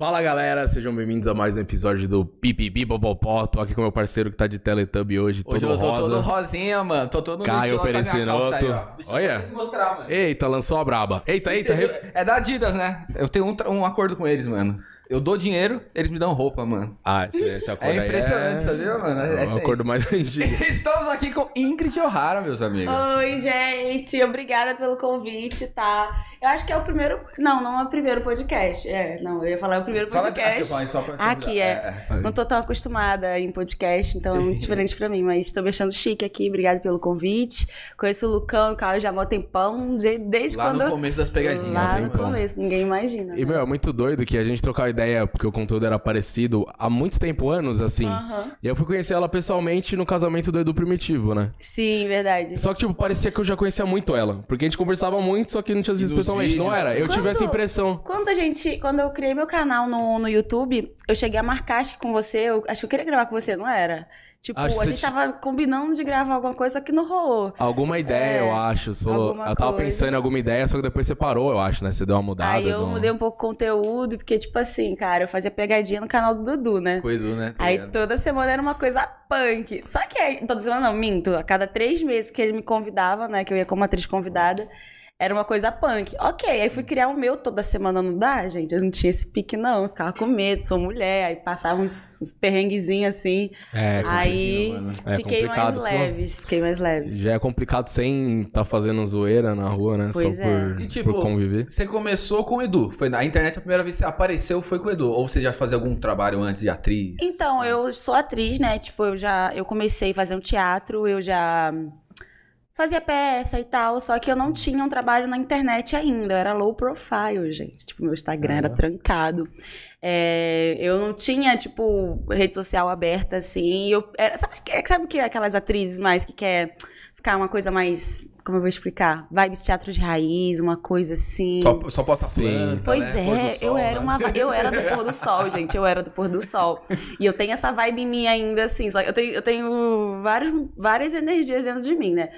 Fala galera, sejam bem-vindos a mais um episódio do Pipipi Bobopó. Tô aqui com meu parceiro que tá de Teletubby hoje, todo Hoje eu tô rosa. todo rosinha, mano. Tô todo Caio estilo da minha Perecinoto. calça aí, ó. Deixa eu Olha. te mostrar, mano. Eita, lançou a braba. Eita, eita, re... Você viu? É da Adidas, né? Eu tenho um, tra- um acordo com eles, mano. Eu dou dinheiro, eles me dão roupa, mano. Ah, esse, esse acordo É aí impressionante, sabia, mano? É, É, é um tenso. acordo mais antigo. Estamos aqui com Ingrid O'Hara, meus amigos. Oi, gente. Obrigada pelo convite, tá? Eu acho que é o primeiro. Não, não é o primeiro podcast. É, não, eu ia falar é o primeiro Fala- Ah, podcast. fala aí, só pra te Aqui, convidar. é. Não tô tão acostumada em podcast, então é muito diferente pra mim, mas tô me achando chique aqui. Obrigada pelo convite. Conheço o Lucão e o Caio já há mó tempão, de- desde Lá quando. no começo das pegadinhas. Lá né, no mano? começo, ninguém imagina. E, né? meu, é muito doido que a gente trocava ideia, porque o conteúdo era parecido há muito tempo, anos, assim. Aham. E eu fui conhecer ela pessoalmente no casamento do Edu Primitivo, né? Sim, verdade. Só que, tipo, parecia que eu já conhecia muito ela. Porque a gente conversava muito, só que não tinha E visto nos pessoalmente. Não vídeos. era. Eu tive Quando- essa impressão. Quando a gente. Quando eu criei meu canal no, no YouTube, eu cheguei a marcar acho que com você. Eu, acho que eu queria gravar com você, não era? Tipo, Acho que a você gente ti- tava combinando de gravar alguma coisa, só que não rolou. Alguma ideia, É, eu acho. Você falou, alguma eu tava coisa. pensando em alguma ideia, só que depois você parou, eu acho, né? Você deu uma mudada. Aí eu não- mudei um pouco o conteúdo, porque, tipo assim, cara, eu fazia pegadinha no canal do Dudu, né? Coisa, né? tá Aí ligado? toda semana era uma coisa punk. Só que aí, toda semana não, minto. A cada três meses que ele me convidava, né? Que eu ia como atriz convidada, era uma coisa punk. Ok, aí fui criar o meu toda semana, não dá, gente? Eu não tinha esse pique, não. Eu ficava com medo, sou mulher. Aí passava uns, uns perrenguezinhos assim. É, aí mano. É fiquei complicado, mais pô. leves, fiquei mais leves. já é complicado sem tá fazendo zoeira na rua, né? Pois só é. por, E, tipo, por conviver. Você começou com o Edu. Foi na a internet a primeira vez que você apareceu foi com o Edu. Ou você já fazia algum trabalho antes de atriz? Então, eu sou atriz, né? Tipo, eu já eu comecei fazendo teatro, eu já fazia peça e tal, só que eu não tinha um trabalho na internet ainda, eu era low profile, gente. Tipo, meu Instagram era trancado. É, eu não tinha, tipo, rede social aberta, assim. e Eu, era- sabe, que- sabe que é aquelas atrizes mais que quer ficar uma coisa mais. Como eu vou explicar? Vibes teatro de raiz, uma coisa assim. Só, só posta Sim. planta, Pois né? Pôr do é, sol, eu era né? uma vi- eu era do pôr do sol, gente, eu era do pôr do sol. E eu tenho essa vibe em mim ainda assim, só que eu tenho, eu tenho vários, várias energias dentro de mim, né?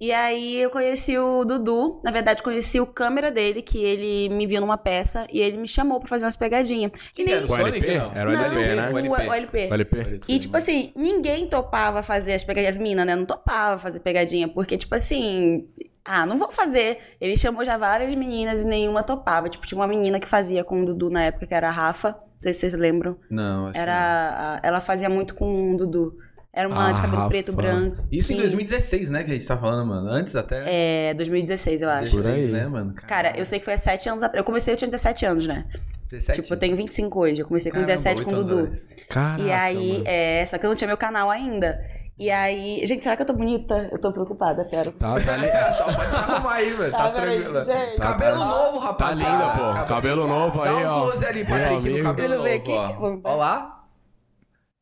E aí eu conheci o Dudu, na verdade conheci o câmera dele, que ele me viu numa peça e ele me chamou pra fazer umas pegadinhas. né? E Era o Com Sonic, LP? não? Era o LP, né? o, o LP. Olha, P. E, tipo assim, ninguém topava fazer as pegadinhas. As minas, né? Não topava fazer pegadinha, porque, tipo assim. Ah, não vou fazer. Ele chamou já várias meninas e nenhuma topava. Tipo, tinha uma menina que fazia com o Dudu na época, que era a Rafa. Não sei se vocês lembram. Não, acho Era. a- Ela fazia muito com o Dudu. Era uma A de cabelo Rafa. preto, branco. que não. Isso em Sim. 2016, né? Que a gente tá falando, mano. Antes até. É, 2016, eu acho. 16, Por aí. né, mano? Cara, eu sei que foi há sete anos atrás. Eu comecei, eu tinha 17 anos, né? 17. Tipo, eu tenho 25 hoje. Eu comecei com Caramba, 17 com o oito anos Dudu. atrás. Caraca, E aí, mano. é, só que eu não tinha meu canal ainda. E aí, gente, será que eu tô bonita? Eu tô preocupada, pera. Tá, tá, li- Só pode se arrumar aí, velho. Tá, Tá, peraí, tranquila. gente. Cabelo Tá- novo, tá rapaz. linda, pô. Cabelo novo Dá aí, um ó. close ali, Meu Patrick, no amigo. cabelo Ele veio novo, aqui, ó. vamos ver. Ó lá.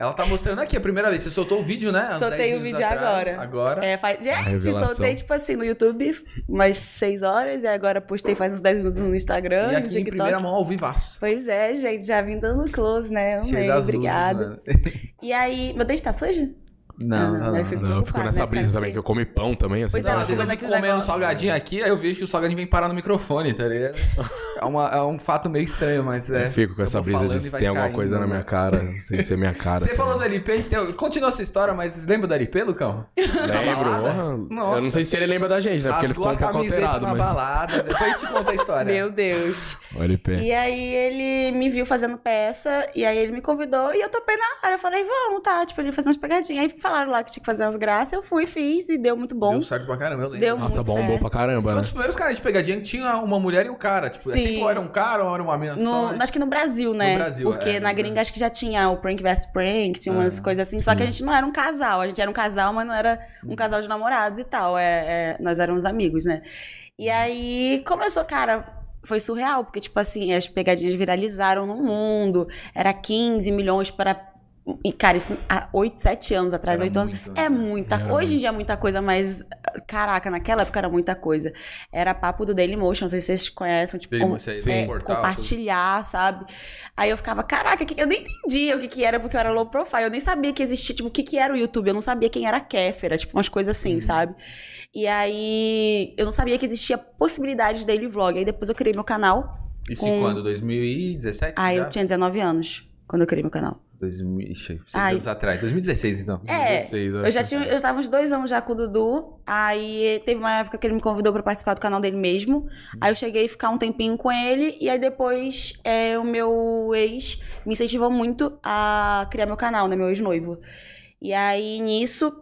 Ela tá mostrando aqui a primeira vez. Você soltou o vídeo, né? Uns Soltei 10 o minutos vídeo atrás. agora. Agora. É, faz... Gente, revelação. soltei, tipo assim, no YouTube umas 6 horas, e agora postei faz uns 10 minutos no Instagram, e É, no aqui em TikTok. primeira mão, ao vivaço. Pois é, gente, já vim dando close, né? Cheio Amei, das luzes, obrigada. mano. e aí, meu dente tá sujo? Não, Ah, não, mas Não, eu não. fica- fico preocupado, nessa né, brisa cara? também, que eu comi pão também, assim. Pois é, Não, ela às ficou vezes eu fico naqueles comendo um negócios. salgadinho aqui, aí eu vejo que o salgadinho vem parar no microfone, tá ligado? É, uma- é um fato meio estranho, mas é. Eu fico com eu essa vou brisa falando de e se vai tem alguma caindo, coisa na né? minha cara, sem ser é minha cara. Você falou do LP, a gente tem- continua essa história, mas lembra do LP, Lucão? Lembro, balada? porra. Nossa. Eu não sei se ele lembra da gente, né? Porque ele Rasgou ficou um a pouco camiseta alterado, na mas. balada, depois a gente conta a história. Meu Deus. Olha, P. E aí ele me viu fazendo peça, e aí ele me convidou, e eu topei na hora. Eu falei, vamos, tá? Tipo, ele ia fazer umas pegadinhas. Aí falaram lá que tinha que fazer umas graças, eu fui, fiz, e deu muito bom. Deu certo pra caramba, eu lembro. Deu Nossa, muito bombou certo. pra caramba, Foi um né? dos primeiros caras de pegadinha que tinha uma mulher e um cara. Tipo, é Sim. sempre ou era um cara ou era uma mina No- só. né? acho que no Brasil, né? No Brasil, Porque é, na no gringa acho que já tinha o prank versus prank, tinha umas Ah, coisas assim. Só que a gente não era um casal. A gente era um casal, mas não era um casal de namorados e tal. É, é, nós éramos amigos, né? E aí começou, cara. Foi surreal, porque, tipo assim, as pegadinhas viralizaram no mundo. Era 15 milhões para. E, cara, isso há 8, 7 anos atrás, Era oito 8 anos. muito, né? É muita Era coisa. Hoje em dia é muita coisa, mas. Caraca, naquela época era muita coisa. Era papo do Dailymotion, não sei se vocês conhecem, tipo, Pegou como- isso aí, Sim. um portal, compartilhar, sabe? Aí eu ficava, caraca, que que- eu nem entendia o que, que era, porque eu era low profile, eu nem sabia que existia, tipo, o que, que era o YouTube, eu não sabia quem era a Kéfera, tipo, umas coisas assim, sabe? E aí eu não sabia que existia possibilidade de daily vlog. Aí depois eu criei meu canal. Isso Com- em quando? 2017? Ah, já? eu tinha 19 anos quando eu criei meu canal. 2000, ixi, seis Ai. anos atrás. 2016, então. É, 16, Eu já tinha, eu tava uns dois anos já com o Dudu. Aí teve uma época que ele me convidou pra participar do canal dele mesmo. Aí eu cheguei a ficar um tempinho com ele. E aí depois é, o meu ex me incentivou muito a criar meu canal, né? Meu ex-noivo. E aí nisso.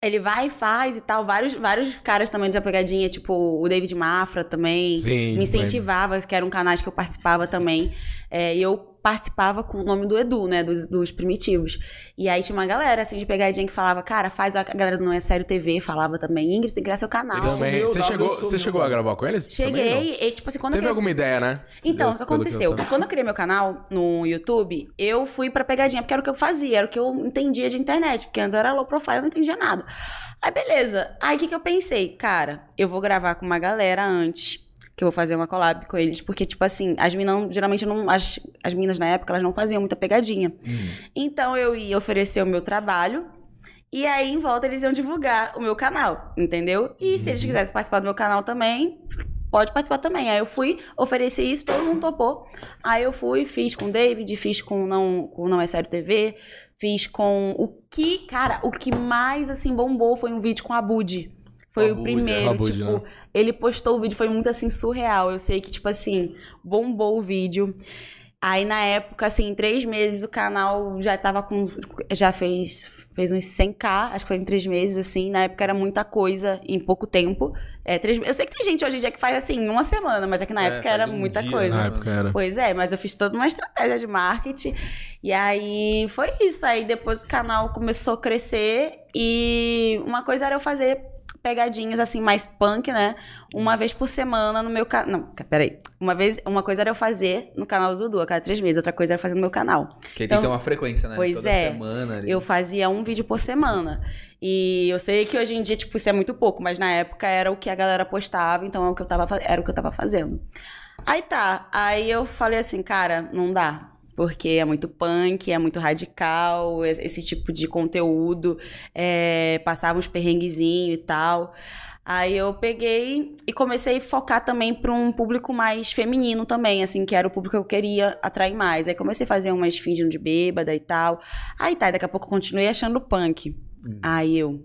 Ele vai e faz e tal. Vários, vários caras também da pegadinha, tipo o David Mafra também Sim, me incentivava, que eram canais que eu participava também. É, e eu participava com o nome do Edu, né? Dos, dos primitivos. E aí tinha uma galera, assim, de pegadinha que falava, cara, faz a a galera do Não É Sério TV, falava também, Ingrid, tem que criar seu canal. Ele também. Sumiu, Você W chegou, sumiu, você chegou a W. gravar com eles? Também não? Cheguei, e tipo assim, quando eu Teve criei... alguma ideia, né? Então, o Deus, pelo que eu aconteceu? sabia. Quando eu criei meu canal no YouTube, eu fui pra pegadinha, porque era o que eu fazia, era o que eu entendia de internet, porque antes eu era low profile, eu não entendia nada. Aí, beleza. Aí, o que, que eu pensei? Cara, eu vou gravar com uma galera antes, que eu vou fazer uma collab com eles, porque, tipo assim, as minas, geralmente, não, as, as minas na época, elas não faziam muita pegadinha. Hum, Então, eu ia oferecer o meu trabalho, e aí, em volta, eles iam divulgar o meu canal, entendeu? E se eles quisessem participar do meu canal também, pode participar também. Aí eu fui, ofereci isso, todo mundo topou. Aí eu fui, fiz com o David, fiz com o não, com o não É Sério TV, fiz com o que, cara, o que mais assim bombou foi um vídeo com a Budi. Foi Abud, o é. primeiro, Abud, tipo, né? ele postou o vídeo, foi muito assim surreal. Eu sei que, tipo assim, bombou o vídeo. Aí na época, assim, em três meses o canal já tava com. Já fez, fez uns 100k, acho que foi em três meses, assim. Na época era muita coisa em pouco tempo. É, três, eu sei que tem gente hoje em dia que faz assim, em uma semana, mas é que na É, época faz era um muita dia, coisa. Na época era. Pois é, mas eu fiz toda uma estratégia de marketing. E aí foi isso. Aí depois o canal começou a crescer. E uma coisa era eu fazer pegadinhas assim, mais punk, né? Uma vez por semana no meu canal. Não, peraí. Uma vez, uma coisa era eu fazer no canal do Dudu a cada três meses, outra coisa era fazer no meu canal. Que aí tem Então- que ter uma frequência, né? Pois Toda é. semana ali. Eu fazia um vídeo por semana. E eu sei que hoje em dia, tipo, isso é muito pouco, mas na época era o que a galera postava, então é o que eu tava, fa- era o que eu tava fazendo. Aí tá, aí eu falei assim, cara, não dá. Porque é muito punk, é muito radical, es- esse tipo de conteúdo, é, passava uns perrenguezinhos e tal. Aí eu peguei e comecei a focar também para um público mais feminino também, assim, que era o público que eu queria atrair mais. Aí comecei a fazer umas fingindo de bêbada e tal. Aí tá, daqui a pouco eu continuei achando punk. Hum. Aí eu.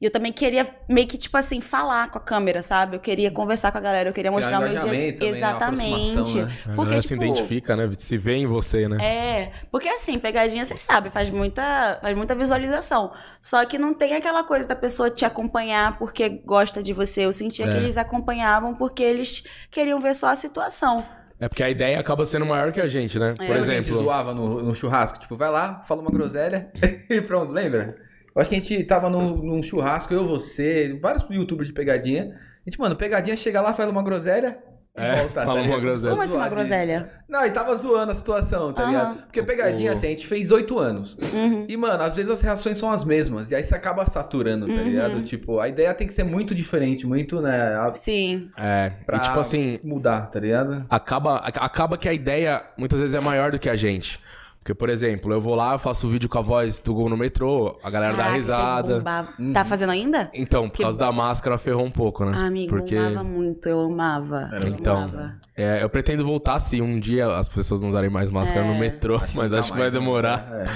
E eu também queria meio que, tipo assim, falar com a câmera, sabe? Eu queria conversar com a galera, eu queria Criar mostrar um o meu dia. engajamento também, né? Uma Exatamente. aproximação, né? A Porque, galera se tipo, identifica, né? Se vê em você, né? É, porque assim, pegadinha, vocês sabem, faz muita, faz muita visualização. Só que não tem aquela coisa da pessoa te acompanhar porque gosta de você. Eu sentia É. que eles acompanhavam porque eles queriam ver só a situação. É. porque a ideia acaba sendo maior que a gente, É. né? Por Lembra que A gente exemplo. zoava no, no churrasco, tipo, vai lá, fala uma groselha e pronto, lembra? Eu acho que a gente tava num, num churrasco, eu, você, vários youtubers de pegadinha. A gente, mano, pegadinha, chega lá, fala uma groselha e É, volta. tá fala uma ligado? groselha. Como assim, uma Zoadíssimo. groselha? Não, e tava zoando a situação, tá Aham. ligado? Porque pegadinha, O- assim, a gente fez oito anos. Uhum. E, mano, às vezes as reações são as mesmas. E aí você acaba saturando, tá Uhum. ligado? Tipo, a ideia tem que ser muito diferente, muito, né? a- Sim. É. Pra- E tipo assim, Mudar, tá ligado? acaba, ac- acaba que a ideia muitas vezes é maior do que a gente. Porque, por exemplo, eu vou lá, eu faço vídeo com a voz do Gol no metrô, a galera dá Caraca, Ah, isso aí risada. bombava. Uhum. Tá fazendo ainda? Então, por Que causa da máscara, ferrou um pouco, né? Ah, Amigo, Porque- amava muito, eu amava. Era eu então. amava. É, eu pretendo voltar se um dia as pessoas não usarem mais máscara no É. metrô, mas não dá acho que vai mais, né? demorar. É.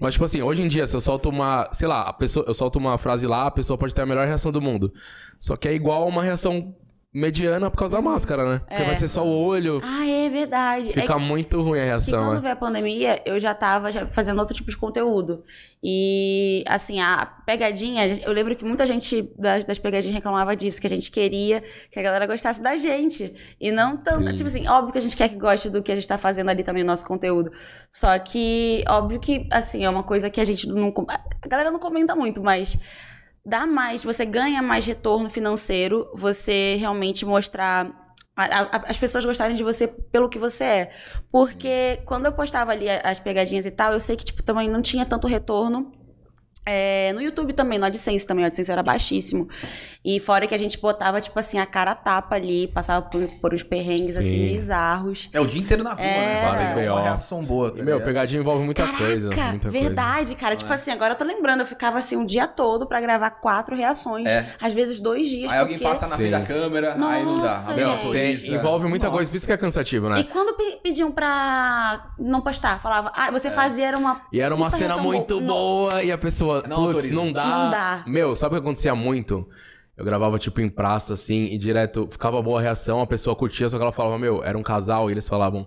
Mas, tipo assim, hoje em dia, se eu solto uma. Sei lá, a pessoa, eu solto uma frase lá, a pessoa pode ter a melhor reação do mundo. Só que é igual a uma reação mediana por causa da máscara, né? Porque É. vai ser só o olho, Ah, é verdade. é fica muito ruim a que reação, quando né? veio a pandemia, eu já tava já fazendo outro tipo de conteúdo. E, assim, a pegadinha, eu lembro que muita gente das, das pegadinhas reclamava disso, que a gente queria que a galera gostasse da gente. E não tanto. Sim. Tipo assim, óbvio que a gente quer que goste do que a gente tá fazendo ali também, o nosso conteúdo. Só que, óbvio que, assim, é uma coisa que a gente não. com- A galera não comenta muito, mas dá mais, você ganha mais retorno financeiro, você realmente mostrar. a- a- as pessoas gostarem de você pelo que você é. Porque quando eu postava ali a- as pegadinhas e tal, eu sei que, tipo, também não tinha tanto retorno. É, no YouTube também, no AdSense também, o AdSense era baixíssimo. E fora que a gente botava, tipo assim, a cara a tapa ali, passava por, por uns perrengues, Sim. assim, bizarros. É o dia inteiro na rua, né? É. Várias Vários uma BO. reação boa. E, tá meu, ligado? pegadinha envolve muita Caraca, coisa. Muita verdade, cara. Tipo É. assim, agora eu tô lembrando, eu ficava assim um dia todo pra gravar quatro reações. É. Às vezes dois dias, Aí alguém porque... passa na frente da Sim. câmera, aí não dá. Nossa, coisa. Aí não Meu, gente. autoriza. tem- envolve muita Nossa. coisa, por isso que é cansativo, né? E quando pe- pediam pra não postar, falava, ah, você fazia era uma. E era uma Puta cena reação muito boa. boa e a pessoa, Não putz, autoriza. não dá. um Não dá. Meu, sabe o que acontecia muito? Eu gravava, tipo, em praça, assim, e direto ficava boa a reação, a pessoa curtia, só que ela falava, meu, era um casal, e eles falavam,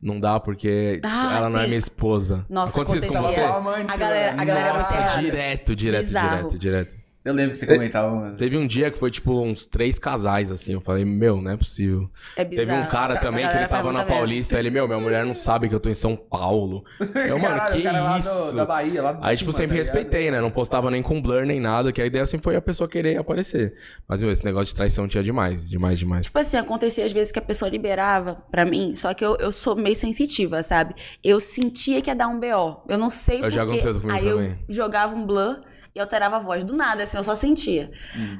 não dá porque tipo, Ah, ela não é sim. minha esposa. Nossa, é isso com acontecia. você? Tava amante, A galera- a galera era Nossa, ferrada. Nossa, direto. direto, direto, Bizarro. direto, direto. é Eu lembro que você comentava, mano. Teve um dia que foi, tipo, uns três casais, assim, eu falei, meu, não é possível. É bizarro. Teve um cara A também que galera é ele faz tava na muita merda. Paulista, ele, meu, minha mulher não sabe que eu tô em São Paulo. Eu, mano, Caralho, que o cara lá do- isso? da Bahia, lá do Aí, tipo, cima, sempre tá ligado? respeitei, né? Não postava nem com blur nem nada, que a ideia sempre foi a pessoa querer aparecer. Mas, meu, esse negócio de traição tinha demais, demais, demais. Tipo assim, acontecia às vezes que a pessoa liberava pra mim, só que eu, eu sou meio sensitiva, sabe? Eu sentia que ia dar um BO. Eu não sei Eu por já quê. aconteceu comigo Aí também. eu jogava um blur e alterava a voz. Do nada, assim, eu só sentia.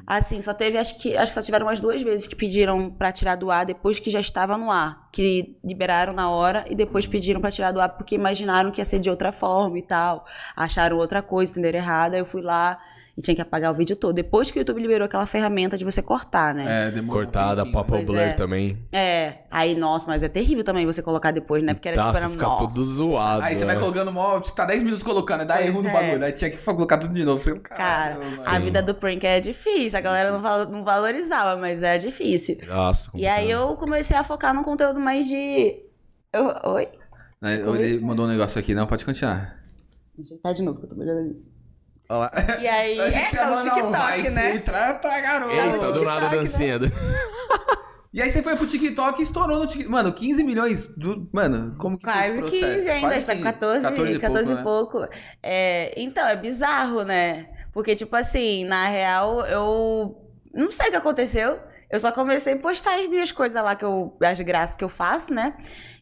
Assim, só teve, acho que, acho que só tiveram umas duas vezes que pediram pra tirar do ar depois que já estava no ar. Que liberaram na hora e depois pediram pra tirar do ar porque imaginaram que ia ser de outra forma e tal. Acharam outra coisa, entenderam errada. Aí eu fui lá e tinha que apagar o vídeo todo. Depois que o YouTube liberou aquela ferramenta de você cortar, né? É, demorou um Cortada, pouquinho, papo Pois blur é. também. É, aí, nossa, mas é terrível também você colocar depois, né? Porque era Tá, tipo, se era fica nossa. tudo zoado. Aí você vai né? colocando mó. Tipo, tá 10 minutos colocando, aí dá Pois erro no é. bagulho. Aí tinha que colocar tudo de novo. Você, Cara, caralho, mano. a vida do prank é difícil, a galera não, val- não valorizava, mas é difícil. Nossa, E aí complicado. eu comecei a focar num conteúdo mais de. Eu- Oi? Aí, Ele mandou um negócio aqui, não, pode continuar. Tá de novo, que eu tô olhando ali. Olha lá. E aí. Eu achei é, que você tá ia no falar, não, vai TikTok, Se né? trata, tá, garoto. Ela Eita, no do nada a TikTok, né? dancinha. E aí você foi pro TikTok e estourou no TikTok. Mano, 15 milhões do. Mano, como que foi esse Quase processo? 15 ainda, a Quase gente tá com 14, 14 e pouco. né? É, então, é bizarro, né? Porque, tipo assim, na real, eu não sei o que aconteceu. Eu só comecei a postar as minhas coisas lá, que eu, as graças que eu faço, né?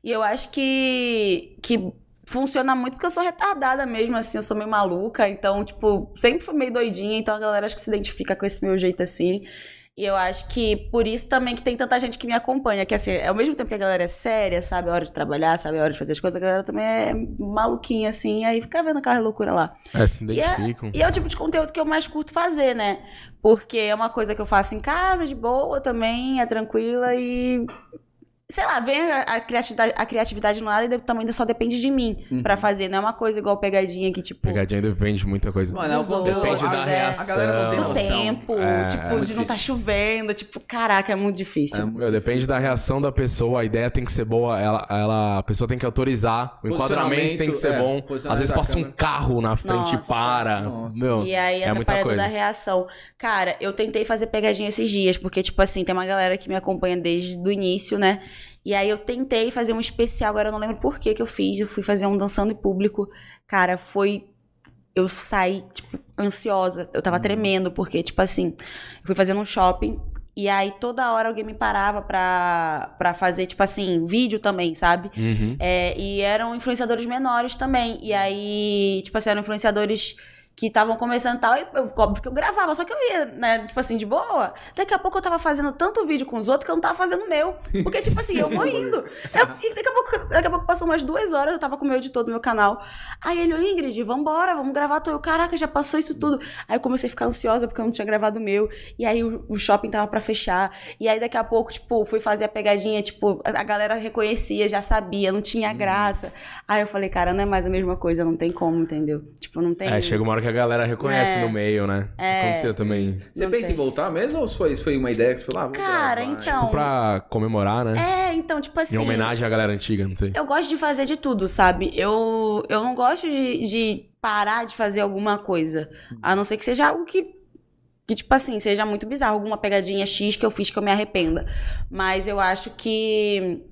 E eu acho que, que funciona muito porque eu sou retardada mesmo, assim, eu sou meio maluca. Então, tipo, sempre fui meio doidinha. Então a galera acho que se identifica com esse meu jeito assim. E eu acho que por isso também que tem tanta gente que me acompanha, que assim, ao mesmo tempo que a galera é séria, sabe a hora de trabalhar, sabe a hora de fazer as coisas, a galera também é maluquinha, assim, e aí fica vendo aquela loucura lá. É, se E é- identificam. E é o tipo de conteúdo que eu mais curto fazer, né? Porque é uma coisa que eu faço em casa, de boa também, é tranquila e. Sei lá, vem a, a criatividade, a criatividade no lado e de- também só depende de mim Uhum. pra fazer, não é uma coisa igual pegadinha que, tipo, Pegadinha depende de muita coisa. Mano, é um Dos conteúdo. Depende a, da galera- reação. A galera não tem do noção. tempo, É, tipo, é de muito não tá chovendo, tipo, caraca, é muito difícil. É muito Meu, depende da reação da pessoa, a ideia tem que ser boa, ela, ela- a pessoa tem que autorizar, o enquadramento tem que ser é, bom. posicionamento Às vezes da passa um câmera. carro na frente e Nossa. para. Nossa. Meu, E aí é muita atrapalha toda coisa. a reação. Cara, eu tentei fazer pegadinha esses dias, porque, tipo assim, tem uma galera que me acompanha desde o início, né? E aí eu tentei fazer um especial, agora eu não lembro por que que eu fiz. Eu fui fazer um dançando em público. Cara, foi. Eu saí, tipo, ansiosa. Eu Uhum. tava tremendo, porque, tipo assim, eu fui fazendo um shopping. E aí toda hora alguém me parava pra, pra fazer, tipo assim, vídeo também, sabe? Uhum. É, e eram influenciadores menores também. E aí, tipo assim, eram influenciadores que estavam começando e tal. E eu, óbvio que eu gravava, só que eu ia, né? Tipo assim, de boa. Daqui a pouco eu tava fazendo tanto vídeo com os outros que eu não tava fazendo o meu. Porque, tipo assim, eu vou indo. Eu- e daqui a, pouco, daqui a pouco passou umas duas horas, eu tava com o meu editor do meu canal. Aí ele, ô Ingrid, vambora, vamos gravar teu. Eu, Caraca, já passou isso tudo. Aí eu comecei a ficar ansiosa porque eu não tinha gravado o meu. E aí o, o shopping tava pra fechar. E aí daqui a pouco, tipo, fui fazer a pegadinha, tipo, a a galera reconhecia, já sabia, não tinha Uhum. graça. Aí eu falei, cara, não é mais a mesma coisa, não tem como, entendeu? Tipo, não tem. É, chega uma hora que a galera reconhece É. no meio, né? É. Aconteceu também. Você Não pensa tem. em voltar mesmo ou foi, isso foi uma ideia que você falou? Ah, vamos Cara, gravar, então- Tipo, pra comemorar, né? É, então, tipo assim. Em homenagem à galera antiga, não sei. Eu gosto de fazer de tudo, sabe? Eu, eu não gosto de, de parar de fazer alguma coisa. Hum. A não ser que seja algo que. Que, tipo assim, seja muito bizarro. Alguma pegadinha X que eu fiz que eu me arrependa. Mas eu acho que.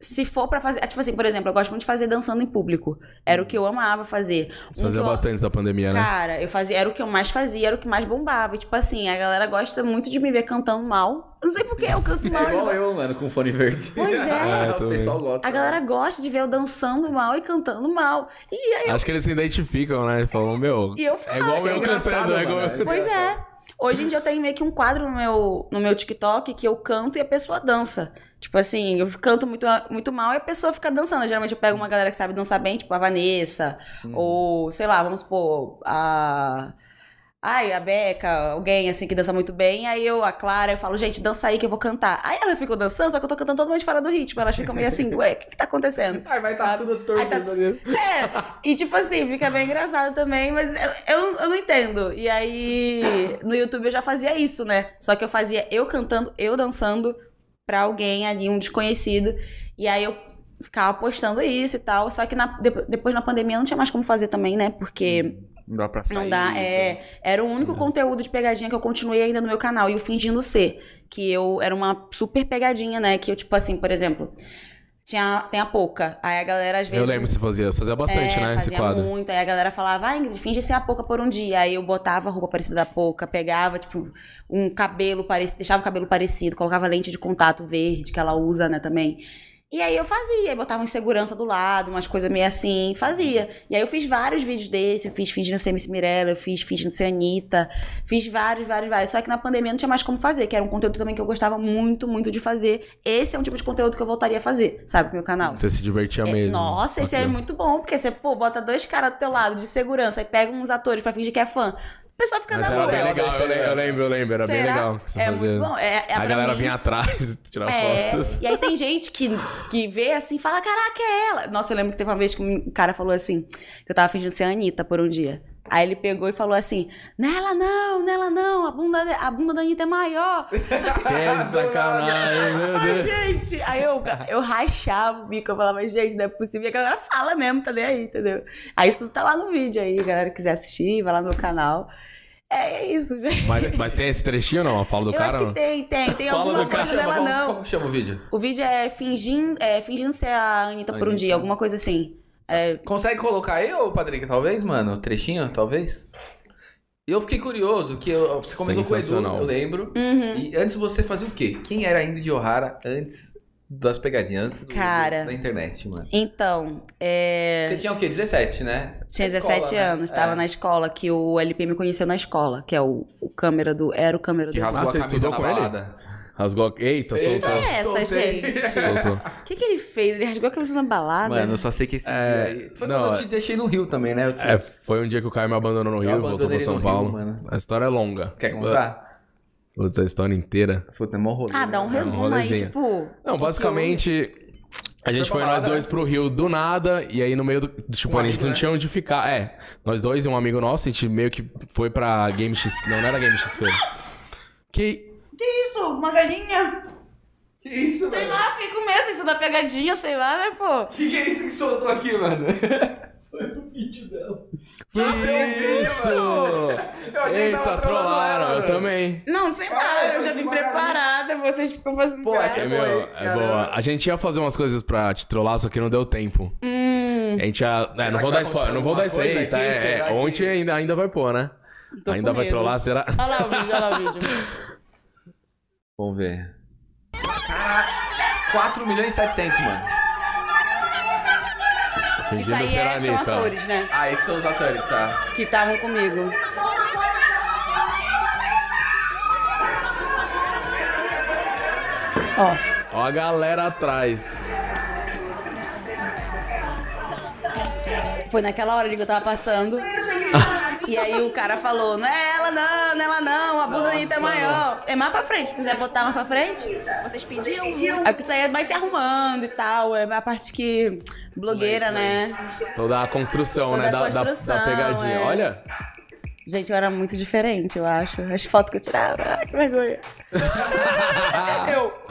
se for pra fazer. é, Tipo assim, por exemplo, eu gosto muito de fazer dançando em público. Era o que eu amava fazer. Você Um fazia que eu- bastante da pandemia, né? Cara, eu fazia, era o que eu mais fazia, era o que mais bombava. E, tipo assim, a galera gosta muito de me ver cantando mal. Eu não sei por que eu canto mal. É igual eu, mano, com fone verde. Pois é. É, o também. pessoal gosta. né? A É. galera gosta de ver eu dançando mal e cantando mal. E, aí- Acho que eles se identificam, né? Falam, meu. e eu faço. É igual Isso é eu engraçado, cantando, é igual mano, eu. Pois é. Hoje em dia eu tenho meio que um quadro no meu, no meu TikTok que eu canto e a pessoa dança. Tipo assim, eu canto muito, muito mal e a pessoa fica dançando. Geralmente eu pego uma galera que sabe dançar bem, tipo a Vanessa, Uhum. Hum. ou sei lá, vamos supor, a. Ai, a Beca, alguém assim que dança muito bem. Aí eu, a Clara, eu falo, gente, dança aí que eu vou cantar. Aí ela ficou dançando, só que eu tô cantando totalmente fora do ritmo. Elas ficam meio assim, ué, o que que tá acontecendo? Ai, vai tá sabe? tudo torto. Aí tá- ali. É, e tipo assim, fica bem engraçado também, mas eu, eu, eu não entendo. E aí, no YouTube eu já fazia isso, né? Só que eu fazia eu cantando, eu dançando pra alguém ali, um desconhecido. E aí eu ficava postando isso e tal. Só que na- de- depois na pandemia não tinha mais como fazer também, né? Porque Não dá Hum, pra sair. não dá. É, era o único conteúdo de pegadinha que eu continuei ainda no meu canal, e o Fingindo Ser. Que eu era uma super pegadinha, né? Que eu, tipo assim, por exemplo. Tinha, tem a pouca. Aí a galera às Eu vezes. lembro que você fazia. Você fazia bastante, É, né? Esse fazia quadro. muito. Aí a galera falava, ah, Ingrid, finge ser a pouca por um dia. Aí eu botava a roupa parecida da pouca, pegava, tipo, um cabelo parecido, deixava o cabelo parecido, colocava lente de contato verde, que ela usa, né, também. E aí eu fazia, aí botava uma insegurança do lado, umas coisas meio assim, fazia. E aí eu fiz vários vídeos desse, eu fiz fingindo ser Miss Mirella, eu fiz fingindo ser Anitta, fiz vários, vários, vários. Só que na pandemia não tinha mais como fazer, que era um conteúdo também que eu gostava muito, muito de fazer. Esse é um tipo de conteúdo que eu voltaria a fazer, sabe, pro meu canal. Você se divertia É, mesmo. Nossa, esse aí é Bacana. muito bom, porque você, pô, bota dois caras do teu lado de segurança, aí pega uns atores pra fingir que é fã. O pessoal fica Mas na era rua. bem Ela legal, eu desceu, lembro, ela. eu lembro, eu lembro, Era bem Será? legal. o que você é fazia. muito bom. É, é A pra galera mim- vinha atrás tirar é, foto. e aí tem gente que, que vê assim e fala: Caraca, é ela. Nossa, eu lembro que teve uma vez que um cara falou assim: que eu tava fingindo ser a Anitta por um dia. Aí ele pegou e falou assim: Nela não, nela não, a bunda, de- a bunda da Anitta é maior. Que sacanagem, meu Ai, Deus. gente! Aí eu, eu rachava o bico, eu falava, gente, não é possível. E a galera fala mesmo, tá nem aí, entendeu? Aí isso tudo tá lá no vídeo aí, a galera quiser assistir, vai lá no meu canal. É, é isso, gente. Mas, mas tem esse trechinho ou não? A fala do eu cara? acho que não? tem, tem, tem Fala alguma do coisa Chama, dela, como, não. como que chama o vídeo? O vídeo é fingindo, é fingindo ser a Anitta por um Anitta. dia, alguma coisa assim. É, Consegue colocar eu, Padrica, talvez, mano? O Trechinho, talvez? Eu fiquei curioso que eu- você começou com o Edu, Sensacional. eu lembro. uhum. E antes você fazia o quê? Quem era a Ingrid O'Hara antes das pegadinhas, antes do- Cara. da internet, mano? Então, Você é, tinha o quê? 17, né? tinha Na 17 escola, né? anos, tava É. na escola, que o LP me conheceu na escola, que é o, o câmera do. Era o câmera Que do. rasgou Ah, a você camisa estudou na com ele? balada. Rasgou. Eita, Eita. Que soltou. história é essa, Soltei. gente? Soltou. O que, que ele fez? Ele rasgou a camisa na balada? Mano, eu só sei que esse É, dia aí... Foi não, quando eu é- te deixei no Rio também, né? Eu te- É, foi um dia que o Caio me abandonou no eu Rio, voltou abandonei pra ele São no Paulo. Rio, mano. a história é longa. Quer contar? Putz, a história inteira. Puta, é mó rolê. ah, dá um né? resumo aí, rolezinho. tipo. Não, é que basicamente, a gente Foi foi pra nós balada, dois né? pro Rio do nada, e aí no meio do. Tipo, Um a gente amigo, não né? tinha onde ficar. É, nós dois e um amigo nosso, a gente meio que foi pra Game XP. Não, não era Game XP. Que. é Isso, uma galinha. Que isso, Sei mano? lá, fiquei com medo, isso da pegadinha, sei lá, né, pô? Que que é isso que soltou aqui, mano? Foi o vídeo dela. Isso! Eu achei que tava Eita, trolando trollaram, ela, eu mano. também. Não, sei lá, Ah, eu já isso, vim uma galinha. preparada, vocês ficam fazendo Pô, graça. essa É, É meu, boa, hein, é cara? boa. A gente ia fazer umas coisas pra te trollar, só que não deu tempo. Hum, A gente ia. É, não que vou vai dar spoiler, não vou dar acontecer isso aí. alguma tá? coisa aqui? É, é, Será que- ontem ainda, ainda vai pôr, né? tô ainda com vai medo. trollar, será? Olha lá o vídeo, olha lá o vídeo. Vamos ver. Caraca, 4 milhões e 700, mano. Isso Fingindo aí ser é, são Anitta. atores, né? Ah, esses são os atores, tá? Que estavam comigo. Ó, Ó a galera atrás. foi naquela hora ali que eu tava passando. E aí o cara falou, não é ela não, não é ela não, a bunda da Anitta é maior. É mais pra frente, se quiser botar mais pra frente. Vocês pediam? Aí que isso aí vai se arrumando e tal, é a parte que... blogueira, né? Toda a construção, Toda né? a da- da- Da, construção, pegadinha. é. Olha. Gente, eu era muito diferente, eu acho. As fotos que eu tirava, ai, que vergonha. eu...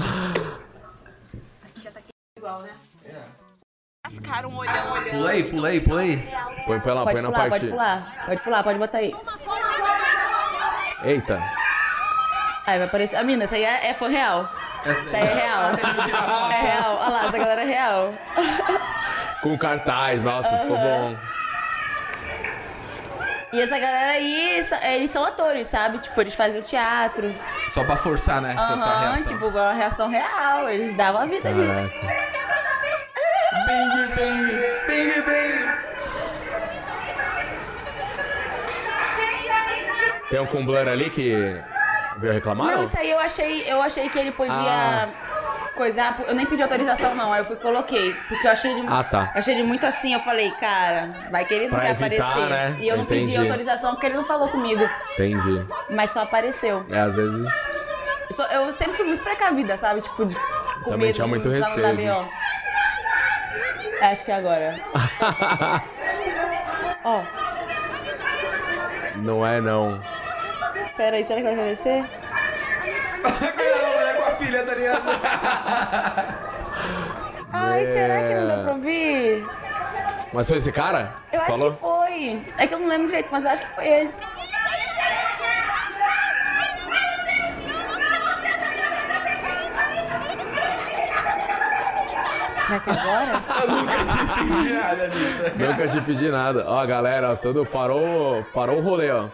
Ficaram olhando, olhando. Pula aí, pula aí, pula aí. Põe pra lá, Pode põe na pular, parte. pode pular, pode pular, pode botar aí. Eita. Aí vai aparecer. A mina, essa aí é, é fã real. Essa Isso aí é real. É real. Olha lá, essa galera é real. Com cartaz, nossa, ficou bom. E essa galera aí, sa- eles são atores, sabe? Tipo, eles fazem o teatro. Só pra forçar, né? Forçar a Aham, reação. tipo, é uma reação real. Eles davam a vida ali. Caraca. Bang, bang, bang, bang. Tem um com blur ali que veio reclamar? Não, não? isso aí eu achei, eu achei que ele podia Ah. coisar. Eu nem pedi autorização, não. Aí eu fui e coloquei. Porque eu achei ele. Ah, tá. eu achei ele muito assim, eu falei, cara, vai que ele não Pra quer evitar, aparecer. né? E eu não pedi Entendi. autorização porque ele não falou comigo. Entendi. Mas só apareceu. É, às vezes. Eu, sou- eu sempre fui muito precavida, sabe? Tipo, de, com Também medo tinha de- muito pra não dar receio B.O.. Acho que é agora. Ó, não é, não. peraí, será que vai aparecer? Aquela mulher com a filha, tá ligado? Ai, será que não deu É. pra ouvir? Mas foi esse cara? Eu acho Falou? que foi. É que eu não lembro direito, mas eu acho que foi ele. Será que é agora? Eu nunca te pedi nada, Anitta. Nunca te pedi nada. Ó, galera, ó, todo parou, parou o rolê, ó.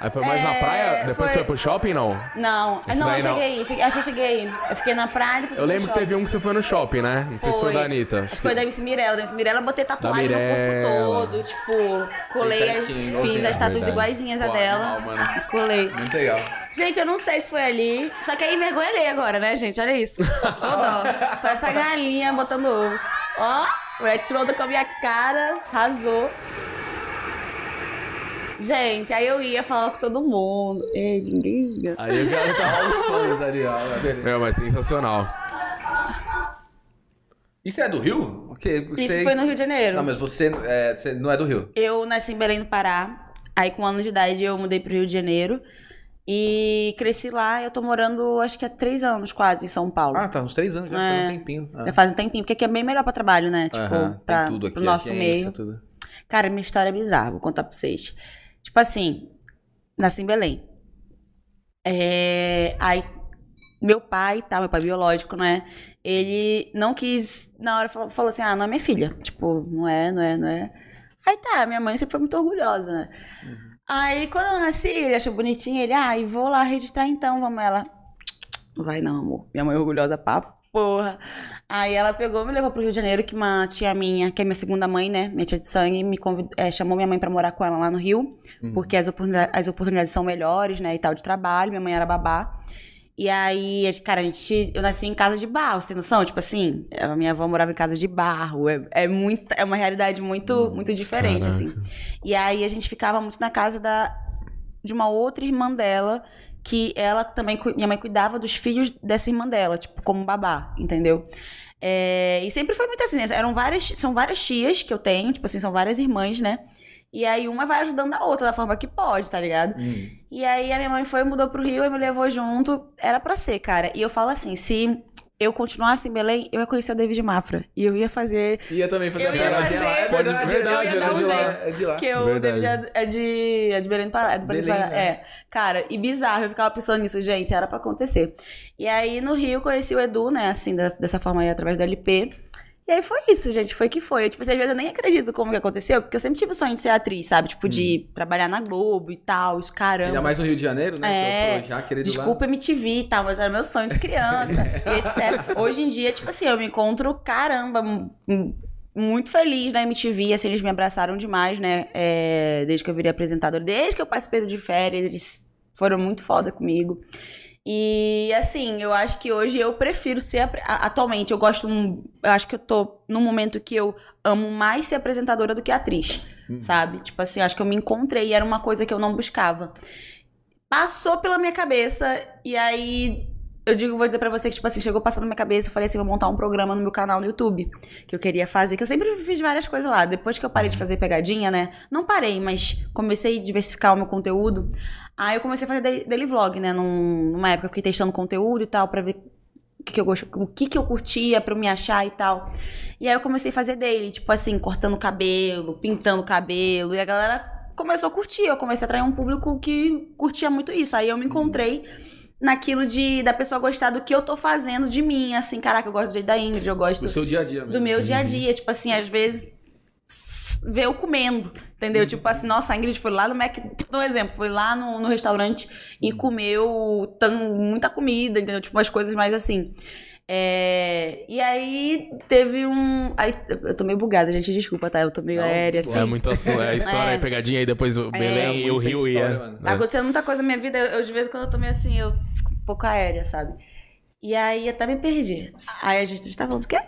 Aí foi mais É, na praia? Depois foi... foi- pro shopping, não? Não, Esse não, daí eu não. cheguei, cheguei, acho que eu cheguei. Eu fiquei na praia e depois Eu fui lembro pro que teve um que você foi no shopping, né? Não sei se foi da Anitta. Acho que foi da MC Mirella. Da MC Mirella eu botei tatuagem no Mirella. corpo todo. Tipo, colei, Bem as, certinho, fiz igualzinho. as tatuas Verdade. iguaizinhas a Pô, dela. animal, mano. Colei. Muito legal. Gente, eu não sei se foi ali. Só que aí vergonha alheia agora, né, gente? Olha isso. Ô dó. Com essa galinha botando ovo. Ó, o moleque tirou onda com a minha cara, arrasou. Gente, aí eu ia falar com todo mundo. Ei, ninguém liga. Ah, Aí o cara tá... Olha os fãs ali, ó. beleza. Meu, mas sensacional. Isso é do Rio? Ok, você... Isso foi no Rio de Janeiro. Não, mas você, é, você não é do Rio. Eu nasci em Belém do Pará. Aí, com um ano de idade, eu mudei pro Rio de Janeiro. E cresci lá. Eu tô morando, acho que há três anos quase, em São Paulo. Ah, tá, uns três anos já, É. foi um tempinho. Ah. Já faz um tempinho, porque aqui é bem melhor pra trabalho, né? Tipo, Aham, tem pra, tudo aqui, é pro nosso agência, meio. tudo. Cara, minha história é bizarra, vou contar pra vocês. Tipo assim, nasci em Belém. É, aí, meu pai, tá, meu pai biológico, né? Ele não quis, na hora, falou, falou assim, ah, não é minha filha. Tipo, não é, não é, não é. Aí tá, minha mãe sempre foi muito orgulhosa, né? Aí, quando eu nasci, ele achou bonitinho, ele, ah, e vou lá registrar então, vamos. Ela, não vai não, amor. Minha mãe é orgulhosa pra porra. Aí ela pegou e me levou pro Rio de Janeiro, que uma tia minha, que é minha segunda mãe, né? Minha tia de sangue, me convid... eh, chamou minha mãe pra morar com ela lá no Rio, Uhum. porque as, oportunida- as oportunidades são melhores, né? E tal, de trabalho. Minha mãe era babá. E aí, as- cara, a gente. Eu nasci em casa de barro, você tem noção? Tipo assim, a minha avó morava em casa de barro. É, é, muita, é uma realidade muito, muito diferente, Caraca. assim. E aí a gente ficava muito na casa da, de uma outra irmã dela, que ela também. cu- Minha mãe cuidava dos filhos dessa irmã dela, tipo, como babá, entendeu? É, e sempre foi muito assim, né? Eram várias, são várias tias que eu tenho, tipo assim, são várias irmãs, né? E aí uma vai ajudando a outra da forma que pode, tá ligado? Hum. E aí a minha mãe foi, mudou pro Rio e me levou junto. Era pra ser, cara. E eu falo assim, se eu continuasse em Belém, eu ia conhecer o David Mafra. E eu ia fazer. E eu também fazer Eu a ia viagem fazer- lá. É Pode- verdade, verdade, é era de de lá. lá. É de lá. Porque o Verdade. David é- é de, é de Belém do Pará. É, do Belém, do Belém, Pará. né? é. Cara, e bizarro, eu ficava pensando nisso, gente, era pra acontecer. E aí no Rio eu conheci o Edu, né, assim, da- dessa forma aí, através do LP. E aí foi isso, gente, foi que foi. Tipo, assim, às vezes eu nem acredito como que aconteceu, porque eu sempre tive o sonho de ser atriz, sabe? Tipo, de trabalhar na Globo e tal, os caramba. Ainda mais no Rio de Janeiro, né? É. Que é o Projac, querido Desculpa MTV e tal, mas era meu sonho de criança e etc. Hoje em dia, tipo assim, eu me encontro, caramba, mu- mu- muito feliz na MTV, assim, eles me abraçaram demais, né? É, desde que eu virei apresentadora, desde que eu participei do de férias, eles foram muito foda comigo. E assim, eu acho que hoje eu prefiro ser. apre- a- Atualmente, eu gosto. um- Eu acho que eu tô num momento que eu amo mais ser apresentadora do que atriz, Hum. sabe? Tipo assim, acho que eu me encontrei e era uma coisa que eu não buscava passou pela minha cabeça e aí eu digo, vou dizer pra você que, tipo assim, chegou passando na minha cabeça, eu falei assim, vou montar um programa no meu canal no YouTube, que eu queria fazer, que eu sempre fiz várias coisas lá. Depois que eu parei de fazer pegadinha, né? Não parei, mas comecei a diversificar o meu conteúdo. Aí eu comecei a fazer daily- daily vlog, né? Num- numa época eu fiquei testando conteúdo e tal, pra ver que, que eu gosto, o que, que eu curtia pra eu me achar e tal. E aí eu comecei a fazer daily, tipo assim, cortando cabelo, pintando cabelo, e a galera começou a curtir, eu comecei a atrair um público que curtia muito isso. Aí eu me encontrei naquilo de da pessoa gostar do que eu tô fazendo de mim, assim, caraca, eu gosto do jeito da Ingrid, eu gosto Do seu dia a dia mesmo. do meu dia a dia. Tipo assim, às vezes s- vê eu comendo, entendeu? Tipo assim, nossa, a Ingrid foi lá no Mac, dou um exemplo, foi lá no, no restaurante e Uhum. comeu tão, muita comida, entendeu? Tipo umas coisas mais assim. É, e aí teve um. Aí, eu tô meio bugada, gente, desculpa, tá? Eu tô meio Não, aérea, pô, assim. É muito assunto. É a história É. aí, pegadinha, aí depois o Belém e o É, muita Rio história, e mano. Tá acontecendo muita coisa na minha vida, eu, eu, de vez em quando eu tô meio assim, eu fico um pouco aérea, sabe? E aí até me perdi. Aí a gente tá falando o quê?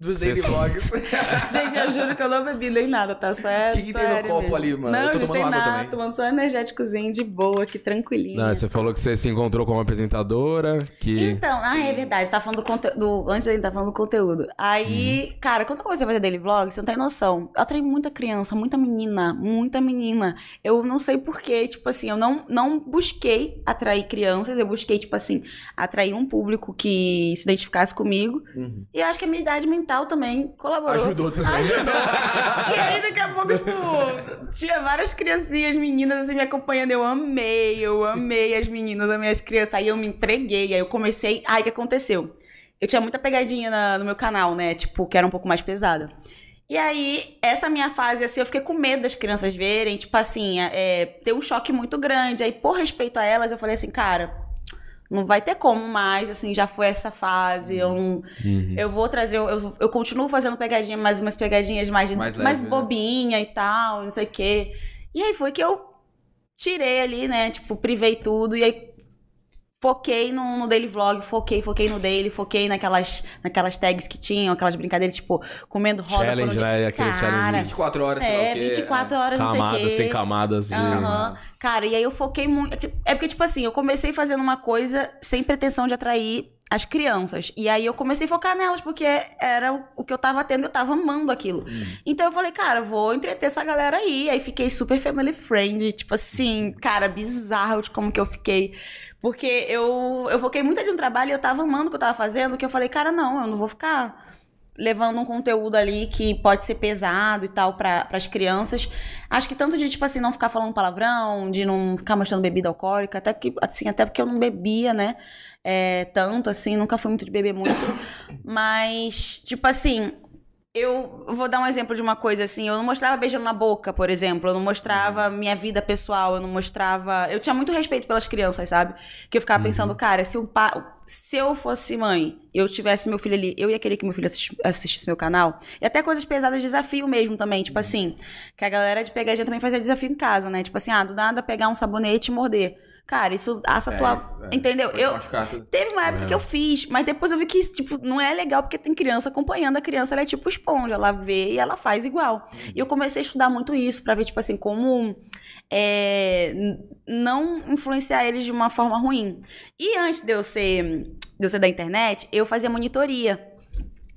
Dos Cê daily sabe. vlogs. O Gente, eu juro que eu não bebi nem nada, tá? Só é. que, que só tem no aéreo copo mesmo. ali, mano? Não, eu tô gente, tomando tem água nada, também. tomando só um energéticozinho de boa, aqui, tranquilinho. Não, você falou que você se encontrou com uma apresentadora que. Então, ah, é verdade, tá falando do conteúdo. Antes ainda tá falando do conteúdo. Aí, Uhum. cara, quando eu comecei a fazer daily vlog, você não tem noção. Eu atraí muita criança, muita menina, muita menina. Eu não sei porquê, tipo assim, eu não, não busquei atrair crianças, eu busquei, tipo assim, atrair um público que se identificasse comigo. Uhum. E eu acho que a minha idade mental também colaborou. Ajudou também. Ah, E aí, daqui a pouco, tipo, tinha várias criancinhas, meninas, assim, me acompanhando. Eu amei, eu amei as meninas, amei as crianças. Aí eu me entreguei, aí eu comecei. Aí o que aconteceu? Eu tinha muita pegadinha na- no meu canal, né? Tipo, que era um pouco mais pesada. E aí, essa minha fase, assim, eu fiquei com medo das crianças verem, tipo assim, é, ter um choque muito grande. Aí, por respeito a elas, eu falei assim, cara. Não vai ter como mais, assim, já foi essa fase. Eu não, Uhum. eu vou trazer, eu, eu- eu continuo fazendo pegadinha, mais umas pegadinhas mais, Mais mais, leve, né? bobinha e tal, não sei o quê. E aí foi que eu tirei ali, né? Tipo, privei tudo e aí foquei no, no daily vlog, foquei, foquei no daily, foquei naquelas, naquelas tags que tinham, aquelas brincadeiras, tipo, comendo rosa. Challenge, por onde- né? Aquele Cara, challenge. 24 horas, sei lá É, o quê. 24 horas, não sei o Camadas, quê. sem camadas. de- Aham. Cara, e aí eu foquei muito. É porque, tipo assim, eu comecei fazendo uma coisa sem pretensão de atrair as crianças. E aí eu comecei a focar nelas, porque era o que eu tava tendo, eu tava amando aquilo. Então eu falei, cara, vou entreter essa galera aí. Aí fiquei super family friend, tipo assim, cara, bizarro de como que eu fiquei. Porque eu, eu foquei muito ali no trabalho e eu tava amando o que eu tava fazendo, que eu falei, cara, não, eu não vou ficar levando um conteúdo ali que pode ser pesado e tal para as crianças. Acho que tanto de, tipo assim, não ficar falando palavrão, de não ficar mostrando bebida alcoólica, até que, assim, até porque eu não bebia, né? É, tanto, assim, nunca fui muito de beber muito. Mas, tipo assim, eu vou dar um exemplo de uma coisa assim. Eu não mostrava beijando na boca, por exemplo. Eu não mostrava Uhum. minha vida pessoal. Eu não mostrava. Eu tinha muito respeito pelas crianças, sabe? Que eu ficava Uhum. pensando, cara, se, o pa... se eu fosse mãe, eu tivesse meu filho ali, eu ia querer que meu filho assist- assistisse meu canal. E até coisas pesadas, desafio mesmo também. Uhum. Tipo assim, que a galera de pegadinha também fazia desafio em casa, né? Tipo assim, ah, do nada pegar um sabonete e morder. Cara, isso assa a É, tua. isso, é. Entendeu? Pode Eu, machucar tudo. Teve uma época É. que eu fiz, mas depois eu vi que isso, tipo, não é legal porque tem criança acompanhando. A criança, ela é tipo esponja, ela vê e ela faz igual. E Uhum. eu comecei a estudar muito isso pra ver, tipo assim, como é, n- não influenciar eles de uma forma ruim. E antes de eu ser, de eu ser da internet, eu fazia monitoria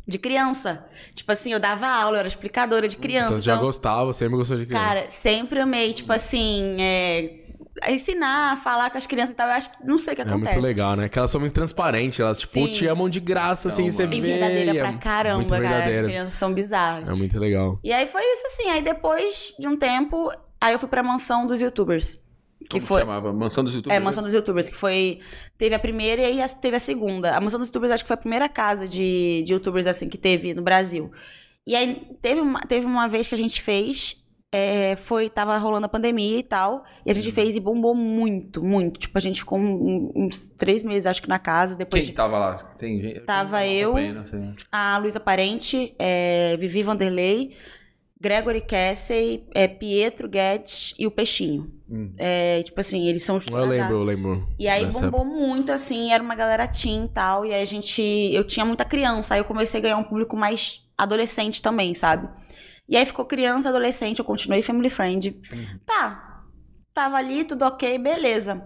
de criança. Tipo assim, eu dava aula, eu era explicadora de Então criança. você já então- gostava, sempre gostou de criança. Cara, sempre amei, tipo assim, é, ensinar, falar com as crianças e tal. Eu acho que não sei o que é acontece. muito legal, né? Que elas são muito transparentes, elas, tipo, Sim. te amam de graça, assim, São, você mano. vê. E verdadeira é pra muito caramba, cara. As verdadeira. crianças são bizarras. É muito legal. E aí foi isso, assim. Aí depois de um tempo, aí eu fui pra mansão dos youtubers. Que Como foi. chamava? Mansão dos É, Youtubers. Mansão dos Youtubers, que foi. Teve a primeira e aí as- teve a segunda. A Mansão dos Youtubers acho que foi a primeira casa de, de youtubers assim que teve no Brasil. E aí teve uma, teve uma vez que a gente fez. é, foi, tava rolando a pandemia e tal. E a gente fez e bombou muito, muito. Tipo, a gente ficou um- uns três meses, acho que, na casa. Depois Quem de- que tava lá? Tem gente. Tava eu. acompanho, assim, né? não sei. a Luísa Parente, é, Vivi Vanderlei, Gregory Cassie, é, Pietro Guedes e o Peixinho. Hum. É, tipo assim, eles são os Eu lembro, eu lembro. E aí dessa bombou muito, assim, era uma galera teen e tal. E aí a gente. Eu tinha muita criança, aí eu comecei a ganhar um público mais adolescente também, sabe? E aí ficou criança, adolescente, eu continuei family friend. Tá. Tava ali, tudo ok, beleza.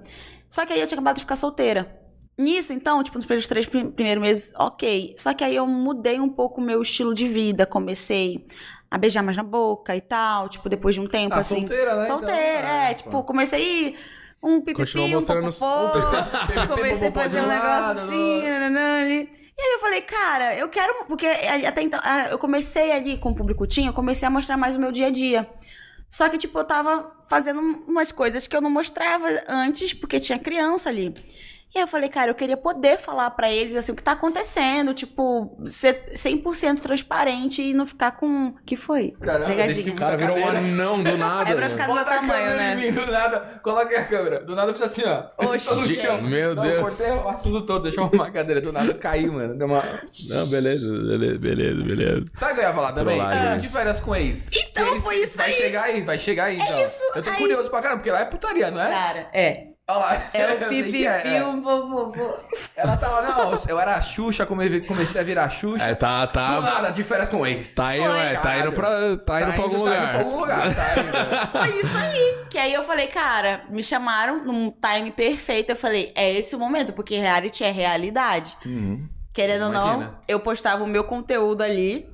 Só que aí eu tinha acabado de ficar solteira. Nisso, então, tipo, nos primeiros três prim- primeiros meses, ok. Só que aí eu mudei um pouco o meu estilo de vida. Comecei a beijar mais na boca e tal. Tipo, depois de um tempo, Ah, assim. solteira, né? Solteira, Então, é. ah, tipo, pô. comecei a ir um Continuou pipipi, um mostrando os- popopô, comecei a popopó de fazer um um lado, negócio assim, do- nanã, ali. E aí eu falei, cara, eu quero, porque até então, ah, eu comecei ali com o público tinha, eu comecei a mostrar mais o meu dia a dia. Só que, tipo, eu tava fazendo um, umas coisas que eu não mostrava antes, porque tinha criança ali. E aí eu falei, cara, eu queria poder falar pra eles, assim, o que tá acontecendo, tipo, ser 100% transparente e não ficar com... que foi? Caramba, Pegadinha. desse O cara virou um anão do nada. É pra ficar- do meu Bota a tamanho, câmera né? em mim, do nada. Coloca a câmera. Do nada eu fiz assim, ó. Oxi. Tô no Gente, chão. meu Não, Deus. Eu cortei o assunto todo, deixa eu arrumar a cadeira. Do nada eu caí, mano. Deu uma... Não, beleza, beleza, beleza, beleza. Sabe o que eu ia falar também? Trollagens. Ah, de férias com ex. Então, Que eles- foi isso vai aí. Vai chegar aí, vai chegar aí. É isso Eu tô aí. curioso pra caramba, porque lá é putaria, não é? Cara, é. Olha lá. É Eu sei o que é, pipipi, é. um vovô. Ela tá lá, não, eu era a Xuxa, come- comecei a virar a Xuxa. É, tá, Do tá. nada, de férias com ex. Tá indo, é, tá indo pra. Tá indo pra algum Tá indo pra algum lugar. lugar, tá indo. Foi isso aí. Que aí eu falei, cara, me chamaram num time perfeito. Eu falei, é esse o momento, porque reality é realidade. Uhum. Querendo ou não, Imagina. eu postava o meu conteúdo ali,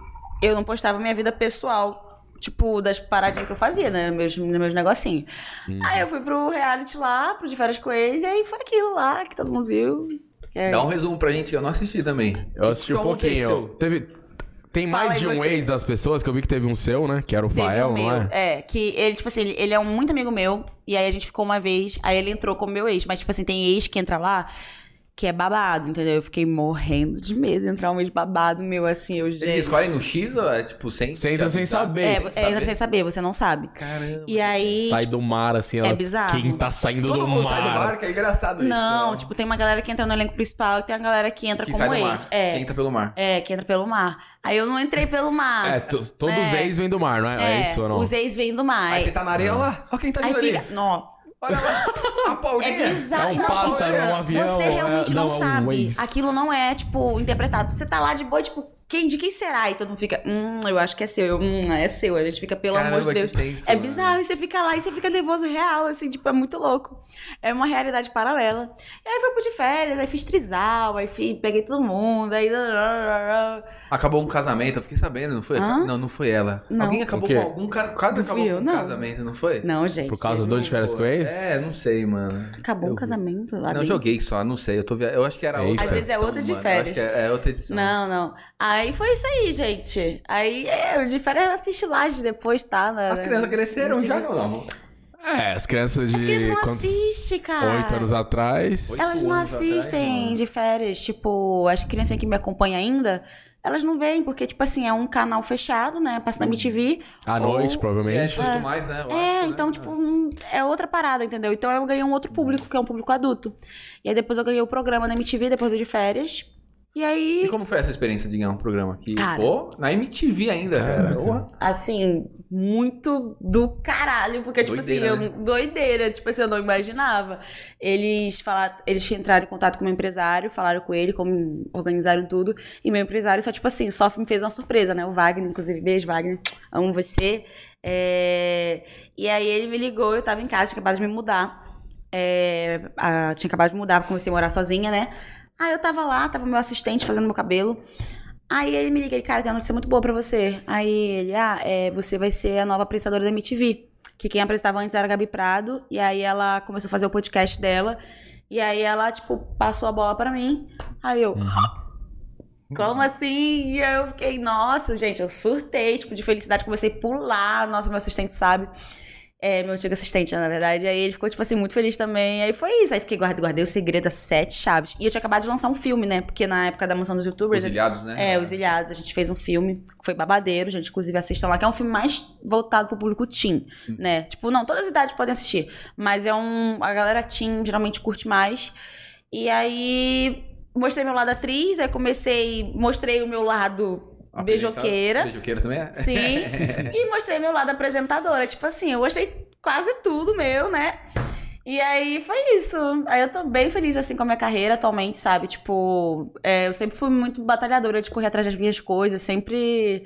eu não postava minha vida pessoal. Tipo, das paradinhas que eu fazia, né? Meus, meus negocinhos. Uhum. Aí eu fui pro reality lá, pro de férias com ex, e aí foi aquilo lá que todo mundo viu. Que é- Dá um resumo pra gente, eu não assisti também. Eu assisti um Como pouquinho. aconteceu? Teve. Tem Fala mais aí de um você. ex das pessoas que eu vi que teve um seu, né? Que era o Teve Fael, um meu, não é? que ele, tipo assim, ele, ele é um muito amigo meu. E aí a gente ficou uma vez, aí ele entrou como meu ex. Mas, tipo assim, tem ex que entra lá que é babado, entendeu? Eu fiquei morrendo de medo de entrar um ex babado meu, assim, eu Eles gente. escolhem no X ou é tipo sem? Você entra sem avisar? saber. É, sem é, entra sem saber, você não sabe. Caramba. E aí. Sai tipo, do mar, assim, é ela- bizarro. Quem tá saindo Todo do mundo mar. sai do barco, é engraçado isso. não, né? tipo, tem uma galera que entra no elenco principal e tem a galera que entra que como sai do ex. mar. É, Quem entra pelo mar. é, que entra pelo mar. Aí eu não entrei pelo mar. É, to- todos os É. ex vêm do mar, não é? É, isso ou não? Os ex vêm do mar. Aí Aí, você tá na areia olha lá. Olha quem tá aí vindo fica. ali. Não, Olha lá. A É Paulinha. bizarro. É um Não, pássaro, porque é um avião, Você é- realmente não, não, é um sabe. Waze. Aquilo não é, tipo, interpretado. Você tá lá de boa, tipo, quem, de quem será? E todo mundo fica, hum, eu acho que é seu. Eu, hum, é seu. A gente fica, pelo Caramba, amor de que né? Deus. tenso, é mano. bizarro. E você fica lá e você fica nervoso real, assim, tipo, é muito louco. É uma realidade paralela. E aí foi pro de férias, aí fiz trisal, aí fui, peguei todo mundo, aí. Acabou um casamento, eu fiquei sabendo, não foi? Hã? Não, não foi ela. Não. Alguém O acabou quê? com algum cara. Quase Não fui acabou eu, com um não. casamento, não foi? Não, gente. Por causa do de férias com ex? É, não sei, mano. Acabou Eu- o casamento Não lá dentro. joguei só, não sei. Eu, tô via... eu acho que era outra. Às vezes é edição, outra de mano. férias. Eu acho que é, é outra edição. Não, não. Aí foi isso aí, gente. Aí é, o de férias eu assisti laje depois, tá? Na- As crianças cresceram já ou não? É, as crianças de. As crianças não quantos- assistem, cara. Oito anos atrás. Oito Elas não anos atrás, né? assistem mano. de férias. Tipo, as crianças que me acompanham ainda, elas não veem, porque, tipo assim, é um canal fechado, né? Passa na Hum, MTV. À noite, Ou- É, provavelmente. muito mais, né? Eu É, acho, né? Ah. então, tipo, um- é outra parada, entendeu? Então eu ganhei um outro público, que é um público adulto. E aí depois eu ganhei o programa na MTV, depois do de férias. E aí. E como foi essa experiência de ganhar um programa aqui? Cara. Pô, na MTV ainda, cara. Caraca. Porra. assim, muito do caralho, porque, tipo Doideira, assim, eu, doideira, tipo assim, eu não imaginava. Eles falaram, eles entraram em contato com o meu empresário, falaram com ele, como organizaram tudo, e meu empresário só, tipo assim, só me fez uma surpresa, né? O Wagner, inclusive, beijo, Wagner, amo você. É, E aí ele me ligou, eu tava em casa, tinha acabado de me mudar. É, ah, tinha acabado de mudar, comecei a morar sozinha, né? Aí eu tava lá, tava meu assistente fazendo meu cabelo. Aí ele me liga, ele, cara, tem uma notícia muito boa pra você. Aí ele, ah, é, você vai ser a nova apresentadora da MTV. Que quem apresentava antes era a Gabi Prado. E aí ela começou a fazer o podcast dela. E aí ela, tipo, passou a bola pra mim. Aí eu, Hum. como assim? E aí eu fiquei, nossa, gente, eu surtei, tipo, de felicidade. Comecei a pular, nossa, meu assistente sabe. É, meu antigo assistente, né, na verdade. Aí ele ficou, tipo assim, muito feliz também. Aí foi isso. Aí fiquei, guardei, guardei o segredo, das sete chaves. E eu tinha acabado de lançar um filme, né? Porque na época da mansão dos youtubers, Os ilhados, né? é, Os Ilhados. A gente fez um filme que foi babadeiro, gente. Inclusive, assistam lá, que é um filme mais voltado pro público teen, né? Tipo, não, todas as idades podem assistir. Mas é um. A galera teen geralmente curte mais. E aí. Mostrei meu lado atriz, aí comecei. Mostrei o meu lado. Apresentado. Beijoqueira. Ah, tá? Beijoqueira também é? Sim. e mostrei meu lado apresentadora. Tipo assim, eu gostei quase tudo meu, né? E aí foi isso. Aí eu tô bem feliz assim com a minha carreira atualmente, sabe? Tipo, é, eu sempre fui muito batalhadora de correr atrás das minhas coisas, sempre.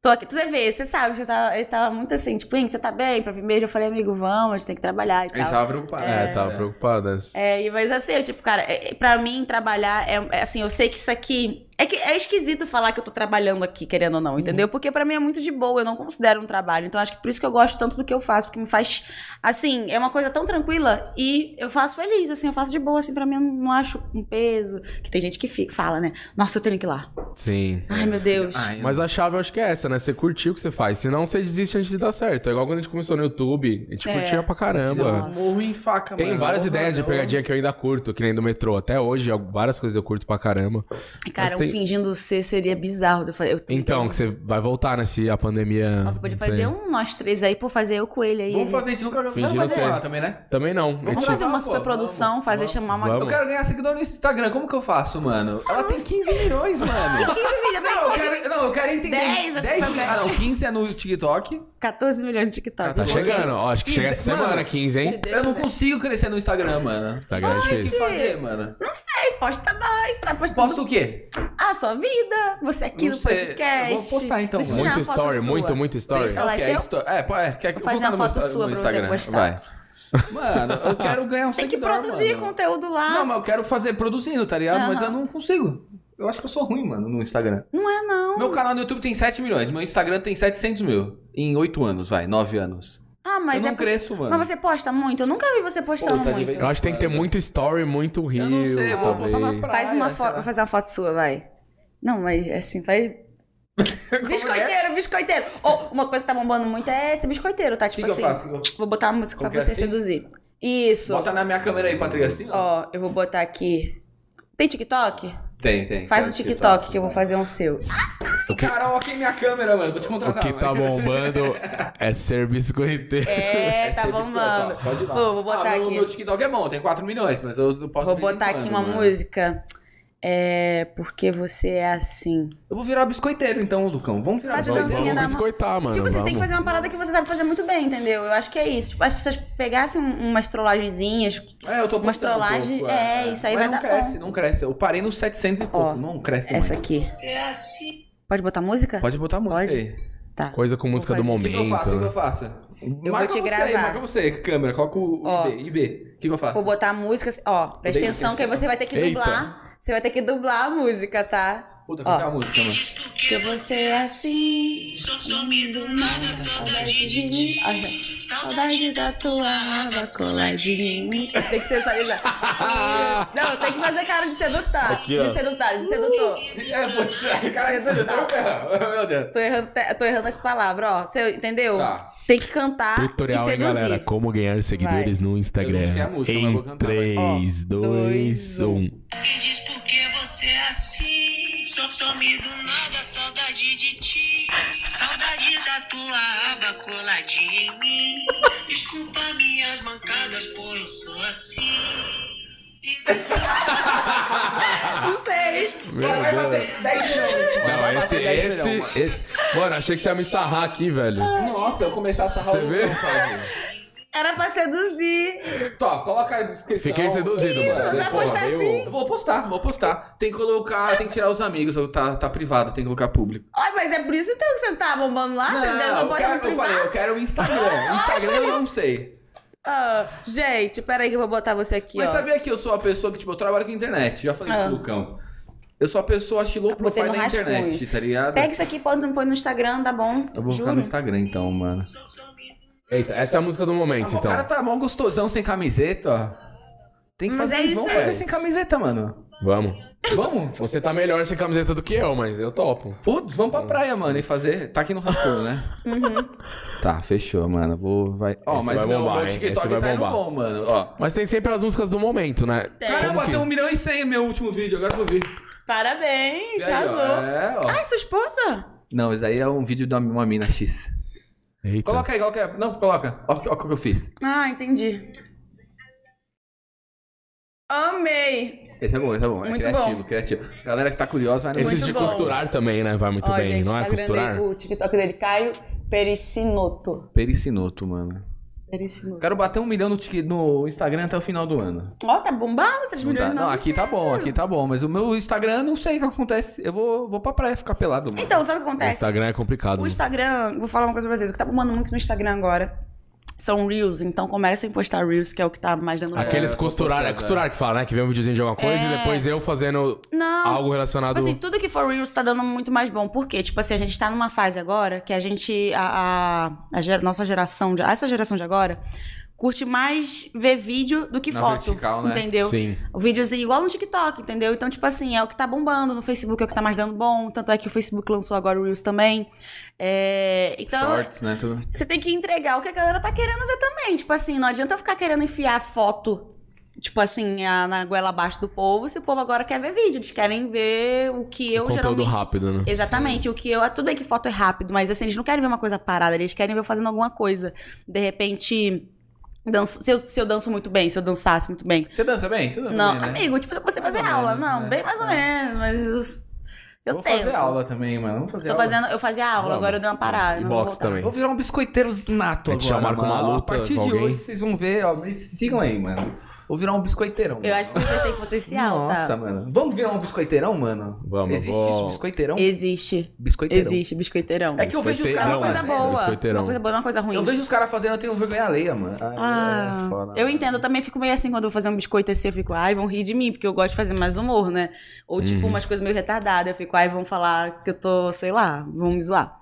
Tô aqui, você vê, você sabe, você tá, ele tava muito assim, tipo, "Hein, você tá bem pra primeiro? Eu falei, amigo, vamos, a gente tem que trabalhar e Ele tal. estava preocupado. É, tava preocupada. É, e- mas assim, eu, tipo, cara, é, é, pra mim trabalhar é, é, assim, eu sei que isso aqui É que é esquisito falar que eu tô trabalhando aqui, querendo ou não, Uhum. entendeu? Porque pra mim é muito de boa, eu não considero um trabalho. Então acho que por isso que eu gosto tanto do que eu faço, porque me faz assim, é uma coisa tão tranquila e eu faço feliz, assim, eu faço de boa, assim, para mim eu não acho um peso, que tem gente que fica, fala, né? Nossa, eu tenho que ir lá. Sim. Ai, meu Deus. Ai, Mas a chave eu acho que é essa, né? Você curtir o que você faz. Senão você desiste antes de dar certo. É igual quando a gente começou no YouTube. A gente É. curtia pra eu caramba. morro em faca, Tem mano. um várias Porra, ideias de não. pegadinha que eu ainda curto, que nem do metrô. Até hoje, al- várias coisas eu curto pra caramba. Cara, Mas um tem- fingindo ser seria bizarro. Eu falei, eu tenho Então, que- que você vai voltar, né? Se a pandemia. Nossa, pode não sei. fazer um nós três aí, pô, fazer eu com ele aí. Vamos ele- fazer isso, nunca vamos Fingindo fazer ser. lá também, né? Também não. É A Vamos gente- fazer uma Vamos, superprodução, vamos, fazer vamos. chamar uma. Vamos. Eu quero ganhar seguidor no Instagram. Como que eu faço, mano? Ela tem 15 milhões, mano. 15 milhões, Não, eu quero, não, eu quero entender. 10 10, até mil- Ah, não, 15 é no TikTok. 14 milhões de TikTok. Tá Ok. chegando, ó. Acho que E chega de- essa semana, mano, 15, hein? Eu não consigo crescer no Instagram, mano. Instagram é O que difícil. fazer, mano? Ei, posta mais, tá postando Posto o quê? a sua vida, você aqui Não no sei. podcast. Eu vou postar, então, Deixa eu tirar Muito uma tá foto story, sua. muito, muito story. Deixa eu- Falar Ok, isso eu? esto- É, pô, é. Quer que Vou colocar fazer uma no meu foto sta- sua no pra você Instagram. gostar. Vai. Mano, eu quero ganhar um Tem que seguidor, produzir mano. conteúdo lá. Não, mas eu quero fazer produzindo, tá ligado? Mas Aham. eu não consigo. Eu acho que eu sou ruim, mano, no Instagram. Não é, não. Meu canal no YouTube tem 7 milhões, meu Instagram tem 700 mil. Em 8 anos, vai, 9 anos. Ah, mas eu não é. por- cresço, mano. Mas você posta muito? Eu nunca vi você postando Pô, tá de muito. vez- Eu acho que tem que ter muito story, muito rio. Eu não sei, eu vou postar na praia. Faz uma sei foto. lá. Vou fazer uma foto sua, vai. Não, mas é assim, faz. é? biscoiteiro, biscoiteiro. Ou uma coisa que tá bombando muito é ser biscoiteiro, tá? O Tipo que, que eu assim. faço? O que que eu- Vou botar a música Como pra que é você assim? seduzir. Isso. Bota na minha câmera aí, Patrick, assim, ó. Ó, eu vou botar aqui. Tem TikTok? Tem, tem. tá, Faz Quero no TikTok que né? eu vou fazer um seu. O que, Carol, aqui é minha câmera, mano. Vou te o contratar. que tá mano. bombando é ser biscoiteiro. É, tá ser biscoito, bombando. ó. Pode ir lá. Pô, vou botar ah, meu- aqui. Meu TikTok é bom, tem 4 milhões, mas eu eu posso. Vou de vez em botar aqui quando, uma mano. música. É. Porque você é assim. Eu vou virar biscoiteiro então, Lucão. Vamos virar Faz a Vamos, vamos dancinha da mão. biscoitar, mano. tipo, vocês têm que vamos. fazer uma parada que você sabe fazer muito bem, entendeu? Eu acho que é isso. Tipo, acho que se vocês pegassem um- umas tipo, trollagenzinhas. É, eu tô Umas postando um trollagem, pouco, é, isso aí Mas vai não dar cresce, não cresce. Eu parei nos 700 e pouco. não cresce Essa mais. aqui. Pode botar música? Pode botar a música Pode. aí. Tá. Coisa com música do fazer. O que, que eu faço? O que, que eu momento. faço? Eu marca vou te você, gravar. Marca você, câmera. Coloca o Ó. IB. IB. O que, que eu faço? Vou botar a música. assim, Ó, Deixa presta atenção que aí atenção. você vai ter que Eita. dublar. Você vai ter que dublar a música, tá? Puta, Ó. qual que é a música, mano? Porque você é assim. Só some do nada, saudade de ti. Saudade da tua raba coladinha em mim. Tem que sensualizar. Não, tem que fazer cara de sedutar. Aqui, ó. De sedutar, de sedutor. É, putz, cara, você deu ferro. Meu Deus. Tô errando, te- tô errando as palavras, ó. Você entendeu? Tá. Tem que cantar Tutorial, e hein, seduzir. galera? Como ganhar seguidores no Eu Instagram. não sei a música, mas em eu um. vou cantar, vai. 3, 2, dois, 1. Me diz por que você é assim. Só some do nada, saudade de ti. Saudade da tua aba coladinha em mim. Desculpa minhas mancadas, pô, eu sou assim. Não sei. Meu Vai Deus. bater 10 milhões. mano. Não, Vai esse, bater 10 milhões, esse, esse. Mano, achei que você ia me sarrar aqui, velho. mano. Nossa, eu começar a sarrar Você o vê? Lucão, cara. Era pra seduzir. Tá, coloca a descrição. Fiquei seduzido, Isso, mano. você vai Porra, postar eu- assim? Eu vou postar, vou postar. Tem que colocar, tem que tirar os amigos, ou tá, tá privado, tem que colocar público. Olha, mas é por isso então que você tá bombando lá? você deu só eu, pode quero, eu privar? falei, eu quero o Instagram. Instagram eu não sei. Ah, gente, peraí que eu vou botar você aqui, Mas ó. sabia que eu sou a pessoa que, tipo, eu trabalho com internet. Já falei isso Ah. pro Lucão. Eu sou a pessoa acho que low Eu botei profile no da internet, rascunho. tá ligado? Pega isso aqui, põe põe no Instagram, tá bom? Eu vou ficar no Juro. Instagram então, mano. Eita, essa é a música do momento, O cara então. tá mó gostosão sem camiseta, ó. Tem que Mas fazer é isso, isso vamos aí. fazer sem camiseta, mano. Vamos. Vamos? Você tá melhor sem camiseta do que eu, mas eu topo. Putz, vamos pra praia, mano, e fazer. Tá aqui no rascunho, né? Uhum. Tá, fechou, mano. Vou. Vai. Ó, Esse mas vai meu, bombar, meu hein? TikTok Esse vai tá indo bombar. bom, mano. Ó. Mas tem sempre as músicas do momento, né? Caramba, que- tem 1 milhão e 100 meu último vídeo, agora que eu vi. Parabéns, E aí, ó, arrasou. É, ó. Ai, sua esposa? Não, isso aí é um vídeo de uma- uma mina X. um Eita. Coloca aí, coloca aí. Não, coloca. Ó, ó o que eu fiz. Ah, entendi. Amei. Esse é bom, esse é bom. É Muito criativo, bom. criativo. Galera que tá curiosa, vai no Esses de Muito bom. costurar também, né? Vai muito ó, bem, gente, não tá é? grande Costurar? aí o TikTok dele, Caio Pericinoto. Pericinoto, mano. Pericinoto. Quero bater um milhão no, tic- no Instagram até o final do ano. Ó, tá bombado, 3 Não, dá. milhões Não, aqui tá bom, aqui tá bom. Mas o meu Instagram, não sei o que acontece. Eu vou, vou pra praia ficar pelado, mano. Então, sabe o que O acontece? Instagram é complicado. O mano. Instagram, vou falar uma coisa pra vocês, o que tá bombando muito no Instagram agora são reels, então comecem a postar reels, que é o que tá mais dando moda. Aqueles eu vou costurar, postar, é costurar que fala, né? Que vê um videozinho de alguma coisa e depois eu fazendo É. Não, algo relacionado. Tipo assim, tudo que for Reels tá dando muito mais bom. Por quê? Tipo assim, a gente tá numa fase agora que a gente. A, a- a gera- nossa geração, de, essa geração de agora, curte mais ver vídeo do que Na foto. vertical, né? Entendeu? Sim. O videozinho igual no TikTok, entendeu? Então, tipo assim, é o que tá bombando no Facebook, é o que tá mais dando bom. Tanto é que o Facebook lançou agora o Reels também. É, então, Shorts, né? Tudo. você tem que entregar o que a galera tá querendo ver também. Tipo assim, não adianta eu ficar querendo enfiar foto, tipo assim, a- na goela abaixo do povo, se o povo agora quer ver vídeo. Eles querem ver o que eu conteúdo geralmente. rápido, né? Exatamente, o que eu. Tudo bem que foto é rápido, mas assim, eles não querem ver uma coisa parada, eles querem ver eu fazendo alguma coisa. De repente. danço- se, eu, se eu danço muito bem, se eu dançasse muito bem. Você dança bem? Você dança não, bem, né? amigo, tipo, se eu comecei a Mais fazer ou aula. menos, não, né? bem mais ou É. menos, mas. Eu Vou tento. fazer aula também, mano. Vamos fazer Tô aula. fazendo, eu fazia aula, Aula. agora eu dei uma parada. E não vou boxe voltar. também. Vou virar um biscoiteiro nato A gente agora, já marca uma mano. luta A partir com de alguém. hoje, vocês vão ver, ó. Me sigam aí, mano. Vou virar um biscoiteirão. Eu acho que vocês têm potencial, Nossa, tá? mano. Vamos virar um biscoiteirão, mano? Vamos, Existe vou- isso, biscoiteirão? Existe. Biscoiteirão. Existe, biscoiteirão. É que eu vejo os É caras uma Não, coisa é, fazendo. boa. biscoiteirão. Uma coisa boa, não é uma coisa ruim. Eu vejo os caras fazendo, eu tenho vergonha alheia, mano. Ai, Ah, é foda, eu mano. entendo, eu também fico meio assim quando eu vou fazer um biscoito assim, eu fico, ai, vão rir de mim, porque eu gosto de fazer mais humor, né? Ou tipo, Uhum. umas coisas meio retardadas, eu fico, ai, vão falar que eu tô, sei lá, vão me zoar.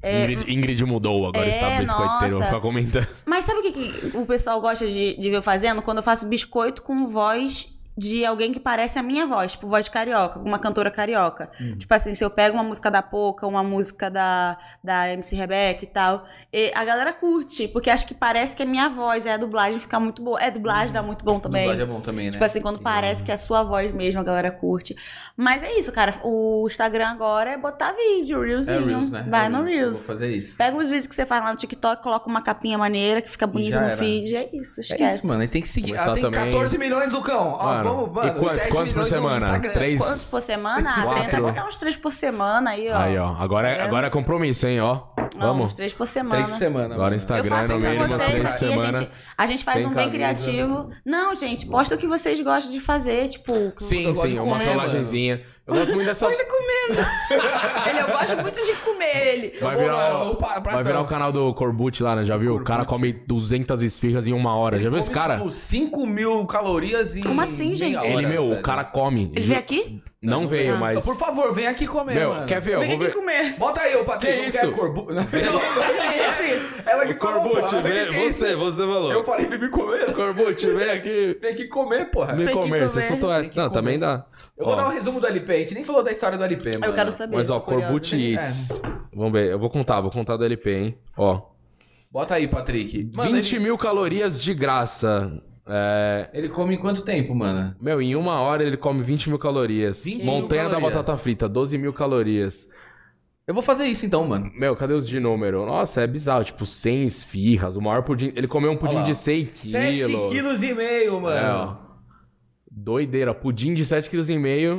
É, Ingrid, Ingrid mudou agora, É, está biscoiteiro. Vou nossa. ficar comentando. Mas sabe o que, que o pessoal gosta de, de ver eu fazendo? Quando eu faço biscoito com voz de alguém que parece a minha voz, tipo voz de carioca, uma cantora carioca. Uhum. Tipo assim, se eu pego uma música da Poca, uma música da, da MC Rebeca e tal, e a galera curte, porque acho que parece que é minha voz, é a dublagem fica muito boa. É, dublagem dá muito bom também. Uhum. Dublagem é bom também, né? Tipo assim, quando Sim. parece que é a sua voz mesmo, a galera curte. Mas é isso, cara. O Instagram agora é botar vídeo, É Reelsinho. Reels, né? Vai É no Vou Reels. fazer isso. Pega os vídeos que você faz lá no TikTok, coloca uma capinha maneira que fica bonita já no era. feed. É isso, esquece. É isso, mano. Ele tem que seguir. Começar Ela tem também- 14 milhões, Lucão. Ó, Mano, vamos, mano. e quantos? 10 Quantos por milhões no semana? Instagram. Três? Quantos por semana? Ah, Quatro. tenta botar uns três por semana aí, ó. Aí, ó. tá Agora, é- agora é compromisso, hein, ó. Não, Vamos. Uns três por Três semana. por semana. Agora mano. Eu Instagram, faço no um pra mínimo, três vocês e a semanas. gente, a gente faz sem né? um bem camisa. criativo. Não, gente, posta o que vocês gostam de fazer, tipo... Sim, Eu gosto sim, de uma comer, trollagenzinha. Eu gosto muito dessa. Olha comendo. ele, eu gosto muito de comer ele. Vai Ô, virar, mano, o- o pa- vai pratão. virar o canal do Corbucci lá, né? Já viu? O cara come 200 esfirras em uma hora. Já viu esse Come, cara? Tipo, 5 mil calorias em. Como assim, meia gente? hora, Ele, meu, o velho. cara come. Ele veio aqui? Não veio, Ah. mas. Por favor, vem aqui comer, Meu, mano. quer ver? Eu Vem vou aqui ver. comer. É Bota aí, ô Patrick. Que não isso? Quer corbu... não. Esse. Ela que Corbucci, colocou, ela vem- que- você, você falou. Eu falei pra me comer. Corbucci, vem aqui. Vem aqui comer, porra. Me que comer, comer. você soltou Tem essa. que Não, comer. também dá. Eu vou Ó. dar um resumo do LP. A gente nem falou da história do LP, mano. Eu quero saber. Mas ó, tô curiosa. Corbucci né? Eats. Vamos ver, eu vou contar, vou contar do LP, hein? Ó. Bota aí, Patrick. 20 ele... mil calorias de graça. É, ele come em quanto tempo, mano? Meu, em uma hora ele come 20 mil calorias. 20 mil Montanha calorias. da batata frita, 12 mil calorias. Eu vou fazer isso então, mano. Meu, cadê os de número? Nossa, é bizarro. Tipo, 100 esfirras. O maior pudim. Ele comeu um pudim lá, ó. de 100 quilos. quilos e meio, É, Doideira. Pudim de 7,5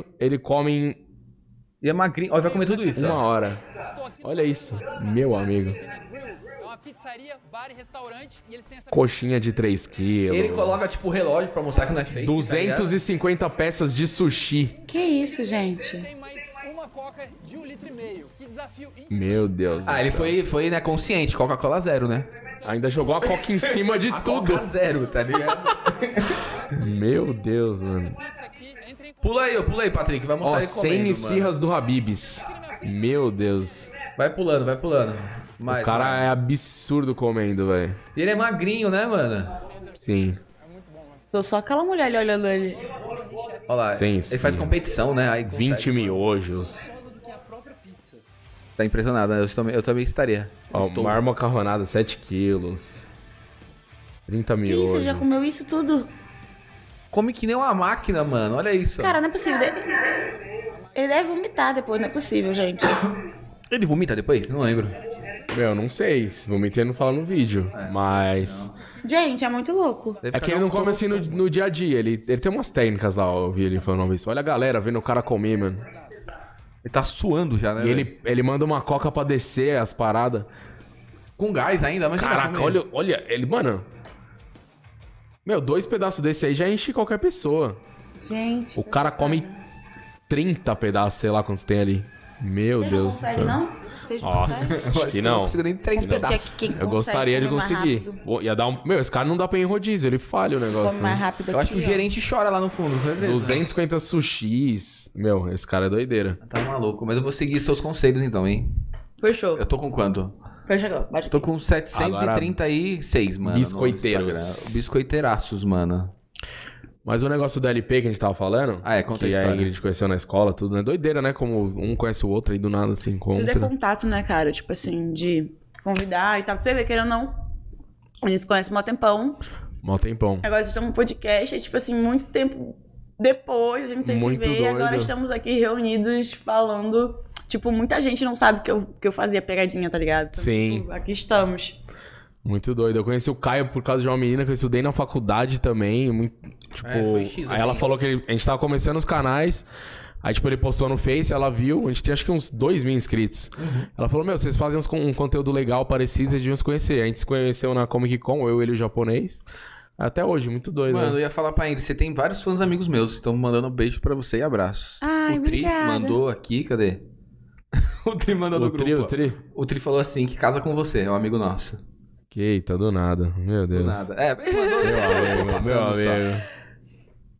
kg. Ele come em E é magrinho. Ó, ele vai comer tudo isso. uma ó. hora. Olha isso. Meu amigo. É uma pizzaria, bar e restaurante e eles têm essa Coxinha de 3 quilos. Ele coloca, tipo, relógio pra mostrar que não é fake. 250 peças de sushi. Que isso, gente? tem mais uma coca de um litro e meio. Que desafio insano. Meu Deus. do Ah, ele céu. foi, foi né, consciente. Coca-Cola zero, né? Ainda jogou a coca em cima de tudo. Coca assim. zero, tá ligado? Meu Deus, mano. Pizza aqui, entre em pula aí, ó, pula aí, Patrick. Vai Ó, mostrar ele 100 comendo, mano. esfirras do Habibs. Meu Deus. Vai pulando, vai pulando. Mais, O cara mais. é absurdo comendo, velho. E ele é magrinho, né, mano? Sim. Tô só aquela mulher ali olhando ele. Olha lá. Cem ele faz esfirras. competição, né? Aí consegue. 20 miojos. Tá impressionado, né? Eu também, eu também estaria. Ó, Estou. maior macarronada, 7 quilos. 30 Que miojos. isso, já comeu isso tudo? Come que nem uma máquina, mano. Olha isso. ó. Cara, não é possível. Deve- Ele deve vomitar depois, não é possível, gente. Ele vomita depois? Não lembro. Meu, não sei. Vou mentir não falar no vídeo. mas. Gente, é muito louco. Deve É que ele não come assim no, no dia a dia. Ele, ele tem umas técnicas lá, ó, eu vi ele falando uma vez. Olha a galera vendo o cara comer, mano. Ele tá suando já, né? E velho? ele, ele manda uma coca pra descer as paradas. Com gás ainda, mas tá Caraca, olha, olha, ele, mano. Meu, dois pedaços desse aí já enche qualquer pessoa. Gente. O cara come 30 pedaços, sei lá quantos tem ali. Meu Ele não Deus. do consegue, céu. não? Vocês Nossa. conseguem? Acho que não. não consigo nem três Não. pedaços. Tinha que- quem Eu consegue gostaria de comer mais conseguir. rápido. Pô, ia dar um... Meu, esse cara não dá pra ir em rodízio, ele falha o negócio. Come mais né? rápido Eu acho que o aqui, ó. gerente chora lá no fundo, vai ver. 250 sushis. Meu, esse cara é doideira. Tá maluco, mas eu vou seguir seus conselhos então, hein? Fechou. Eu tô com quanto? Fechou. agora. Bate Tô com 736, mano. no Biscoiteiros. Instagram. Biscoiteiraços, mano. Mas o negócio do LP que a gente tava falando. Ah, é, conta a que a história. Ingrid conheceu na escola, tudo, né? Doideira, né? Como um conhece o outro e do nada se encontra. Tudo é contato, né, cara? Tipo assim, de convidar e tal. Você vê, querendo ou não, eles conhecem mó tempão. Mó tempão. Agora estão no podcast, é tipo assim, muito tempo depois, a gente sem Muito se ver. E doido. agora estamos aqui reunidos falando. Tipo, muita gente não sabe que eu, que eu fazia pegadinha, tá ligado? Então, Sim. tipo, aqui estamos. Muito doido. Eu conheci o Caio por causa de uma menina que eu estudei na faculdade também. muito- tipo, É, foi X, aí ela assim. falou que ele- a gente tava começando os canais. Aí, tipo, ele postou no Face, ela viu. A gente tem acho que uns 2 mil inscritos. Uhum. Ela falou: Meu, vocês fazem uns con- um conteúdo legal parecido, vocês deviam se conhecer. A gente se conheceu na Comic Con, eu, ele e o japonês. Até hoje, muito doido. Mano, né? eu ia falar pra Ingrid, você tem vários fãs amigos meus que estão mandando um beijo pra você e abraços. Ai, o Tri obrigada. mandou aqui, cadê? o Tri mandou o no tri, é grupo. o tri. ó. O Tri falou assim, que casa com você, é um amigo nosso. Que eita, do nada. Meu Deus. Do nada. É, ele mandou Meu isso. amigo, meu amigo.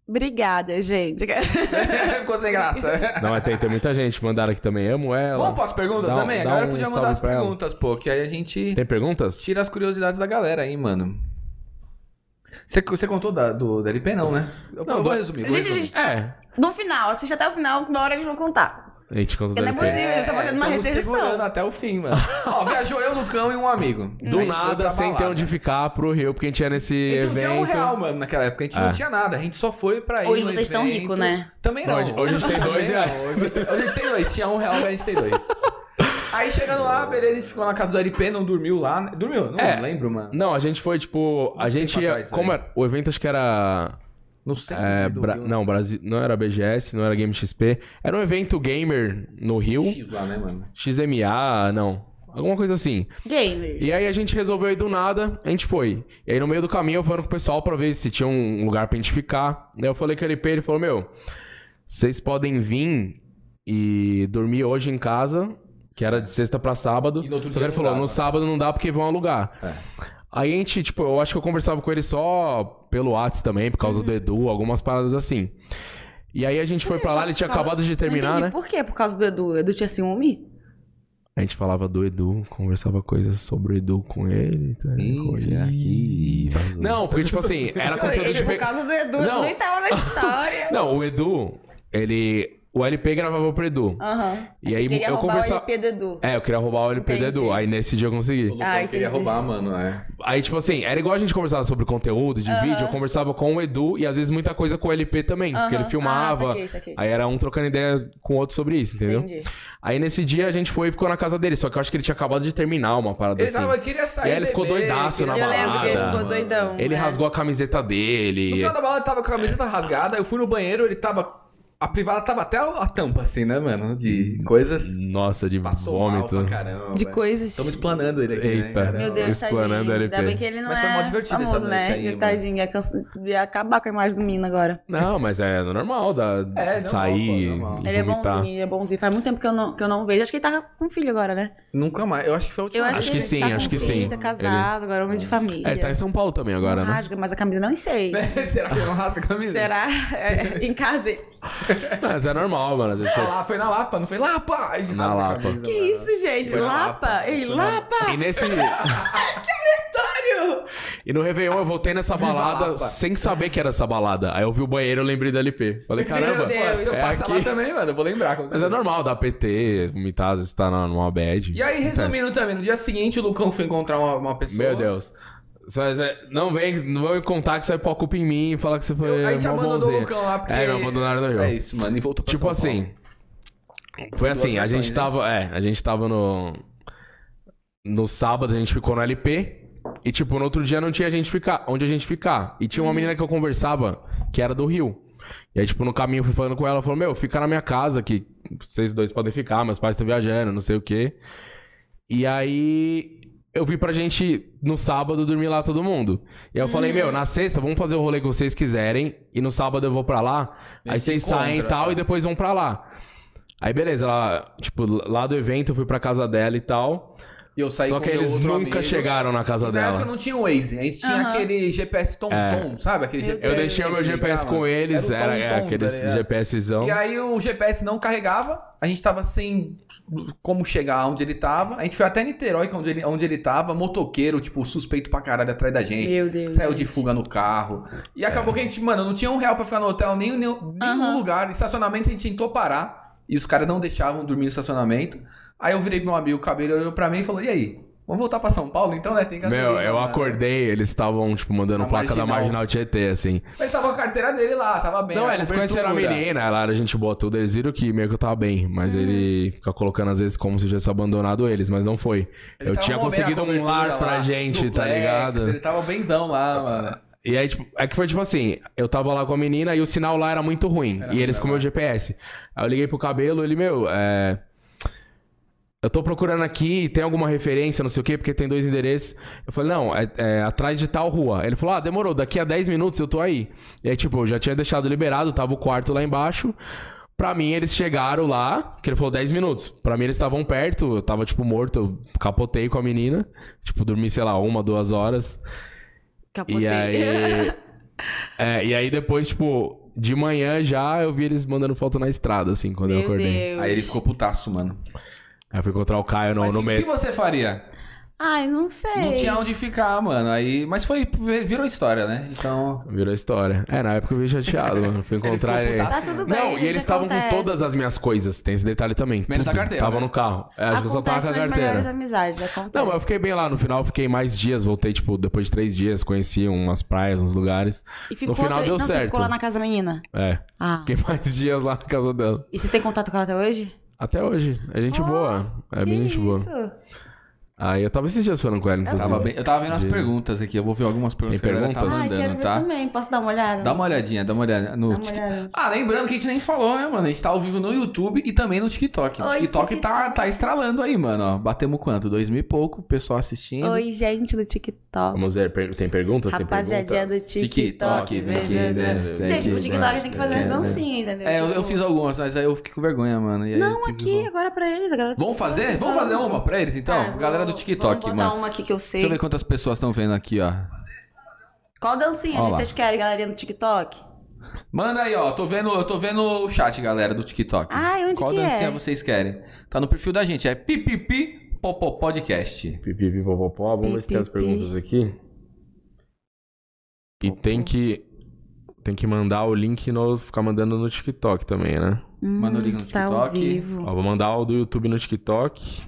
Obrigada, gente. Ficou sem graça. Não, mas tem, tem muita gente. Mandaram aqui também. Amo ela. Vamos pras perguntas Dá um- também? dá A galera um podia salve mandar as pra ela. perguntas, pô, que aí a gente Tem perguntas? tira as curiosidades da galera aí, mano. Você, você contou da, do, da LP, não, né? Eu, Não, eu vou do- resumir. Vou Gente, resumir. gente, É. no final, assiste até o final, que uma hora eles vão contar. A gente tá conta Porque não é daqui a pouco. possível, eles estão fazendo uma tamo retenção. segurando até o fim, mano. Ó, viajou eu, Lucão e um amigo. A Do gente foi pra nada, sem ter balada. onde ficar pro Rio, porque a gente ia nesse A gente não evento. tinha um real, mano, naquela época. A gente É. não tinha nada. A gente só foi pra ir Hoje no vocês estão evento. ricos, né? Também não. Hoje- hoje a gente tem Também dois não. reais. Hoje, hoje a gente tem dois. Tinha um real, agora a gente tem dois. Aí chegando lá, beleza, a gente ficou na casa do LP, não dormiu lá. né? Dormiu? Não É. lembro, mano. Não, a gente foi, tipo, a gente tempo ia. atrás, como velho? era? O evento acho que era. Não sei. é, Bra- né? Não, Brasil. Não era BGS, não era Game XP. Era um evento gamer no Rio. X lá, né, Ah, mano? XMA, não. Alguma coisa assim. Gamers. E aí a gente resolveu ir do nada, a gente foi. E aí no meio do caminho eu falando com o pessoal pra ver se tinha um lugar pra gente ficar. Daí eu falei com o LP, ele falou, meu, vocês podem vir e dormir hoje em casa, que era de sexta pra sábado. E no outro Só que dia ele não falou, dava. no sábado não dá porque vão alugar. É. Aí a gente, tipo, eu acho que eu conversava com ele só pelo Whats também, por causa do Edu, algumas paradas assim. E aí a gente foi pra lá, ele tinha acabado de não terminar, entendi né? Por quê? Por causa do Edu. Edu tinha ciúme? A gente falava do Edu, conversava coisas sobre o Edu com ele. Tá? com ele. Não, porque, tipo assim, era conteúdo de. Ele, por pe- causa do Edu, Edu Não. nem tava na história. Não, o Edu, ele. O LP gravava pro Edu. Aham. E aí Você queria eu roubar conversa- o LP do Edu. É, eu queria roubar o LP do Edu. Entendi. Aí nesse dia eu O consegui. Lucão queria Ah, entendi. roubar, mano, é. Aí, tipo assim, era igual a gente conversava sobre conteúdo de vídeo, eu conversava com o Edu e às vezes muita coisa com o LP também, porque ele Aham. filmava. Ah, saquei, saquei. Aí era um trocando ideia com o outro sobre isso, entendeu? Entendi. Aí nesse dia a gente foi e ficou na casa dele, só que eu acho que ele tinha acabado de terminar uma parada Ele assim. tava, queria sair. E aí ele ficou beber, doidaço na Eu queria- lembro que ele ficou Mano. doidão. Ele é. rasgou a camiseta dele. No final da balada É. tava com a camiseta rasgada, eu fui no banheiro, ele tava. A privada tava até a tampa, assim, né, mano? De coisas. Nossa, de Passou vômito. mal pra caramba. De velho. coisas. Estamos explanando ele aqui, né, Eita. cara? Meu Deus, Explanando tadinho. LP. Ainda bem que ele não Mas foi mó é divertido essa famoso, noite né? aí, Ele, mano. tadinho, ia, cansa- ia acabar com a imagem do menino agora. Não, mas é normal da É, normal, sair. pô, normal. e Ele é vomitar. bonzinho, ele é bonzinho. Faz muito tempo que eu não, que eu não vejo. Acho que ele tá com filho agora, né? Nunca mais. Eu acho que foi a última Eu acho, Acho que, que ele sim, tá com acho que sim. filho, Tá casado, agora é homem de família. É, ele tá em São Paulo também agora, Não né? É. rasga, mas a camisa não sei. Será que não rasga a camisa? Será? É, em casa. ele- Mas é normal, mano. Às vezes Foi você- lá, foi na Lapa, não foi Lapa? Aí Na rasga a Lapa. camisa, Que mano. isso, gente? Foi na Lapa? Lapa. Ei, Foi na Lapa! E nesse. Antônio! E no Réveillon eu voltei nessa balada Lapa. sem saber que era essa balada. Aí eu vi o banheiro, eu lembrei da LP. Falei, caramba, Meu Deus, se eu é passar aqui. lá também, mano, eu vou lembrar. com Mas é certeza. normal dar PT, vomitar, às vezes tá na- numa bad. E aí, resumindo também, no dia seguinte o Lucão foi encontrar uma, uma pessoa. Meu Deus. Só- é, Não vem, não vão me contar que você vai pôr a culpa em mim e falar que você foi. Eu, a gente mó abandonou o bonzinho. Lucão lá, porque... É, me abandonaram no Rio. É isso, mano, e voltou pra Tipo São Paulo. assim. Foi Duas assim, a versões, gente né? tava. É, a gente tava no. No sábado a gente ficou no LP. E, tipo, no outro dia não tinha gente ficar, onde a gente ficar. E Uhum. tinha uma menina que eu conversava, que era do Rio. E aí, tipo, no caminho eu fui falando com ela, ela falou, meu, fica na minha casa, que vocês dois podem ficar, meus pais estão viajando, não sei o quê. E aí eu vi pra gente no sábado dormir lá todo mundo. E aí eu Hum. falei, meu, na sexta vamos fazer o rolê que vocês quiserem. E no sábado eu vou pra lá. A aí gente vocês encontra, saem e tal, né? e depois vão pra lá. Aí beleza, ela, tipo, lá do evento eu fui pra casa dela e tal. E eu saí só com que meu eles outro nunca amigo. chegaram na casa Na dela. época não tinha o Waze, a gente tinha aquele GPS tom-tom, sabe? Aquele Meu GPS É. Eu deixei o meu que GPS ligava. com eles, era, o era tom-tom, aqueles tá ligado? GPSzão. E aí o GPS não carregava, a gente tava sem como chegar onde ele tava. A gente foi até Niterói, que é onde ele, onde ele tava, motoqueiro, tipo, suspeito pra caralho atrás da gente. Meu Deus. Saiu de gente. fuga no carro. E acabou que a gente, mano, não tinha um real pra ficar no hotel, nem, nem, nenhum Aham. lugar. Estacionamento a gente tentou parar. E os caras não deixavam dormir no estacionamento. Aí eu virei pro meu amigo, o cabelo olhou pra mim e falou: E aí? Vamos voltar pra São Paulo então, né? Tem gasolina, Meu, eu mano." acordei, eles estavam, tipo, mandando Na placa da Marginal. Marginal Tietê, assim. Mas tava com a carteira dele lá, tava bem. Não, era eles cobertura. conheceram a menina, ela era gente boa, tudo. Eles viram que meio que eu tava bem. Mas Hum. ele fica colocando, às vezes, como se eu tivesse abandonado eles, mas não foi. Ele eu tava tinha mó bem na conseguido um cobertura lar pra lá, gente, tá duplex, ligado? Ele tava benzão lá, mano. E aí, tipo, é que foi tipo assim, eu tava lá com a menina e o sinal lá era muito ruim. Era e eles muito com o meu GPS. Aí eu liguei pro cabelo, ele, meu, é. Eu tô procurando aqui, tem alguma referência, não sei o quê, porque tem dois endereços. Eu falei, não, é, é atrás de tal rua. Ele falou, ah, demorou, daqui a 10 minutos eu tô aí. E aí, tipo, eu já tinha deixado liberado, tava o quarto lá embaixo. Pra mim, eles chegaram lá, que ele falou 10 minutos. Pra mim, eles estavam perto, eu tava, tipo, morto, eu capotei com a menina. Tipo, dormi, sei lá, uma, duas horas. Capotei. E aí. é, e aí depois, tipo, de manhã já eu vi eles mandando foto na estrada, assim, quando eu Meu acordei. Deus. Aí ele ficou putaço, mano. Aí eu fui encontrar o Caio no, Mas no o que meio. você faria? Ai, não sei. Não tinha onde ficar, mano. Aí, mas foi, virou história, né? Então, Virou história. É, na época eu fiquei chateado, mano. Fui encontrar ficou ele. putaço. Tá tudo bem. Não, e gente, eles estavam com acontece. todas as minhas coisas. Tem esse detalhe também. Menos a Tudo. carteira, Tava né? no carro. É, acho que eu só tá tava Acontece com a nas carteira. melhores amizades, acontece. Não, mas eu fiquei bem lá. No final, eu fiquei mais dias. Voltei, tipo, depois de três dias. Conheci umas praias, uns lugares. E ficou final outra- deu não, certo. Você ficou lá na casa da menina. É. Ah. Fiquei mais dias lá na casa dela. E você tem contato com ela até hoje? Até hoje. É gente Ó, boa. É que bem gente boa. isso? Aí Ah, eu tava esses dias falando com ela, inclusive. tava bem- eu tava vendo as De- perguntas aqui. Eu vou ver algumas é. perguntas Tem que a galera tá perguntas? Ai, Ah, quero mandando, ver tá? também. Posso dar uma olhada? Dá uma olhadinha, dá uma olhada no Dá uma olhada. Ah, lembrando que a gente nem falou, né, mano? A gente tá ao vivo no YouTube e também no TikTok. O Oi, TikTok tá, TikTok. tá estralando aí, mano. Ó, batemos quanto? Dois mil e pouco, o pessoal assistindo. Oi, gente do TikTok. Vamos ver, per- tem perguntas? Rapaziadinha do tem TikTok. vem aqui, né, né, né. vem Gente, aqui, pro TikTok né, tem que fazer né, as dancinhas, entendeu? É, eu, eu Tipo, fiz algumas, mas aí eu fiquei com vergonha, mano. E aí Não, eu tive aqui, agora pra eles. A galera do Vamos TikTok. fazer? Vamos fazer uma pra eles, então? Tá, Galera do vamos- TikTok, vamos botar um mano. uma aqui que eu sei. Deixa eu ver quantas pessoas estão vendo aqui, ó. Qual dancinha, Ó gente, lá. vocês querem, galerinha do TikTok? Manda aí, ó. Tô vendo, eu tô vendo o chat, galera, do TikTok. Ai, onde Qual que é? dancinha vocês querem? Tá no perfil da gente, é pipipi popó podcast. Pipi, pipi, pó, pó. Vamos ver se tem as Pipi, perguntas aqui. E tem que... Tem que mandar o link no... Ficar mandando no TikTok também, né? Manda o link no Tá ao TikTok. vivo. Ó, vou mandar o do YouTube no TikTok.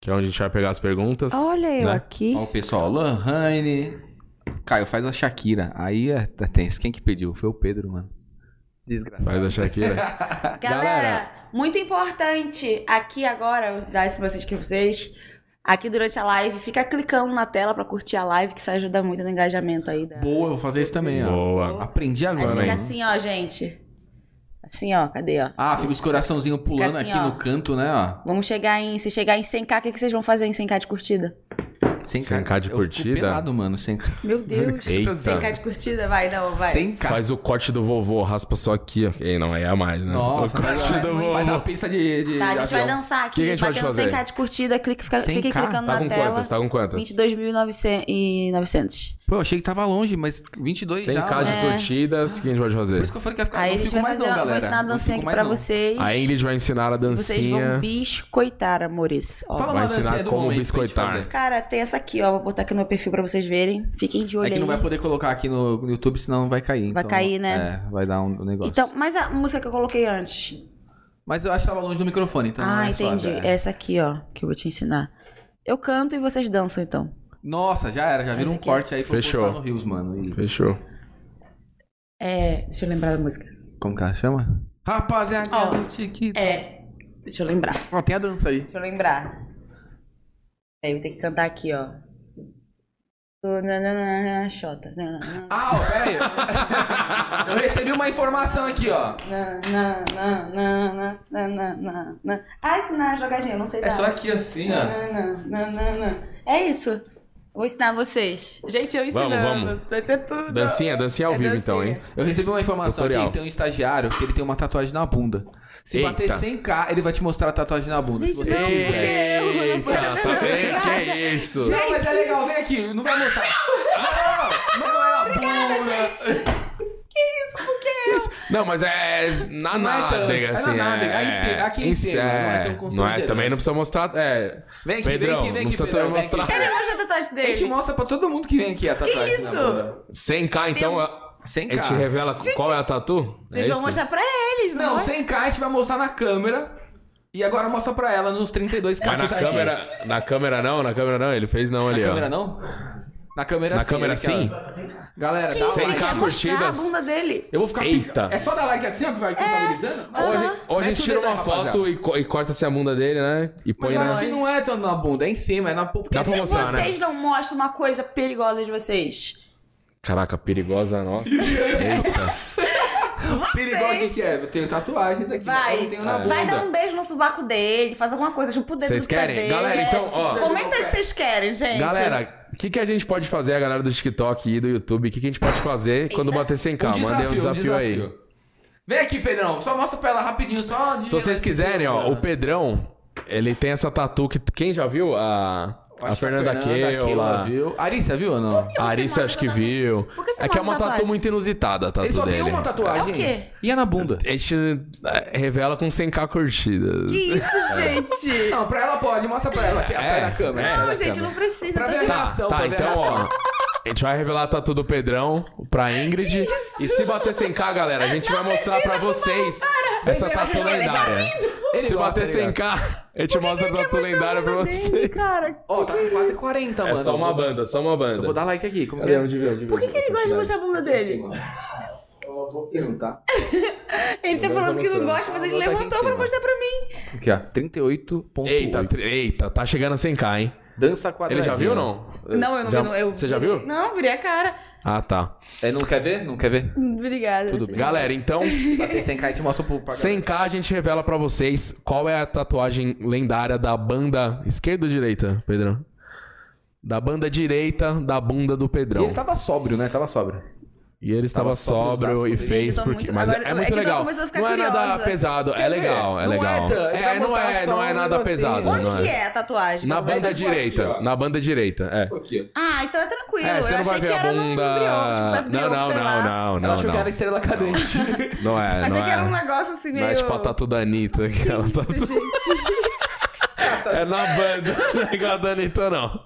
Que é onde a gente vai pegar as perguntas. Olha eu né? aqui. Ó, o pessoal, Lohane. Caio, faz a Shakira. Aí é tá tenso. Quem que pediu? Foi o Pedro, mano. Desgraçado. Faz a Shakira. Galera, muito importante aqui agora, eu dar esse message aqui pra vocês. Aqui durante a live, fica clicando na tela pra curtir a live, que isso ajuda muito no engajamento aí. Da... Boa, eu vou fazer isso também, ó. Boa. Aprendi Aí agora, fica mano. assim, ó, gente. Assim, ó, cadê, ó? Ah, fica os coraçãozinhos pulando Fica assim, aqui ó. no canto, né, ó. Vamos chegar em. Se chegar em 100k, o que, que vocês vão fazer em 100k de curtida? 100K de eu fico curtida? pelado, mano. 100K. Meu Deus. Eita. 100k de curtida? Vai, não, vai. 100K. Faz o corte do vovô, raspa só aqui. ó. Ei, não, aí é a mais, né? Nossa, o corte faz, do vovô. faz a pista de. de Tá, a gente vai avião. dançar Que que a aqui, gente pode fazer? batendo 100k de curtida, clica, fica, 100K? fica clicando Tá na com tela. quantas? Tá com quantas? 22.900. Pô, eu achei que tava longe, mas 22 já. 100k mano. de curtidas, o que a gente pode fazer? Por isso que eu falei que ia ficar É. Aí não a gente fico vai mais fazer não, uma galera. ensinar a Não dancinha fico aqui mais pra não. vocês. A Ingrid vai ensinar a Vocês vão dancinha. biscoitar, amores. Ó. Fala Vai uma dancinha ensinar do como momento pra gente biscoitar. fazer. Cara, tem essa aqui, ó. Vou botar aqui no meu perfil pra vocês verem. Fiquem de olho É que aí. não vai poder colocar aqui no no YouTube, senão vai cair. Vai então, cair, né? É, vai dar um negócio. Então, mas a música que eu coloquei antes. Mas eu acho que tava longe do microfone, então. não ah, é entendi. suave, é. Essa aqui, ó, que eu vou te ensinar. Eu canto e vocês dançam, então. Nossa, já era, já virou um aqui. corte aí pra eu Fechou. postar no Rios, mano. E- Fechou. É. Deixa eu lembrar da música. Como que ela chama? Rapaziada, Ó, do Tiquito. É. Deixa eu lembrar. Ó, tem a dança aí. Deixa eu lembrar. Aí eu tenho que cantar aqui, ó. Nananana, Xota. Nananana, Ah, ó, pera aí. eu recebi uma informação aqui, ó. nananana, nananana. Ah, ensinar a é jogadinha, eu não sei É dar. só aqui assim, ó. Nananana. É isso. Vou ensinar vocês. Gente, eu ensinando. vamos. Vai ser tudo. Dancinha, dancinha ao É vivo dancinha. então, hein? Eu recebi uma informação Tutorial. aqui, tem um estagiário que ele tem uma tatuagem na bunda. Se Eita. bater 100k, ele vai te mostrar a tatuagem na bunda. se Gente, você não. é quiser. Eita, tá vendo? Que isso? Não, mas é legal, vem aqui, não vai mostrar. Não, não, não é na bunda. Não, mas é na Não é tanto, nádega, é na assim. nádega, aí sim, aqui em cima, não é tão Não é, constrangedor. também não precisa mostrar. É. Vem Pedrão, aqui, vem aqui, vem não aqui. precisa Pedrão, também vem aqui. mostrar. Ele mostra a tatuagem A gente dele. mostra pra todo mundo que vem aqui a tatuagem isso? na bunda. 100k, então. a- A gente 100k. revela qual é a tatu? um- Vocês É vão isso? mostrar pra eles, Não, não? é? 100k a gente vai mostrar na câmera. E agora mostra pra ela nos 32k. Mas na que tá aqui. câmera. Na câmera não, na câmera não, ele fez não Na ali, câmera ó. não? Na câmera Na sim. câmera ele quer- sim? Galera, dá um Sem like. cá, Quer é mostrar a curtidas. bunda dele. Eu vou ficar... Eita. É só dar like assim, ó, que vai contabilizando? Mas- Ou a gente- Ou a Mete gente o tira dedo aí, uma foto rapaziada. e, co- e corta-se a bunda dele, né? E põe Mas eu acho na. que não é tanto na bunda, é em cima, é na Dá pulpeira. pra Se mostrar, né? vocês não mostram uma coisa perigosa de vocês. Caraca, perigosa nossa. Eita. Vocês. Perigoso que é, eu tenho tatuagens aqui, mas eu Vai. não tenho na bunda. Vai dar um beijo no sovaco dele, faz alguma coisa, chupa o dedo Vocês no pé querem? dele. Galera, então, ó. Comenta aí se vocês querem, É, gente. Galera, o que, que a gente pode fazer, a galera do TikTok e do YouTube? O que, que a gente pode fazer quando bater 100k? Um Mandei um desafio aí. Vem aqui, Pedrão, só mostra pra ela rapidinho, só... de Se vocês geladinho, quiserem, ó, mano. o Pedrão, ele tem essa tatu que quem já viu? A, Acho que a Fernanda Kehl, ela lá. viu. Arícia viu ou não? A Arissa mostra acho que tatuagem? viu. Por que você É que é mostra uma tatu tatuagem? muito inusitada, a tatu Ele só dele. tem uma tatuagem. É o quê? E é na bunda. A gente é, revela com 100k curtidas. Que isso, gente? Não, pra ela pode, mostra pra ela. Aqui, É, atrás da câmera. é. atrás Não, da gente, câmera. não precisa. Pra Tá ver de a boa. reação, pra Tá, ver a então, ó. reação. A gente vai revelar a tatu do Pedrão pra Ingrid. E se bater 100k, galera, a gente vai mostrar pra vocês essa Ele- tatu ele tá lendária. Ele Se gosta, bater ele gosta. 100k, eu te mostro a tatu lendária pra Dele, vocês. cara. Ó, tá com quase 40, É mano. só uma banda, só uma Eu vou banda. dar like aqui. Como Cadê? que um é? Onde veio? Onde Por que, veio? que ele gosta de mostrar a bunda dele? Eu vou um, tá? perguntar. Ele tá Eu falando vou que não mostrar. gosta, mas ele Vou botar aqui em levantou pra cima. mostrar pra mim. Aqui, ó. 38.8. Eita, tri- eita, tá chegando a 100k, hein? Dança quadradinha. Ele já viu ou não? Não, eu não É. Já- vi. não, eu- Você já viu? Não, virei a cara. Ah, tá. Ele É, não quer ver? Não quer ver? Obrigada. Tudo vocês- Galera, então, Bater 100k e te mostra pro pra 100k a gente revela pra vocês qual é a tatuagem lendária da banda esquerda ou direita, Pedrão? Da banda direita da bunda do galera. E Pedrão. ele tava sóbrio, né? Tava sóbrio. E ele estava Tava sóbrio, sóbrio e exato. fez Gente, eu tô porque. muito- Mas é agora- eu- é muito que eu tô legal. começando a ficar Não é nada curiosa. pesado. É Quer legal, ver? é Não legal. é tan- ele É, vai não mostrar é, só não é um nada negocinho. pesado. Onde não Que é. é a tatuagem? Na Não vai- banda aqui, direita. ó. Na banda direita, é. Aqui, ó. Ah, então é tranquilo. É, eu você não vai achei que ver a era bunda. um embrião, tipo, Não, embrião, não, sei não, é lá. não, Ela não, achou que era não. estrela cadente. Não é, Achei não que era um é. negócio assim Não meio... é tipo a tatu da Anitta. que ela tá- Isso, gente. É na banda, não é igual a da Anitta, não.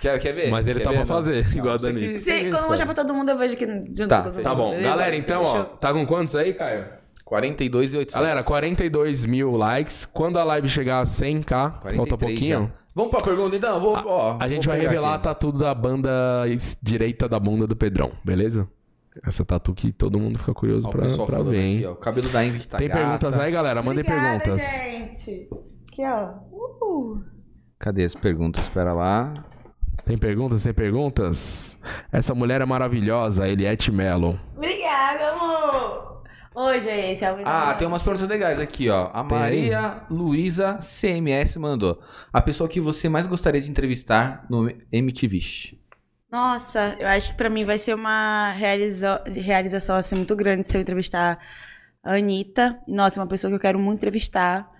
Quer, quer ver? Mas ele Quer tá ver pra ou não? fazer, igual a você Dani. que- você que Se, quando eu mostrar pra todo mundo, eu vejo aqui junto Tá, todo mundo, Tá bom. beleza? Galera, então, Deixa ó, eu- tá com quantos aí, Caio? 42 e 800. Galera, 42 mil likes. Quando a live chegar a 100k, falta um 43 pouquinho. já. Vamos pra pergunta então? Vou, ó, A gente vou vai pegar revelar aqui. a tatu da banda es- direita da bunda do Pedrão, beleza? Essa tatu que todo mundo fica curioso Ó, o pra, pessoal pra falando ver, hein? aqui, ó. O cabelo da Ingrid tá Tem gata. perguntas aí, galera? Mandem Obrigada, perguntas. gente. Aqui, ó. Uh. Cadê as perguntas? Espera lá. Tem perguntas? Tem perguntas? Essa mulher é maravilhosa, Eliette Mello. Obrigada, amor. Oi, gente. é muito Ah, noite. tem umas perguntas legais aqui, ó. A Tem. Maria Luísa CMS mandou. A pessoa que você mais gostaria de entrevistar no MTV. Nossa, eu acho que pra mim vai ser uma realiza- realização assim, muito grande se eu entrevistar a Anitta. Nossa, é uma pessoa que eu quero muito entrevistar.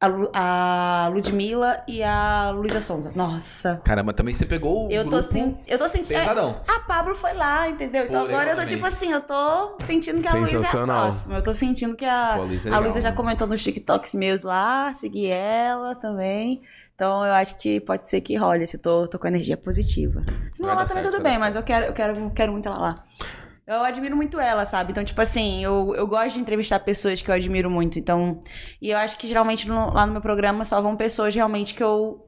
A, Lu- a Ludmilla e a Luísa Sonza. Nossa. Caramba, também você pegou o Eu tô, Um grupo sen- eu tô sentindo. é, pesadão. a Pablo foi lá, entendeu? Então Pô, agora eu tô legal tipo assim, eu tô sentindo que a Luísa é a Sensacional. próxima. Eu tô sentindo que a, Pô, Luísa é a legal, Luísa já né? comentou nos TikToks meus lá, segui ela também. Então eu acho que pode ser que role, se eu tô, tô com energia positiva. Se não Vai rolar dar também certo, tudo vai bem, dar mas eu quero, eu quero, quero muito ela lá. Eu admiro muito ela, sabe? Então, tipo assim, eu, eu gosto de entrevistar pessoas que eu admiro muito. Então, e eu acho que geralmente no- lá no meu programa só vão pessoas realmente que eu.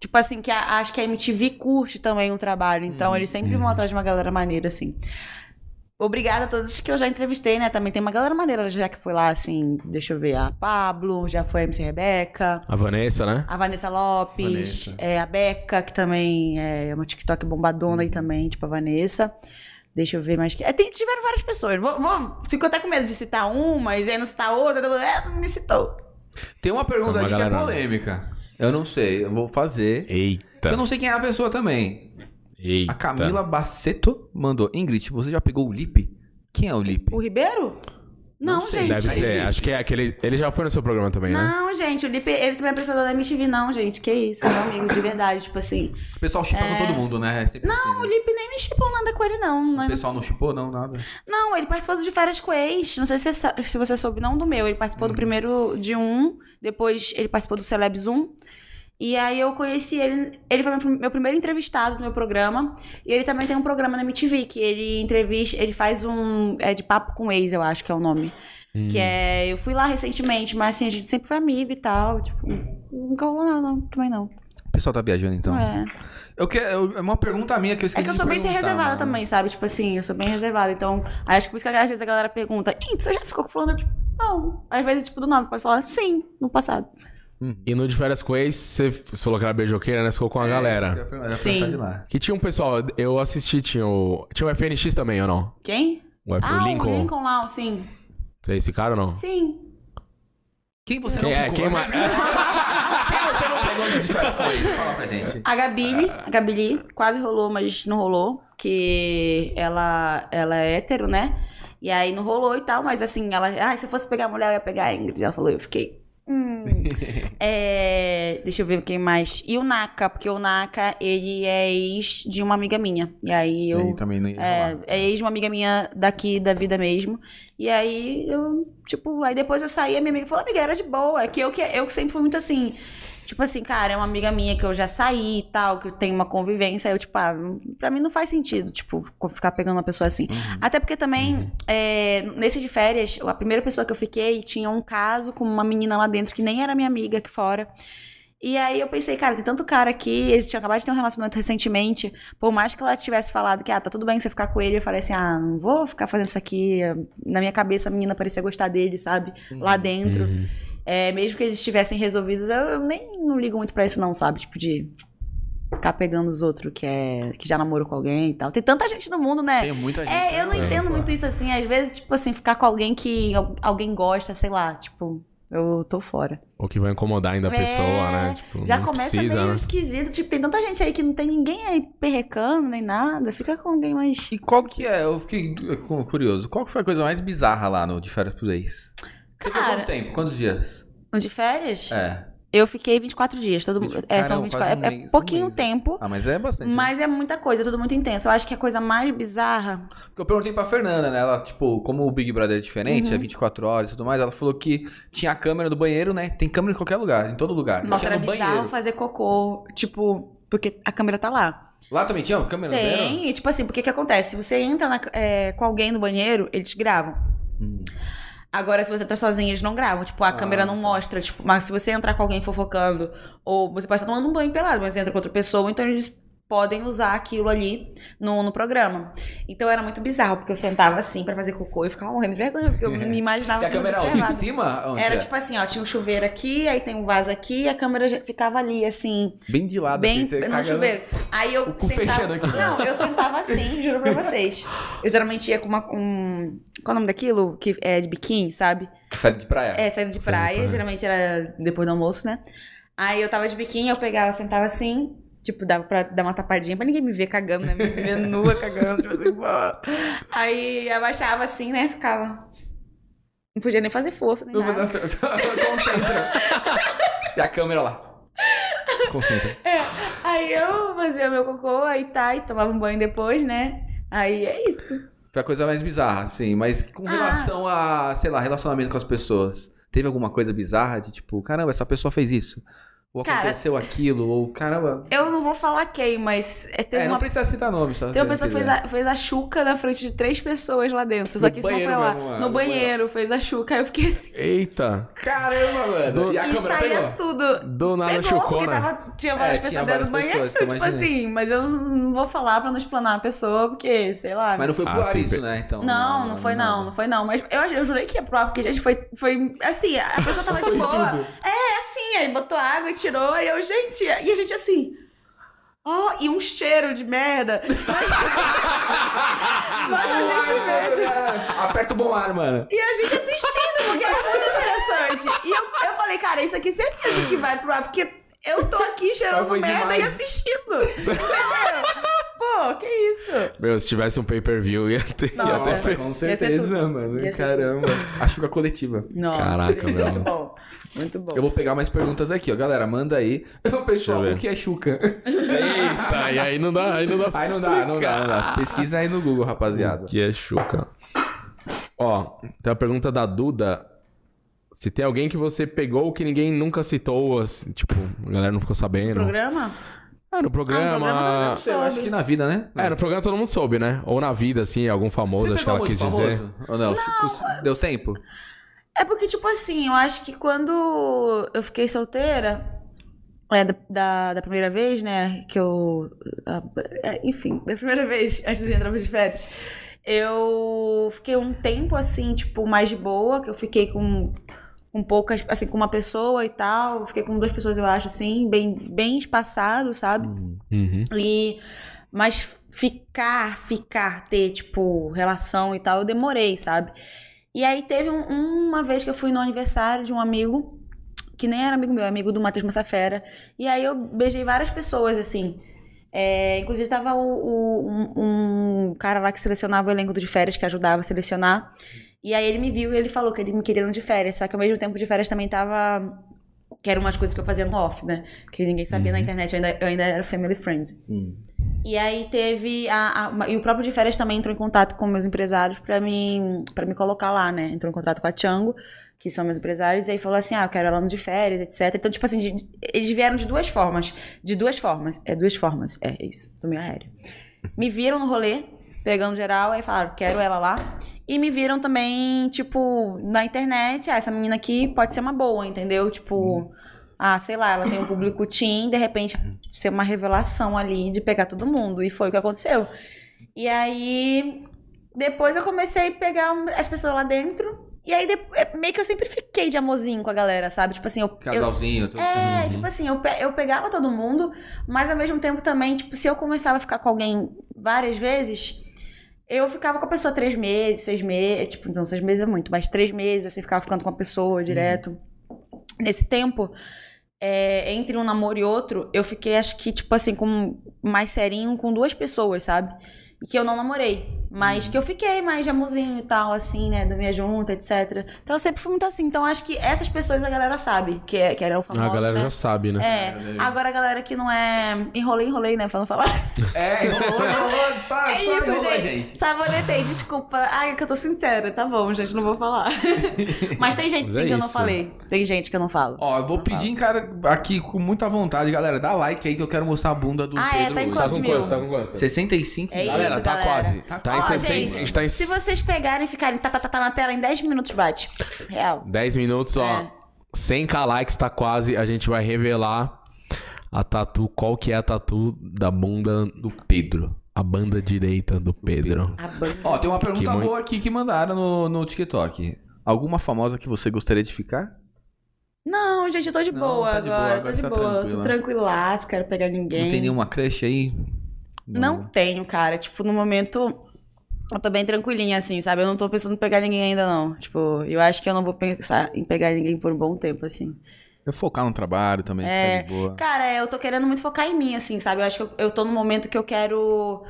Tipo assim, que a- acho que a MTV curte também o trabalho. Então, eles sempre vão atrás de uma galera maneira, assim. Obrigada a todos que eu já entrevistei, né? Também tem uma galera maneira já que foi lá, assim. Deixa eu ver, a Pablo, já foi a MC Rebeca. A Vanessa, né? A Vanessa Lopes, Vanessa. é, a Beca, que também é uma TikTok bombadona aí também, tipo a Vanessa. Deixa eu ver mais que. É, tem- tiveram várias pessoas. Vou, vou- fico até com medo de citar uma, e aí não citar outra. É, não me citou. Tem uma pergunta Calma, aqui que é galera. polêmica. Eu não sei, eu vou fazer. Eita. Eu Eita. não sei quem é a pessoa também. Eita. A Camila Baceto mandou. Ingrid, você já pegou o Lipe? Quem é o Lipe? O Ribeiro? Não Não, sei, gente. Ah, Deve Aí, ser. Lipe. Acho que é aquele. Ele já foi no seu programa também, né? Não, gente, o Lipe, ele também é apresentador da MTV, não, gente. Que isso, meu amigo, de verdade. Tipo assim, O pessoal chipa com todo mundo, né? É sempre assim, o né? Lipe nem me chipou nada com ele, não. é O Não, pessoal não chipou, não, nada. não, ele participou de férias com o ex. Não sei se você, sa- se você soube, não do meu. Ele participou do primeiro de um, depois ele participou do Celeb Zoom. E aí eu conheci ele, ele foi meu prim- meu primeiro entrevistado no meu programa. E ele também tem um programa na MTV, que ele entrevista, ele faz um. É de papo com ex, eu acho que é o nome. Hum. Que é. Eu fui lá recentemente, mas assim, a gente sempre foi amigo e tal. Tipo, nunca rolou nada, não, também não. O pessoal tá viajando, então. é. Eu que, eu- é uma pergunta minha que eu esqueci é que eu de sou bem ser perguntar, reservada né? mano. também, sabe? Tipo assim, eu sou bem reservada. Então, acho que por isso que às vezes a galera pergunta, Ih, você já ficou com fulano? Eu, Tipo, não. Às vezes, tipo, do nada, pode falar, sim, no passado. E no de férias com ex, você você falou que era beijoqueira, né? Você ficou com a É, Isso que galera. eu ia perguntar, eu ia Sim. perguntar de lá. Que tinha um pessoal, eu assisti, tinha o. Tinha o FNX também, ou não? Quem? O, F- ah, o Lincoln. o Lincoln lá, o sim. Vocês ficaram ou não? Sim. Quem você Quem não é? ficou? Quem mais? Quem você não pegou de férias com isso? Fala pra gente. A Gabili, a Gabili quase rolou, mas não rolou, que ela, ela é hétero, né? E aí não rolou e tal, mas assim, ela, ah, se eu fosse pegar a mulher, eu ia pegar a Ingrid. Ela falou, eu fiquei. Hum. É, deixa eu ver quem mais. E o Naka, porque o Naka, ele é ex de uma amiga minha. E aí eu. Aí também não ia É, rolar. é ex de uma amiga minha daqui da vida mesmo. E aí eu, tipo, aí depois eu saí, a minha amiga falou, amiga, era de boa. É que eu que, eu que sempre fui muito assim. Tipo assim, cara, é uma amiga minha que eu já saí e tal, que eu tenho uma convivência. Aí eu, tipo, ah, não- pra mim não faz sentido, tipo, co- ficar pegando uma pessoa assim. Até porque também, Uhum. é, nesse de férias, a primeira pessoa que eu fiquei tinha um caso com uma menina lá dentro que nem era minha amiga aqui fora. E aí eu pensei, cara, tem tanto cara aqui, eles tinham acabado de ter um relacionamento recentemente. Por mais que ela tivesse falado que, ah, tá tudo bem você ficar com ele, eu falei assim, ah, não vou ficar fazendo isso aqui. Na minha cabeça a menina parecia gostar dele, sabe? Lá dentro. Uhum. É, mesmo que eles estivessem resolvidos, eu, eu nem não ligo muito pra isso, não, sabe? Tipo, de ficar pegando os outros que, é, que já namorou com alguém e tal. Tem tanta gente no mundo, né? Tem muita gente. É, eu não né? entendo Tem, muito isso assim. Às vezes, tipo assim, ficar com alguém que al- alguém gosta, sei lá, tipo, eu tô fora. O que vai incomodar ainda a É, pessoa, né? Tipo, Já não começa precisa, meio né? esquisito. Tipo, tem tanta gente aí que não tem ninguém aí perrecando nem nada. Fica com alguém mais. E qual que é? Eu fiquei cu- curioso. Qual que foi a coisa mais bizarra lá no de férias por ex? Você ficou Cara- quanto tempo? Quantos dias? No de férias? É. Eu fiquei 24 dias. Todo... mundo. é, Caramba, são 24. quase um é- mês, é um pouquinho mês. tempo, Ah, mas é bastante. né? mas é muita coisa, é tudo muito intenso. Eu acho que a coisa mais bizarra. Porque eu perguntei pra Fernanda, né? Ela, tipo, como o Big Brother é diferente, Uhum. é 24 horas e tudo mais, ela falou que tinha a câmera do banheiro, né? Tem câmera em qualquer lugar, em todo lugar. Nossa, Tinha era no bizarro banheiro. fazer cocô. Tipo, porque a câmera tá lá. Lá também tinha câmera no banheiro? Tem, e tipo assim, porque que acontece? Se você entra na- é, com alguém no banheiro, eles gravam. Hum. Agora, se você tá sozinho, eles não gravam. Tipo, a Ah, câmera não tá. mostra. Tipo, mas se você entrar com alguém fofocando, ou você pode estar tomando um banho pelado, mas entra com outra pessoa, então eles podem usar aquilo ali no, no programa. Então era muito bizarro, porque eu sentava assim pra fazer cocô e ficava morrendo de vergonha, porque eu me imaginava E É. a sendo câmera onde? Em observada. cima? Onde Era é? tipo assim, ó, tinha um chuveiro aqui, aí tem um vaso aqui, e a câmera já ficava ali, assim, Bem de lado, bem assim, você no cagando. chuveiro. Aí eu o cu fechando sentava. aqui. Não, eu sentava assim, juro pra vocês. Eu geralmente ia com uma. Um... Qual é o nome daquilo? Que é de biquíni, sabe? Sai de praia? É, saindo de Saindo de praia, praia. geralmente era depois do almoço, né? Aí eu tava de biquíni, eu pegava, sentava assim, tipo, dava pra dar uma tapadinha pra ninguém me ver cagando, né? Me ver nua cagando, tipo assim, pô. Aí abaixava assim, né? Ficava. Não podia nem fazer força, nem Não, mas nada. não, um Concentra. e a câmera lá. né? Concentra. Aí eu fazia meu cocô, aí tá, e tomava um banho depois, né? Aí é isso. Foi a coisa mais bizarra, assim. Mas com Ah. relação a, sei lá, relacionamento com as pessoas. Teve alguma coisa bizarra de tipo, caramba, essa pessoa fez isso. Ou Cara- aconteceu aquilo, ou caramba. Eu não vou falar quem, mas é, teve é, não uma, precisa citar nome, só. assim, né?" teve uma pessoa que fez a, fez a chuca na frente de três pessoas lá dentro. Só No que isso não foi banheiro lá. mesmo, lá, no no banheiro, fez a chuca. Aí eu fiquei assim. Eita! Caramba, mano. Do- E a e câmera saía pegou? tudo. Do nada Pegou, chocou, porque né? tava, tinha várias É, tinha várias pessoas dentro do banheiro, pessoas, que eu tipo imaginei. assim, mas eu não vou falar pra não explanar a pessoa, porque, sei lá. Mas não foi pro Ah, ar sim, isso, pe- né? Então, Não, não foi não, não foi não. Mas eu, eu jurei que ia pro ar, porque, gente, foi, foi assim, a pessoa tava de boa. É, assim, aí botou água e tirou, e eu, gente, e a gente assim. Ó, e um cheiro de merda. Mas, mas a gente vê. É Aperta o bom ar, mano. E a gente assistindo, porque é muito interessante. E eu, eu falei, cara, isso aqui certeza que vai pro ar, porque Eu tô aqui Mas cheirando foi merda e demais. assistindo. Entendeu? Pô, que isso? Meu, se tivesse um pay-per-view, ia ter. Nossa. Ia ter... Nossa, com ser certeza, tudo. mano. Ia ser Caramba. A chuva coletiva. Nossa. Caraca, meu. Muito bom. Muito bom. Eu vou pegar mais perguntas aqui, ó. Galera, manda aí. Pessoal, ver. o que é chuca? Eita, e aí não dá, aí não dá pra Aí não dá, não dá, explicar. não dá. Pesquisa aí no Google, rapaziada. Que é chuca. Ó, tem a pergunta da Duda. Se tem alguém que você pegou que ninguém nunca citou, assim, tipo, a galera não ficou sabendo. Programa? Ah, no programa. Ah, no programa todo mundo Eu acho soube. que na vida, né? É, no programa todo mundo soube, né? Ou na vida, assim, algum famoso, acho que ela quis dizer. Ou não? Tipo, Deu tempo? É porque, tipo assim, eu acho que quando eu fiquei solteira, é, da, da, da primeira vez, né? Que eu. a- é, enfim, da primeira vez, antes de entrar de férias, eu fiquei um tempo, assim, tipo, mais de boa, que eu fiquei com. Com poucas, assim, com uma pessoa e tal. Fiquei com duas pessoas, eu acho, assim, bem, bem espaçado, sabe? Uhum. E mas ficar, ficar, ter tipo relação e tal, eu demorei, sabe? E aí teve um- uma vez que eu fui no aniversário de um amigo que nem era amigo meu, amigo do Matheus Massafera. E aí eu beijei várias pessoas assim. É, inclusive tava o, o- um, um cara lá que selecionava o elenco do de férias que ajudava a selecionar. E aí ele me viu e ele falou que ele me queria no de férias, só que ao mesmo tempo de férias também tava que eram umas coisas que eu fazia no off, né? Que ninguém sabia na internet, eu ainda, eu ainda era family friends. E aí teve a, a- uma- e o próprio de férias também entrou em contato com meus empresários pra mim para me colocar lá, né? Entrou em contato com a Chango, que são meus empresários, e aí falou assim: "Ah, eu quero ela no de férias, etc". Então, tipo assim, de- de- eles vieram de duas formas, de duas formas. É duas formas, é isso. Tô meio aéreo. Me viram no rolê, pegando geral, aí falaram: "Quero ela lá". E me viram também, tipo, na internet, ah, essa menina aqui pode ser uma boa, entendeu? Tipo, ah, sei lá, ela tem um público teen, de repente ser uma revelação ali de pegar todo mundo. E foi o que aconteceu. E aí, depois eu comecei a pegar um- as pessoas lá dentro. E aí, depo- é, meio que eu sempre fiquei de amorzinho com a galera, sabe? Tipo assim, eu. eu- Casalzinho, tudo. é, tipo assim, eu, pe- eu pegava todo mundo, mas ao mesmo tempo também, tipo, se eu começava a ficar com alguém várias vezes, eu ficava com a pessoa três meses, seis meses, tipo, não, seis meses é muito, mas três meses, assim, ficava ficando com a Uhum. pessoa direto. Nesse tempo, é, entre um namoro e outro, eu fiquei, acho que, tipo assim, com mais serinho com duas pessoas, sabe? E que eu não namorei. Uhum. Mas que eu fiquei mais de amorzinho e tal, assim, né? Dormia junto, etc. Então eu sempre fui muito assim. Então acho que essas pessoas a galera sabe, que, é, que era o famoso. Ah, a galera né? já sabe, né? É, agora a galera que não é. Enrolei, enrolei, né? Falando falar. É, enrolou, enrolou, sai, É sai, isso, enrola, gente. Saboletei, desculpa. Ai, é que eu tô sincera. Tá bom, gente, não vou falar. Mas tem gente Mas sim é que eu não isso. falei. Tem gente que eu não falo. Ó, eu vou pedir, em cara, aqui com muita vontade, galera. Dá like aí que eu quero mostrar a bunda do Ah, é, Pedro. tá em hoje. Tá quantos com mil? quanto? Tá com quanto? 65 É galera, isso, tá galera. quase. Tá Tá em quase. Ó, 60. gente, Tá em Se vocês pegarem e ficarem tá, tá, tá, tá na tela, em 10 minutos bate. Real. 10 minutos, ó. É. 100k likes tá quase. A gente vai revelar a tatu. Qual que é a tatu da bunda do Pedro? A banda direita do Pedro. A banda. Ó, tem uma pergunta Que mãe- boa aqui que mandaram no, no TikTok. Alguma famosa que você gostaria de ficar? Não, gente, eu tô de Não, boa tá de boa, agora. agora Tô de você tá boa. tranquila. Tô tranquilaço, quero pegar ninguém. Não tem nenhuma crush aí? Não tenho, cara. Tipo, no momento. Eu tô bem tranquilinha, assim, sabe? Eu não tô pensando em pegar ninguém ainda, não. Tipo, eu acho que eu não vou pensar em pegar ninguém por um bom tempo, assim. Eu É focar no trabalho também, É. ficar de boa. Cara, é, eu tô querendo muito focar em mim, assim, sabe? Eu acho que eu, eu tô num momento que eu quero.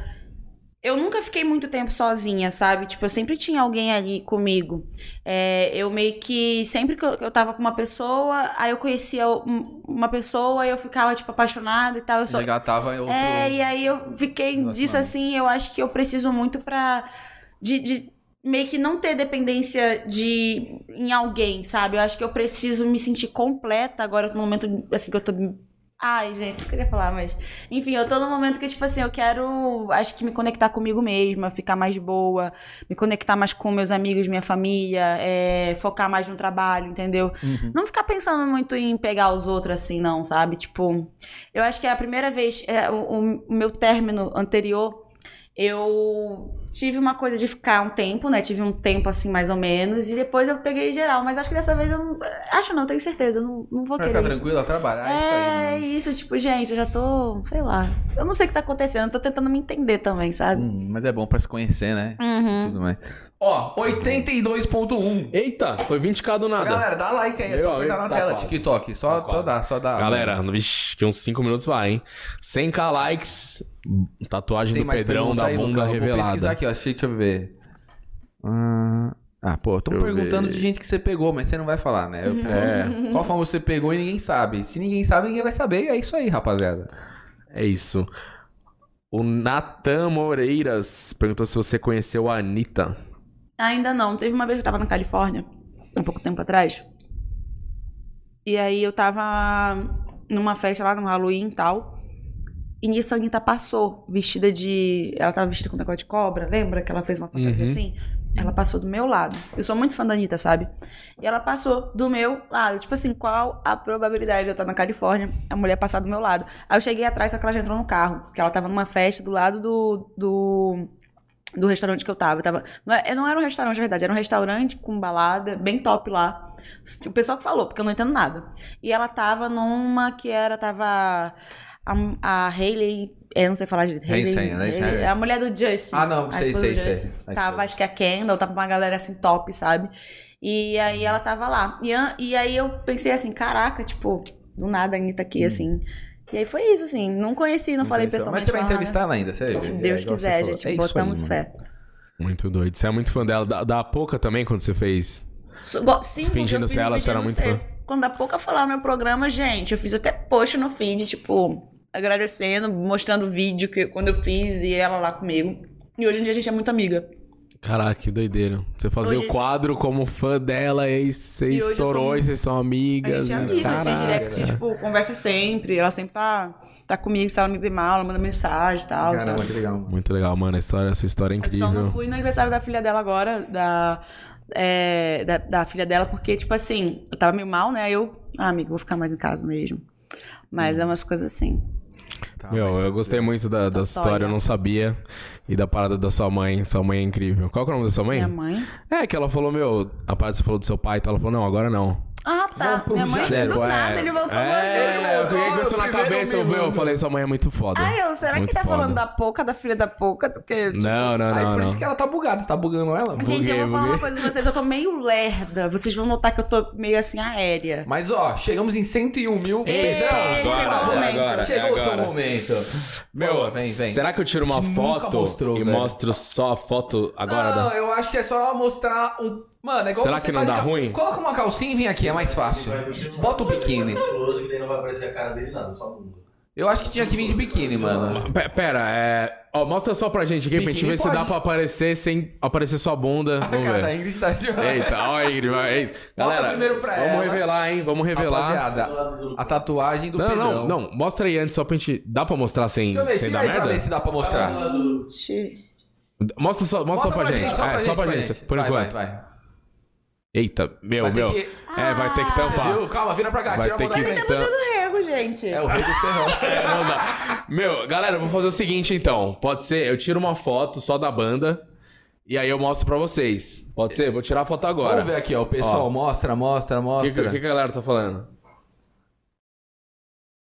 Eu nunca fiquei muito tempo sozinha, sabe? Tipo, eu sempre tinha alguém ali comigo. É, eu meio que. Sempre que eu, eu tava com uma pessoa, aí eu conhecia um- uma pessoa e eu ficava, tipo, apaixonada e tal. Eu só, Legal, tava em outro... é, e aí eu fiquei relacionamento. disso assim, eu acho que eu preciso muito pra. De, de meio que não ter dependência de em alguém, sabe? Eu acho que eu preciso me sentir completa agora no momento assim que eu tô. Ai, gente, não queria falar, mas. Enfim, eu tô num momento que, tipo assim, eu quero, acho que me conectar comigo mesma, ficar mais boa, me conectar mais com meus amigos, minha família, é, focar mais no trabalho, entendeu? Uhum. Não ficar pensando muito em pegar os outros assim, não, sabe? Tipo, eu acho que é a primeira vez, é, o, o- o meu término anterior, eu tive uma coisa de ficar um tempo, né? Tive um tempo assim, mais ou menos, e depois eu peguei geral. Mas acho que dessa vez eu não. Acho não, tenho certeza, eu não, não vou Pra querer. ficar isso. tranquila, trabalhar, É isso aí. né? isso, tipo, gente, eu já tô, sei lá. Eu não sei o que tá acontecendo, eu tô tentando me entender também, sabe? Hum, mas é bom pra se conhecer, né? Uhum. Tudo mais. Ó, 82.1. Eita, foi 20k do nada. Galera, dá like aí, é Meu só clicar na amigo, tá tela, quase. TikTok. Só, Tá só quase. dá, só dá. Galera, vixi, que uns 5 minutos vai, hein? 100k likes, tatuagem tem do mais Pedrão pergunta da aí, bunda Lucão? Vou pesquisar revelada. aqui, ó. Achei, deixa eu ver. Ah, ah, pô, estão Deixa eu perguntando ver. de gente que você pegou, mas você não vai falar, né? Eu- É. Qual fama você pegou e ninguém sabe. Se ninguém sabe, ninguém vai saber. E é isso aí, rapaziada. É isso. O Natan Moreiras perguntou se você conheceu a Anitta. Ainda não. Teve uma vez que eu tava na Califórnia, há pouco tempo atrás. E aí eu tava numa festa lá no Halloween e tal. E nisso a Anitta passou, vestida de. Ela tava vestida com um negócio de cobra, lembra? Que ela fez uma fantasia Uhum. assim? Ela passou do meu lado. Eu sou muito fã da Anitta, sabe? E ela passou do meu lado. Tipo assim, qual a probabilidade de eu estar na Califórnia, a mulher passar do meu lado? Aí eu cheguei atrás, só que ela já entrou no carro. Porque ela tava numa festa do lado do. do do restaurante que eu tava. Eu tava não, é- não era um restaurante, na verdade, era um restaurante com balada, bem top lá. O pessoal que falou, porque eu não entendo nada. E ela tava numa que era, tava a, a Hayley, eu não sei falar direito, É Hayley, isso aí, é isso aí. Hayley- a mulher do Justin. Ah, não, a sei, esposa sei, do sei. Justin. Tá, A Tava, esposa. acho que a Kendall, tava uma galera assim top, sabe? E aí ela tava lá. E, an- e aí eu pensei assim, caraca, tipo, do nada a Anitta aqui, assim. E aí foi isso, assim. Não conheci, não, falei Hum. Conheceu. pessoalmente. Mas você vai né? não, nada. entrevistar ela ainda, sério? É, Se Assim, Deus quiser, gente, botamos fé. Muito doido. Você é muito fã dela. Da, da Poca também, quando você fez. So- go- Sim, porque Fingindo eu fiz ser um ela, você era fingindo muito ser. Quando a pouca falar no meu programa, gente, eu fiz até post no feed, tipo, agradecendo, mostrando o vídeo que quando eu fiz e ela lá comigo. E hoje em dia a gente é muito amiga. Caraca, que doideira. Você fazia Hoje- o quadro como fã dela, e aí você E hoje eu estourou, sou- e vocês são A amigas. gente é né? amiga, a gente é direct, Caraca. tipo, conversa sempre. Ela sempre tá, tá comigo, se ela me vê mal, ela manda mensagem e tal. Caramba, sabe? que legal. mano. Muito legal, mano. A história, essa história é Eu só não incrível. fui no aniversário da filha dela agora, da, é, da, da filha dela, porque, tipo assim, eu tava meio mal, né? Aí eu, ah, amigo, vou ficar mais em casa mesmo. Mas Hum. é umas coisas assim. Tá, Meu, mas- eu gostei muito da, da Totóia. história, eu não sabia. E da parada da sua mãe. Sua mãe é incrível. Qual que é o nome da sua mãe? Minha mãe. É, que ela falou, meu, a parte que você falou do seu pai e tal, ela falou, não, agora não. Ah, tá. Vamos pro Minha Rio mãe de Sério, do é. nada, ele voltou É, eu você. fiquei com voltou isso na no primeiro cabeça, eu, meu, eu minuto. falei, sua mãe é muito foda. Ai, eu, será que Muito ele tá foda. falando da pouca, da filha da pouca? Do que, tipo... Não, não, Aí não, por não. isso que ela tá bugada, você tá bugando ela? Buguei, Gente, eu vou falar buguei. uma coisa pra vocês. Eu tô meio lerda. Vocês vão notar que eu tô meio assim aérea. Mas ó, chegamos em 101 mil. Ei, chegou o Agora, momento. agora, Chegou é o seu agora. momento. Meu, Pô, vem, vem. será que eu tiro A uma gente nunca foto mostrou, e velho. mostro só a foto agora? não, da... eu acho que é só mostrar um. Mano, é igual Será você que não tá de dá cal- ruim? Coloca uma calcinha e vem aqui, é mais fácil. Bota o biquíni. close, que daí não vai aparecer a cara dele nada, só um a bunda. Eu acho que tinha que vir de biquíni, mano. Pe- Pera, é... Ó, mostra só pra gente aqui, pra gente Biquíni ver se pode. dá pra aparecer sem aparecer sua bunda. A Vamos cara da ver. Ingrid tá de Eita, ó, a Ingrid, vai, eita. Galera, primeiro pra vamos ela. revelar, hein? Vamos revelar. Rapaziada, a tatuagem do Não, Pedrão. não, não. Mostra aí antes só pra gente. Dá pra mostrar sem, Deixa eu ver, sem tira dar aí pra merda? ver se dá pra mostrar. Gente. Mostra só, mostra só pra, gente. é, só pra gente, por Vai, enquanto. Vai, vai. Eita, meu, Vai ter meu. que- Ah, É, vai ter que Você tampar. viu? Ah, Calma, vira pra cá, Vai tira a mão ter da que frente. tam- Rego, gente. É o rei do ferrão. É, não dá. Meu, galera, eu vou fazer o seguinte então. Pode ser, eu tiro uma foto só da banda e aí eu mostro pra vocês. Pode ser? Vou tirar a foto Vamos agora. ver aqui, ó. O pessoal Ó. mostra, mostra, O que, mostra. que a galera tá falando?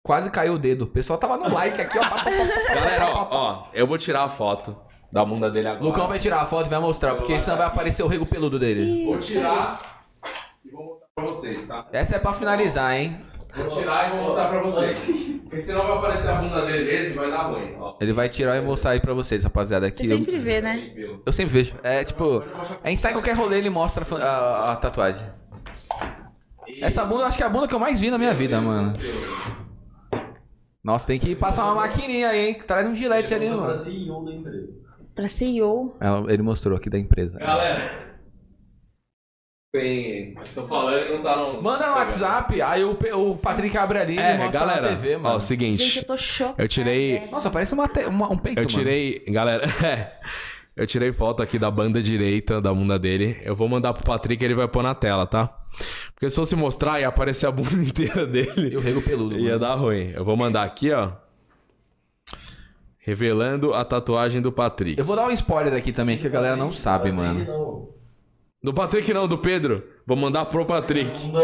Quase caiu o dedo. O pessoal tava no like aqui, ó. Pá, pá, pá, Galera, ó, ó, eu vou tirar a foto da bunda dele agora. Lucão vai tirar a foto e vai mostrar, porque senão vai aparecer o rego peludo dele. Vou tirar e vou mostrar pra vocês, tá? Essa é pra finalizar, hein? Vou tirar e vou mostrar pra vocês. Porque senão vai aparecer a bunda dele mesmo e vai dar ruim, ó. Ele vai tirar e mostrar aí pra vocês, rapaziada. Aqui. Você sempre vê, né? eu, eu sempre vejo. É tipo, é em qualquer rolê ele mostra a fa- a, a tatuagem. Essa bunda, eu acho que é a bunda que eu mais vi na minha vida, mano. Nossa, tem que passar uma maquininha aí, hein? Traz um gilete ali, mano. CEO da empresa. Pra CEO. Ela- ele mostrou aqui da empresa. Galera. Sim, tô falando que não tá no. Manda no WhatsApp, aí o, Pe- o Patrick abre ali e É, mostra galera. na TV, Ó, mano. o seguinte. Gente, eu tô chocada. Eu tirei- Nossa, parece uma te- uma- um peito, Eu mano. tirei, galera, é. eu tirei foto aqui da banda direita da bunda dele. Eu vou mandar pro Patrick, ele vai pôr na tela, tá? Porque se fosse mostrar, ia aparecer a bunda inteira E o dele. rego peludo, Ia mano. dar ruim. Eu vou mandar aqui, ó. Revelando a tatuagem do Patrick. Eu vou dar um spoiler aqui também, que a galera não sabe, mano. Não, Do Patrick não, do Pedro. Vou mandar pro Patrick. não.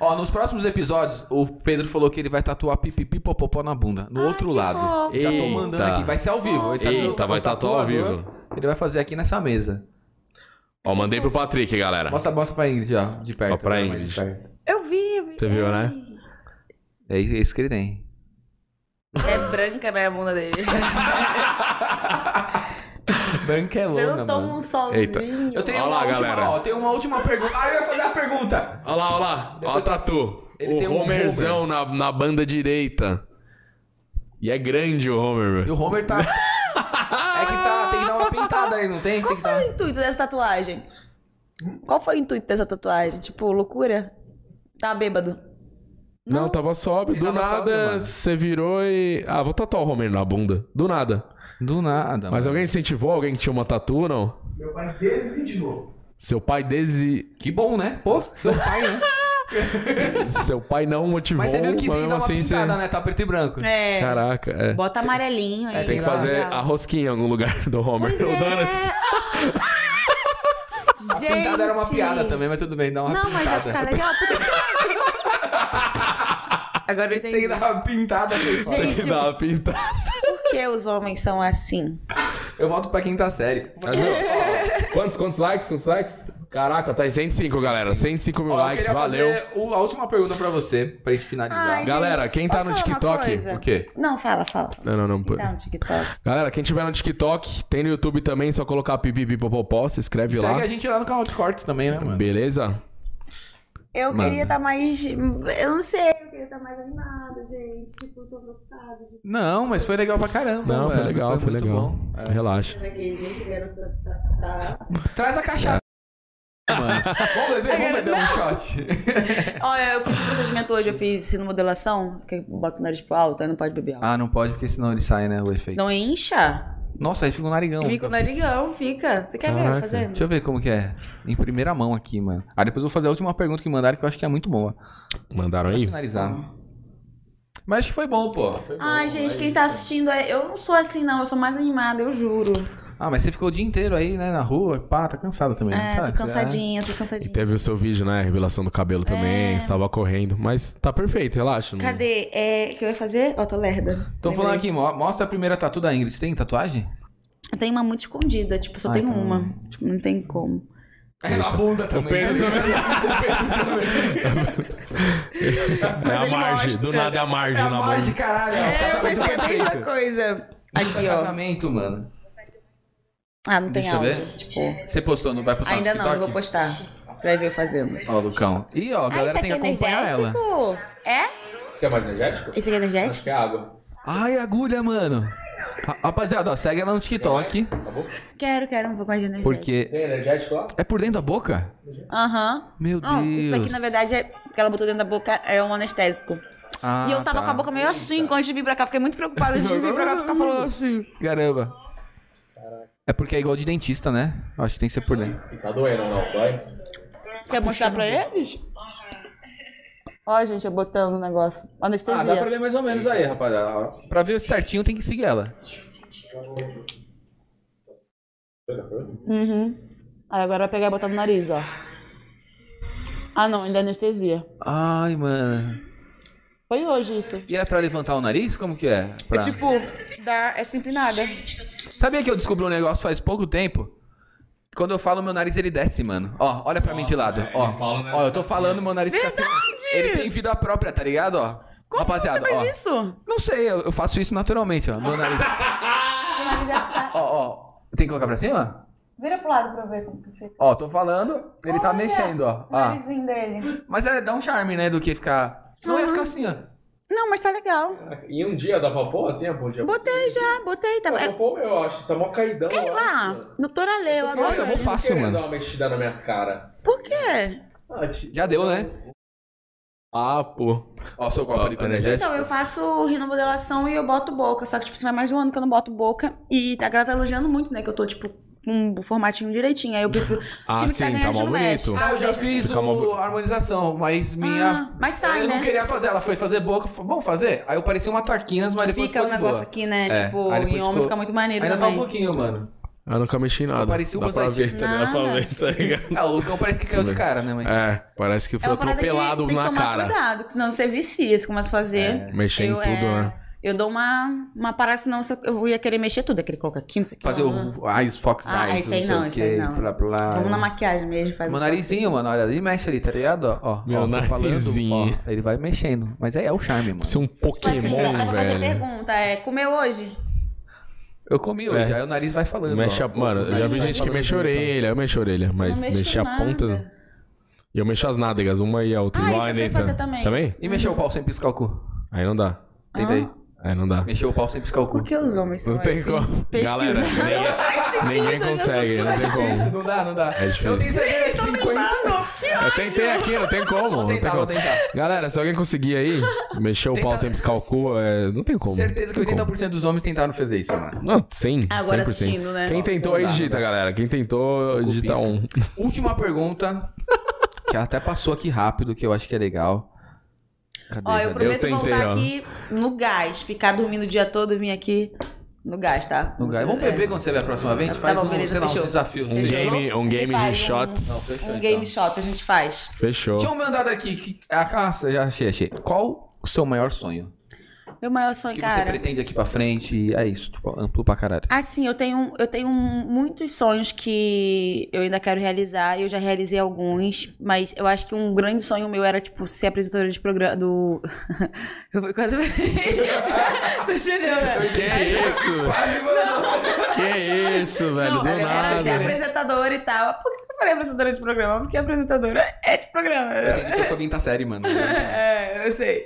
Ó, nos próximos episódios, o Pedro falou que ele vai tatuar pipipi popopó na bunda. No outro lado. fofo. Já tô mandando Eita. aqui. Vai ser ao vivo. Ele tá- Eita, o vai tatuar ao tatuador vivo. Ele vai fazer aqui nessa mesa. Ó, mandei pro Patrick, galera. Mostra a bosta pra Ingrid, ó, de perto. Tá. Ó, pra Vai, mais Ingrid. de perto. Eu vi, eu vi. Você viu, né? É isso é isso que ele tem. É branca, né, a bunda dele. Você Branquelona, não toma mano. um solzinho. Eu tenho Olha uma lá, última, galera. ó, eu tenho uma última pergunta. Ah, eu ia fazer a pergunta. Olha lá, olha lá. Olha o tatu. Ele tem o um Homerzão na, na banda direita. E é grande o Homer, E velho. o Homer tá... é que tá, tem que dar uma pintada aí, não tem? Qual Tem que foi dar... o intuito dessa tatuagem? Qual foi o intuito dessa tatuagem? Tipo, loucura? Tá bêbado. Não, tava sobe. Ele Do tava sóbrio, nada, mano. você virou e. Ah, vou tatuar o Homer na bunda. Do nada. Do nada, Mas mano. alguém incentivou? Alguém que tinha uma tatu, não? Meu pai desistindo. Seu pai desi... Que bom, né? Pô, seu pai, né? Seu pai não motivou, Mas mas, você viu que tem que mesmo dar uma assim você... pintada, né? Tá preto e branco. É. Caraca, é. Bota amarelinho aí. Tem que fazer a rosquinha em algum lugar do Homer. Pois O Donuts. é. A Gente. pintada era uma piada também, mas tudo bem, dá uma Não, pintada. mas vai ficar legal. Por que que você- Agora eu Tem que entendi. dar uma pintada. né? aqui, fala. Tem que Gente, dar uma pintada. Por que os homens são assim? Eu volto pra quinta série. Mas, meu, quantos, quantos likes? Quantos likes? Caraca, tá em 105, galera. 105 mil Ó, eu likes, queria valeu. fazer o- a última pergunta pra você, pra gente finalizar. Ai, Galera, Gente, quem tá posso no falar uma TikTok. coisa? O quê? Não, fala, fala. Não, não, não. pô. Tá no TikTok. Galera, quem tiver no TikTok, tem no YouTube também, só colocar pipipipopopó, se inscreve lá. Segue a gente lá no canal de cortes também, né, mano? Beleza? Eu Mano. queria estar mais. Eu não sei. Eu queria estar mais animada, gente. Tipo, tô preocupada. Gente, Não, mas foi legal pra caramba. Não, foi mano. legal, foi, muito legal. bom. É. Relaxa. aqui, gente, garota. Traz a cachaça. É. mano. Vamos beber, vamos beber um shot. Olha, eu fiz um procedimento hoje, eu fiz remodelação, que bota o nariz pro alto, aí não pode beber álcool. Ah, não pode, porque senão ele sai, né, o efeito. Senão incha, Nossa, aí fica um narigão. fica o narigão, fica. Você quer ver Caraca. eu fazendo? Deixa eu ver como que é. Em primeira mão aqui, mano. Ah, depois eu vou fazer a última pergunta que mandaram, que eu acho que é muito boa. Mandaram Pra aí? finalizar. Mas acho que foi bom, pô. Ai, gente, quem tá assistindo, é- eu não sou assim, não, eu sou mais animada, eu juro. Ah, mas você ficou o dia inteiro aí, né, na rua. e Pá, tá cansado também. não É, tá? tô cansadinha, tô cansadinha. Teve o seu vídeo, né? Revelação do cabelo também. Você tava correndo. Mas tá perfeito, relaxa. não- É. Cadê? É, que eu ia fazer? Ó, tô lerda. Estão Então, falando aqui, mo- mostra a primeira tatu da Ingrid. Você tem tatuagem? Eu tenho uma muito escondida, tipo, só Ah, tem então- uma. Tipo, não tem como. É na bunda O Pedro também. é a ele Marge. Do mostra. nada é a Marge na mão. caralho. É, eu pensei a mesma coisa. Aqui, ó. Casamento, mano. Ah, não tem Deixa eu ver. Tá, áudio. Tipo, Você postou, não vai postar ainda no não, não vou TikTok? postar. Você vai ver eu fazendo. Ó, Lucão. Ih, ó, a Ah, galera isso tem aqui que é acompanhar ela. energético? É? Você quer mais energético? Esse aqui é energético? que é água. Ai, agulha, mano. Ra- Rapaziada, ó, segue ela no TikTok. Quero, quero um pouco mais de energético. Porque. Tem energético lá? É por dentro da boca? Aham. Meu Deus. Ó, isso aqui, na verdade, é... o que ela botou dentro da boca é um anestésico. Ah, e eu tava tá. com a boca meio assim quando a gente vir pra cá. Fiquei muito preocupada antes de vir pra cá ficar falando assim. Caramba. É porque é igual de dentista, né? Eu Acho que tem que ser por dentro. Tá doendo, não, dói? Quer mostrar pra eles? Ó, gente, eu botando o negócio. Anestesia. ver mais ou menos aí, rapaziada. Pra ver certinho, tem que seguir ela. Uhum. Aí agora vai pegar e botar no nariz, ó. Ah, não, ainda é anestesia. Ai, mano. Foi hoje isso. E é pra levantar o nariz? Como que é? Pra... Tipo, dá essa empinada. Sabia que eu descobri um negócio faz pouco tempo? Quando eu falo, meu nariz ele desce, mano. Ó, olha pra mim de lado. é, Ó, ó, eu tô falando, meu nariz fica assim. Ele tem vida própria, tá ligado? Ó. Como Rapaziada, você faz ó. isso? Não sei, eu, eu faço isso naturalmente, ó. Meu nariz. ó, ó. Tem que colocar pra cima? Vira pro lado pra eu ver como que fica Ó, tô falando, ele tá mexendo, ó. o Ah, narizinho dele. Mas é, dá um charme, né, do que ficar. Senão ia ficar assim, ó. Não, mas tá legal. E um dia dá pra pôr assim, a dia? Botei já, botei. Tá... É, pôr, eu acho. Tá mó caidão. Sei lá, doutora Lê, eu adoro. Nossa, eu vou fácil, mano. uma mexida na minha cara. Por quê? Já deu, né? Ah, pô. Ó, seu copo Ó, ali com energético. Então, eu faço rinomodelação e eu boto boca. Só que, tipo, assim, vai mais de um ano que eu não boto boca. E a galera tá elogiando muito, né? Que eu tô, tipo, com o formatinho direitinho. Aí eu prefiro. Ah, Tive que sim, tá tá ganhando mó de médico. bonito. Ah, eu já fiz Fica uma o... bo- a harmonização, mas minha. Ah, mas sai, eu não né? queria fazer, ela foi fazer boca, falou, vamos fazer? Aí eu pareci uma Tarquinas, mas depois Fica o ficou de negócio boa. aqui, né? É, Tipo, aí depois em homem ficou- fica muito maneiro Ainda tá também. um pouquinho, mano. Eu nunca mexi em nada. Parecia um Dá pra mosaico. ver, tá ligado? Dá pra ver, tá ligado? Ah, o Lucão parece que caiu de cara, né? Mas... É, parece que É foi uma parada que atropelado tem que na tomar cara. É, cuidado, que senão você vicia, você começa a fazer. Mexer em Eu, tudo, é, né? Eu dou uma, uma parada, senão se eu- eu ia querer mexer tudo. Eu queria colocar aqui, não sei o que. Fazer lá. o Eyes Fox Ah, Eyes, esse aí sei não, o esse aí quê, não. Blá, blá. Vamos na maquiagem mesmo. Faz Meu narizinho, mano, olha ali, mexe ali, tá ligado? Ó, ó, Meu ó, tô falando, narizinho. ó, ele vai mexendo. Mas é, é o charme, mano. Isso é um Tipo assim, dá Pokémon, dá pra fazer velho. pergunta. É, comeu hoje? Eu comi hoje, aí o nariz vai falando. É. Mexe ó. a, mano, eu O já nariz vi vai gente que falando né? mexe a junto, ó. orelha, eu mexo a orelha, mas mexo mexer a nada. ponta. E eu mexo as nádegas, uma e a outra. Ah, igual isso a eu sei Anitta. fazer também. Também? E mexer o pau sem piscar o cu. Aí não dá. Tenta aí. Aí não dá. Mexer o pau sem piscar Ah. o cu. Por que os homens são Não tem assim? como. Pesquisar. Galera, ninguém, ninguém consegue, não tem como. não dá, não dá. É difícil. Eu tenho certeza que é 50. Eu tentei aqui, não tem como. Não tem tentar, como. vou tentar. Galera, se alguém conseguir aí, mexer o pau Tenta- sem piscar o cu, é, não tem como. Certeza que Não tem como. 80% dos homens tentaram fazer isso, mano. Não, sim. Agora assistindo, né? Quem tentou Não aí dá, não digita, dá. galera. Quem tentou, cu digita pisca. um. Última pergunta, que ela até passou aqui rápido, que eu acho que é legal. Cadê, Ó, eu cadê? prometo tentei, voltar ó. aqui no gás. Ficar dormindo o dia todo, vir aqui no gás, tá? Não ganha. Vamos É. beber quando você vier a próxima vez? A gente Tá faz bom, um, beleza, sei lá, uns fechou. desafios. Um Fechou? game, um A gente game faz de um- shots. Não, fechou, um então. game shots a gente faz. Fechou. Tinha um mandado aqui, que... a caça, já achei, achei. Qual o seu maior sonho? Meu maior sonho, que você cara. pretende aqui pra frente e é isso, tipo, amplo pra caralho. Assim, eu tenho, eu tenho muitos sonhos que eu ainda quero realizar. e Eu já realizei alguns, mas eu acho que um grande sonho meu era, tipo, ser apresentadora de programa do. eu fui quase. Você entendeu, né? Que isso? Quase, mano! Que isso, velho? Não, é, Do era ser nada. né? apresentadora e tal. Por que eu falei apresentadora de programa? Porque apresentadora é de programa. Eu entendi que eu sou quinta série, mano. É, eu sei.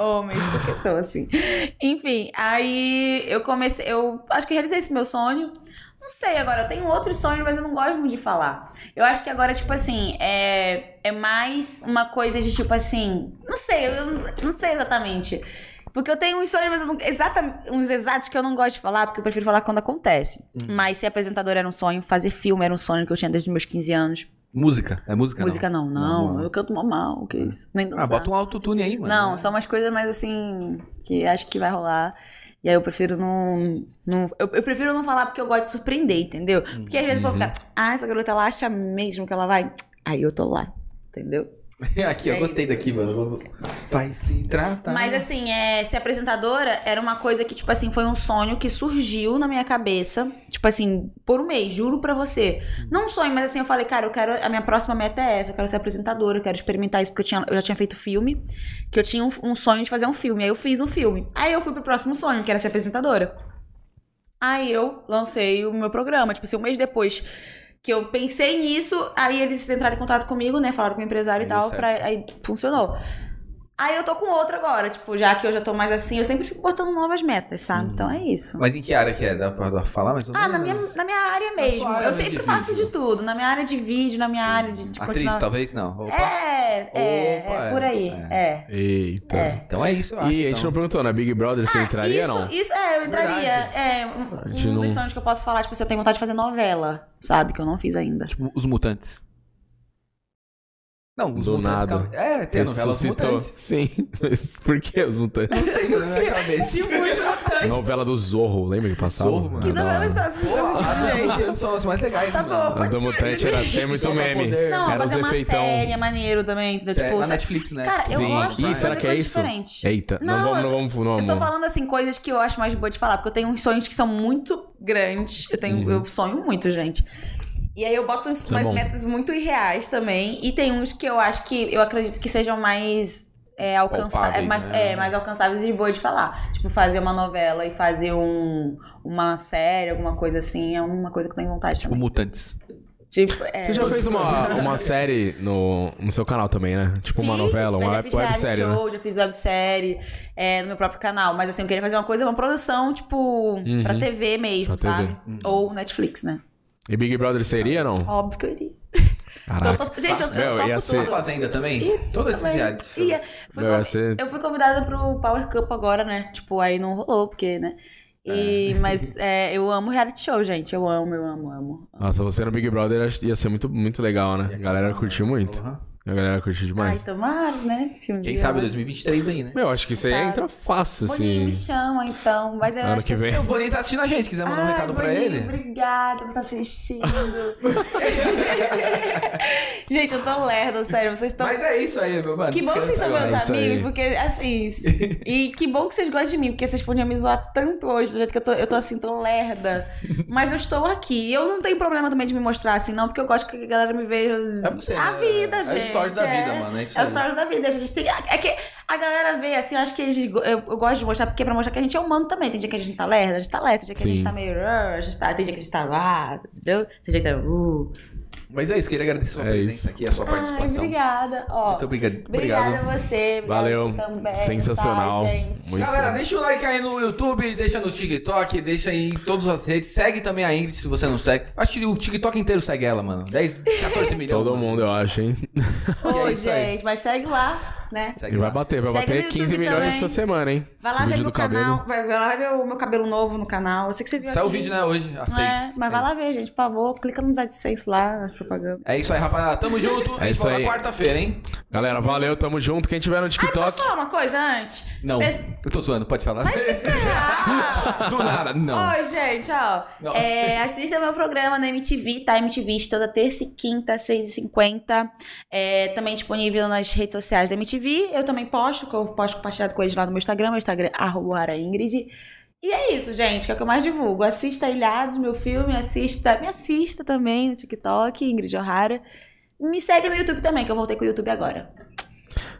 Homens, porque são assim. Enfim, aí eu comecei. Eu acho que realizei esse meu sonho. Não sei agora, eu tenho outros sonhos, mas eu não gosto muito de falar. Eu acho que agora, tipo assim, é, é mais uma coisa de tipo assim. Não sei, eu- eu não sei exatamente. Porque eu tenho uns sonhos, mas eu não, exata, uns exatos que eu não gosto de falar, porque eu prefiro falar quando acontece. Mas ser apresentadora era um sonho, fazer filme era um sonho que eu tinha desde os meus 15 anos. Música, é música? Música não, Não, não. não. Eu canto mó mal, o que é isso? Nem Não. Ah, dançar. bota um autotune aí, mano. Não, são umas coisas mais assim que acho que vai rolar. E aí eu prefiro não. não eu, eu prefiro não falar porque eu gosto de surpreender, entendeu? Porque às vezes Uhum. eu vou ficar, ah, essa garota ela acha mesmo que ela vai. Aí eu tô lá, entendeu? aqui, eu gostei daqui, mano. Vai se tratar. É Mas assim, é, ser apresentadora era uma coisa que, tipo assim, foi um sonho que surgiu na minha cabeça. Tipo assim, por um mês, juro pra você. Não um sonho, mas assim, eu falei, cara, eu quero. A minha próxima meta é essa, eu quero ser apresentadora, eu quero experimentar isso, porque eu, tinha, eu já tinha feito filme, que eu tinha um, um sonho de fazer um filme. Aí eu fiz um filme. Aí eu fui pro próximo sonho, que era ser apresentadora. Aí eu lancei o meu programa, tipo assim, um mês depois. Que eu pensei nisso, aí eles entraram em contato comigo, né? Falaram com o empresário Aí e deu tal, certo. pra, aí funcionou. Aí eu tô com outra agora, tipo, já que eu já tô mais assim, eu sempre fico botando novas metas, sabe? Então é isso. Mas em que área que é? Dá pra dá pra falar mais ou Ah, menos? na minha, na minha área sua mesmo. área, né, eu sempre de faço vídeo. de tudo. Na minha área de vídeo, na minha área de, de Atriz, continuar- talvez? Não. Opa. É, é, Opa, é, é, por aí. é. É. Eita. É. Ah, Então é isso, eu acho. E a gente não então. perguntou, na Big Brother você entraria isso, ou não? Isso, é, eu entraria. Verdade. É, A um, gente um não- dos sonhos que eu posso falar, tipo, se eu tenho vontade de fazer novela, sabe? Que eu não fiz ainda. Tipo, os mutantes. Não, os Do mutantes. nada. cal- É, tem a novela Os Ressuscitou. Mutantes. Sim. Mas por que os mutantes? Não sei, né, na minha cabeça. Tipo, Ah, Novela do Zorro, lembra que passava? Zorro, mano. Ah, Que da novela hora. é está assistindo, Ah, os gente? mutantes são os mais legais, Tá mano. bom, A do pode ser, mutante era, gente. tem muito Só pra meme. poder- Não, Era os fazer uma efeitão. série é maneiro também, entendeu? Sério, Tipo, na sa- Netflix, né? Cara, eu Sim. gosto Ih, será de fazer que é coisas isso? diferentes. Eita, não, Não, vamos, eu não tô- vamos, não Eu vamos. tô falando assim coisas que eu acho mais boa de falar, porque eu tenho uns sonhos que são muito grandes. Eu tenho, Uhum. eu sonho muito, gente. E aí eu boto uns- Isso é umas bom. metas muito irreais também. E tem uns que eu acho que eu acredito que sejam mais é, alcança Palpáveis, é, mais, né? é, mais alcançáveis e boa de falar. Tipo, fazer uma novela e fazer um, uma série, alguma coisa assim, é uma coisa que eu tenho vontade é Tipo, também. mutantes. Tipo, é. Você já fez uma, uma série no, no seu canal também, né? Tipo uma Fiz, novela, uma já fiz web- reality websérie, né? show, já fiz websérie é, no meu próprio canal. Mas assim, eu queria fazer uma coisa, uma produção, tipo, Uhum. pra TV mesmo, Pra TV. sabe? Uhum. Ou Netflix, né? E Big Brother seria ou não? Óbvio que eu iria. Então, Caraca. eu tô- gente, eu, Ah, Meu, eu topo ia tudo. ser- A Fazenda também? Todos esses Também. é- reality. shows. Ia. Fui Meu, ia convi- ser- Eu fui convidada pro Power Cup agora, né? Tipo, aí não rolou, porque, né? E, Mas é, eu amo reality show, gente. Eu amo, eu amo, amo. Nossa, você no Big Brother acho que ia ser muito, muito legal, né? A galera curtiu muito. Porra. A galera curtiu Ai, demais. tomara, né? Se um Quem dia- sabe 2023 aí, né? Meu, acho que você Sabe? entra fácil, Boninho, assim. me chama, então. Mas Tá. eu Ano acho que vem. O Boninho tá assistindo a gente, quiser mandar um Ai, recado pra Boninho, ele. Obrigada por estar assistindo. Gente, eu tô lerda, sério. Vocês estão. Mas é isso aí, meu mano. Que bom que vocês são Descansa meus É isso aí. amigos, porque assim. s- e que bom que vocês gostam de mim, porque vocês podiam me zoar tanto hoje, do jeito que eu tô, eu tô assim, tão lerda. Mas eu estou aqui. E eu não tenho problema também de me mostrar assim, não, porque eu gosto que a galera me veja. É você, a né? vida, É gente. os stories da é. vida, mano, é isso É aí. os stories da vida, gente. Tem, é que a galera vê, assim, eu acho que eles, go- eu, eu gosto de mostrar, porque é pra mostrar que a gente é humano também. Tem dia que a gente não tá lerda, a gente tá lerda, tem dia que a Sim. gente tá meio. "Ah", A gente tá, tem dia que a gente tá. Ah, entendeu? Tem dia que tá. Uh. Mas é isso, queria agradecer a sua É presença isso. aqui, a sua Ai, participação. obrigada. Ó. Muito obrigado. Obrigada Obrigado. a você, obrigada Valeu. você também, Sensacional. tá, gente? Muito. Galera, deixa o like aí no YouTube, deixa no TikTok, deixa aí em todas as redes. Segue também a Ingrid se você não segue. Acho que o TikTok inteiro segue ela, mano. 10, 14 milhões. Todo mano. mundo, eu acho, hein? Ô, E é isso aí. gente, mas segue lá, né? Segue Ele vai lá. bater, vai Segue no bater YouTube 15 milhões também. essa semana, hein? Vai lá O ver vídeo meu do cabelo. canal, vai, vai lá ver o meu cabelo novo no canal. Eu sei que você viu Saiu o aqui. vídeo, né, hoje, às 6. É, mas vai lá ver, gente, por favor, clica nos AdSense lá, nas propagandas. É isso aí, rapaziada. Tamo junto. É a gente isso volta aí. quarta-feira, hein? Galera, valeu, tamo junto. Quem tiver no Posso TikTok. falar uma coisa antes? Não. Pes- Eu tô zoando, pode falar. Vai se ferrar! Do nada, não. Oi, gente, ó. Não. É, assista meu programa na MTV, tá? MTV toda terça e quinta, 6h50. É, também disponível nas redes sociais da MTV. Eu também posto, que eu posto compartilhado com eles lá no meu Instagram, meu Instagram é arroba Ara Ingrid. E é isso, gente, que é o que eu mais divulgo. Assista Ilhados, meu filme, assista, me assista também no TikTok, Ingrid O'Hara. Me segue no YouTube também, que eu voltei com o YouTube agora.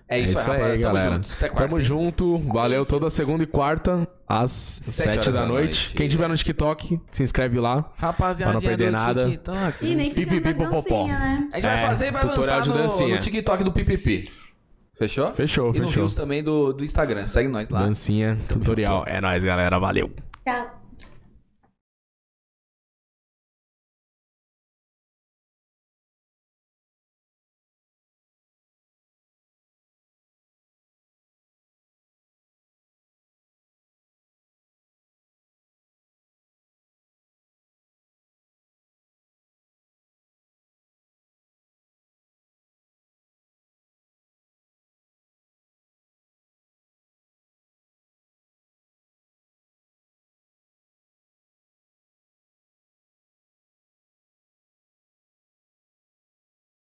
É isso, aí, rapaziada. Tamo junto. Até quarta. Tamo junto. Valeu toda segunda e quarta, às 7 horas da da noite. noite. Quem tiver no TikTok, se inscreve lá. Rapaziada, Pra não perder do nada. TikTok. né? E nem fiz Uhum. Pi, pi, pi, mais pó, pó, pó. dancinha, né? A gente vai É, fazer e vai tutorial lançar de no, dancinha. no TikTok do PPP. Fechou? Fechou, E no fechou. Reels também do, do Instagram. Segue nós lá. Dancinha, tutorial. É nóis, galera. Valeu. Tchau.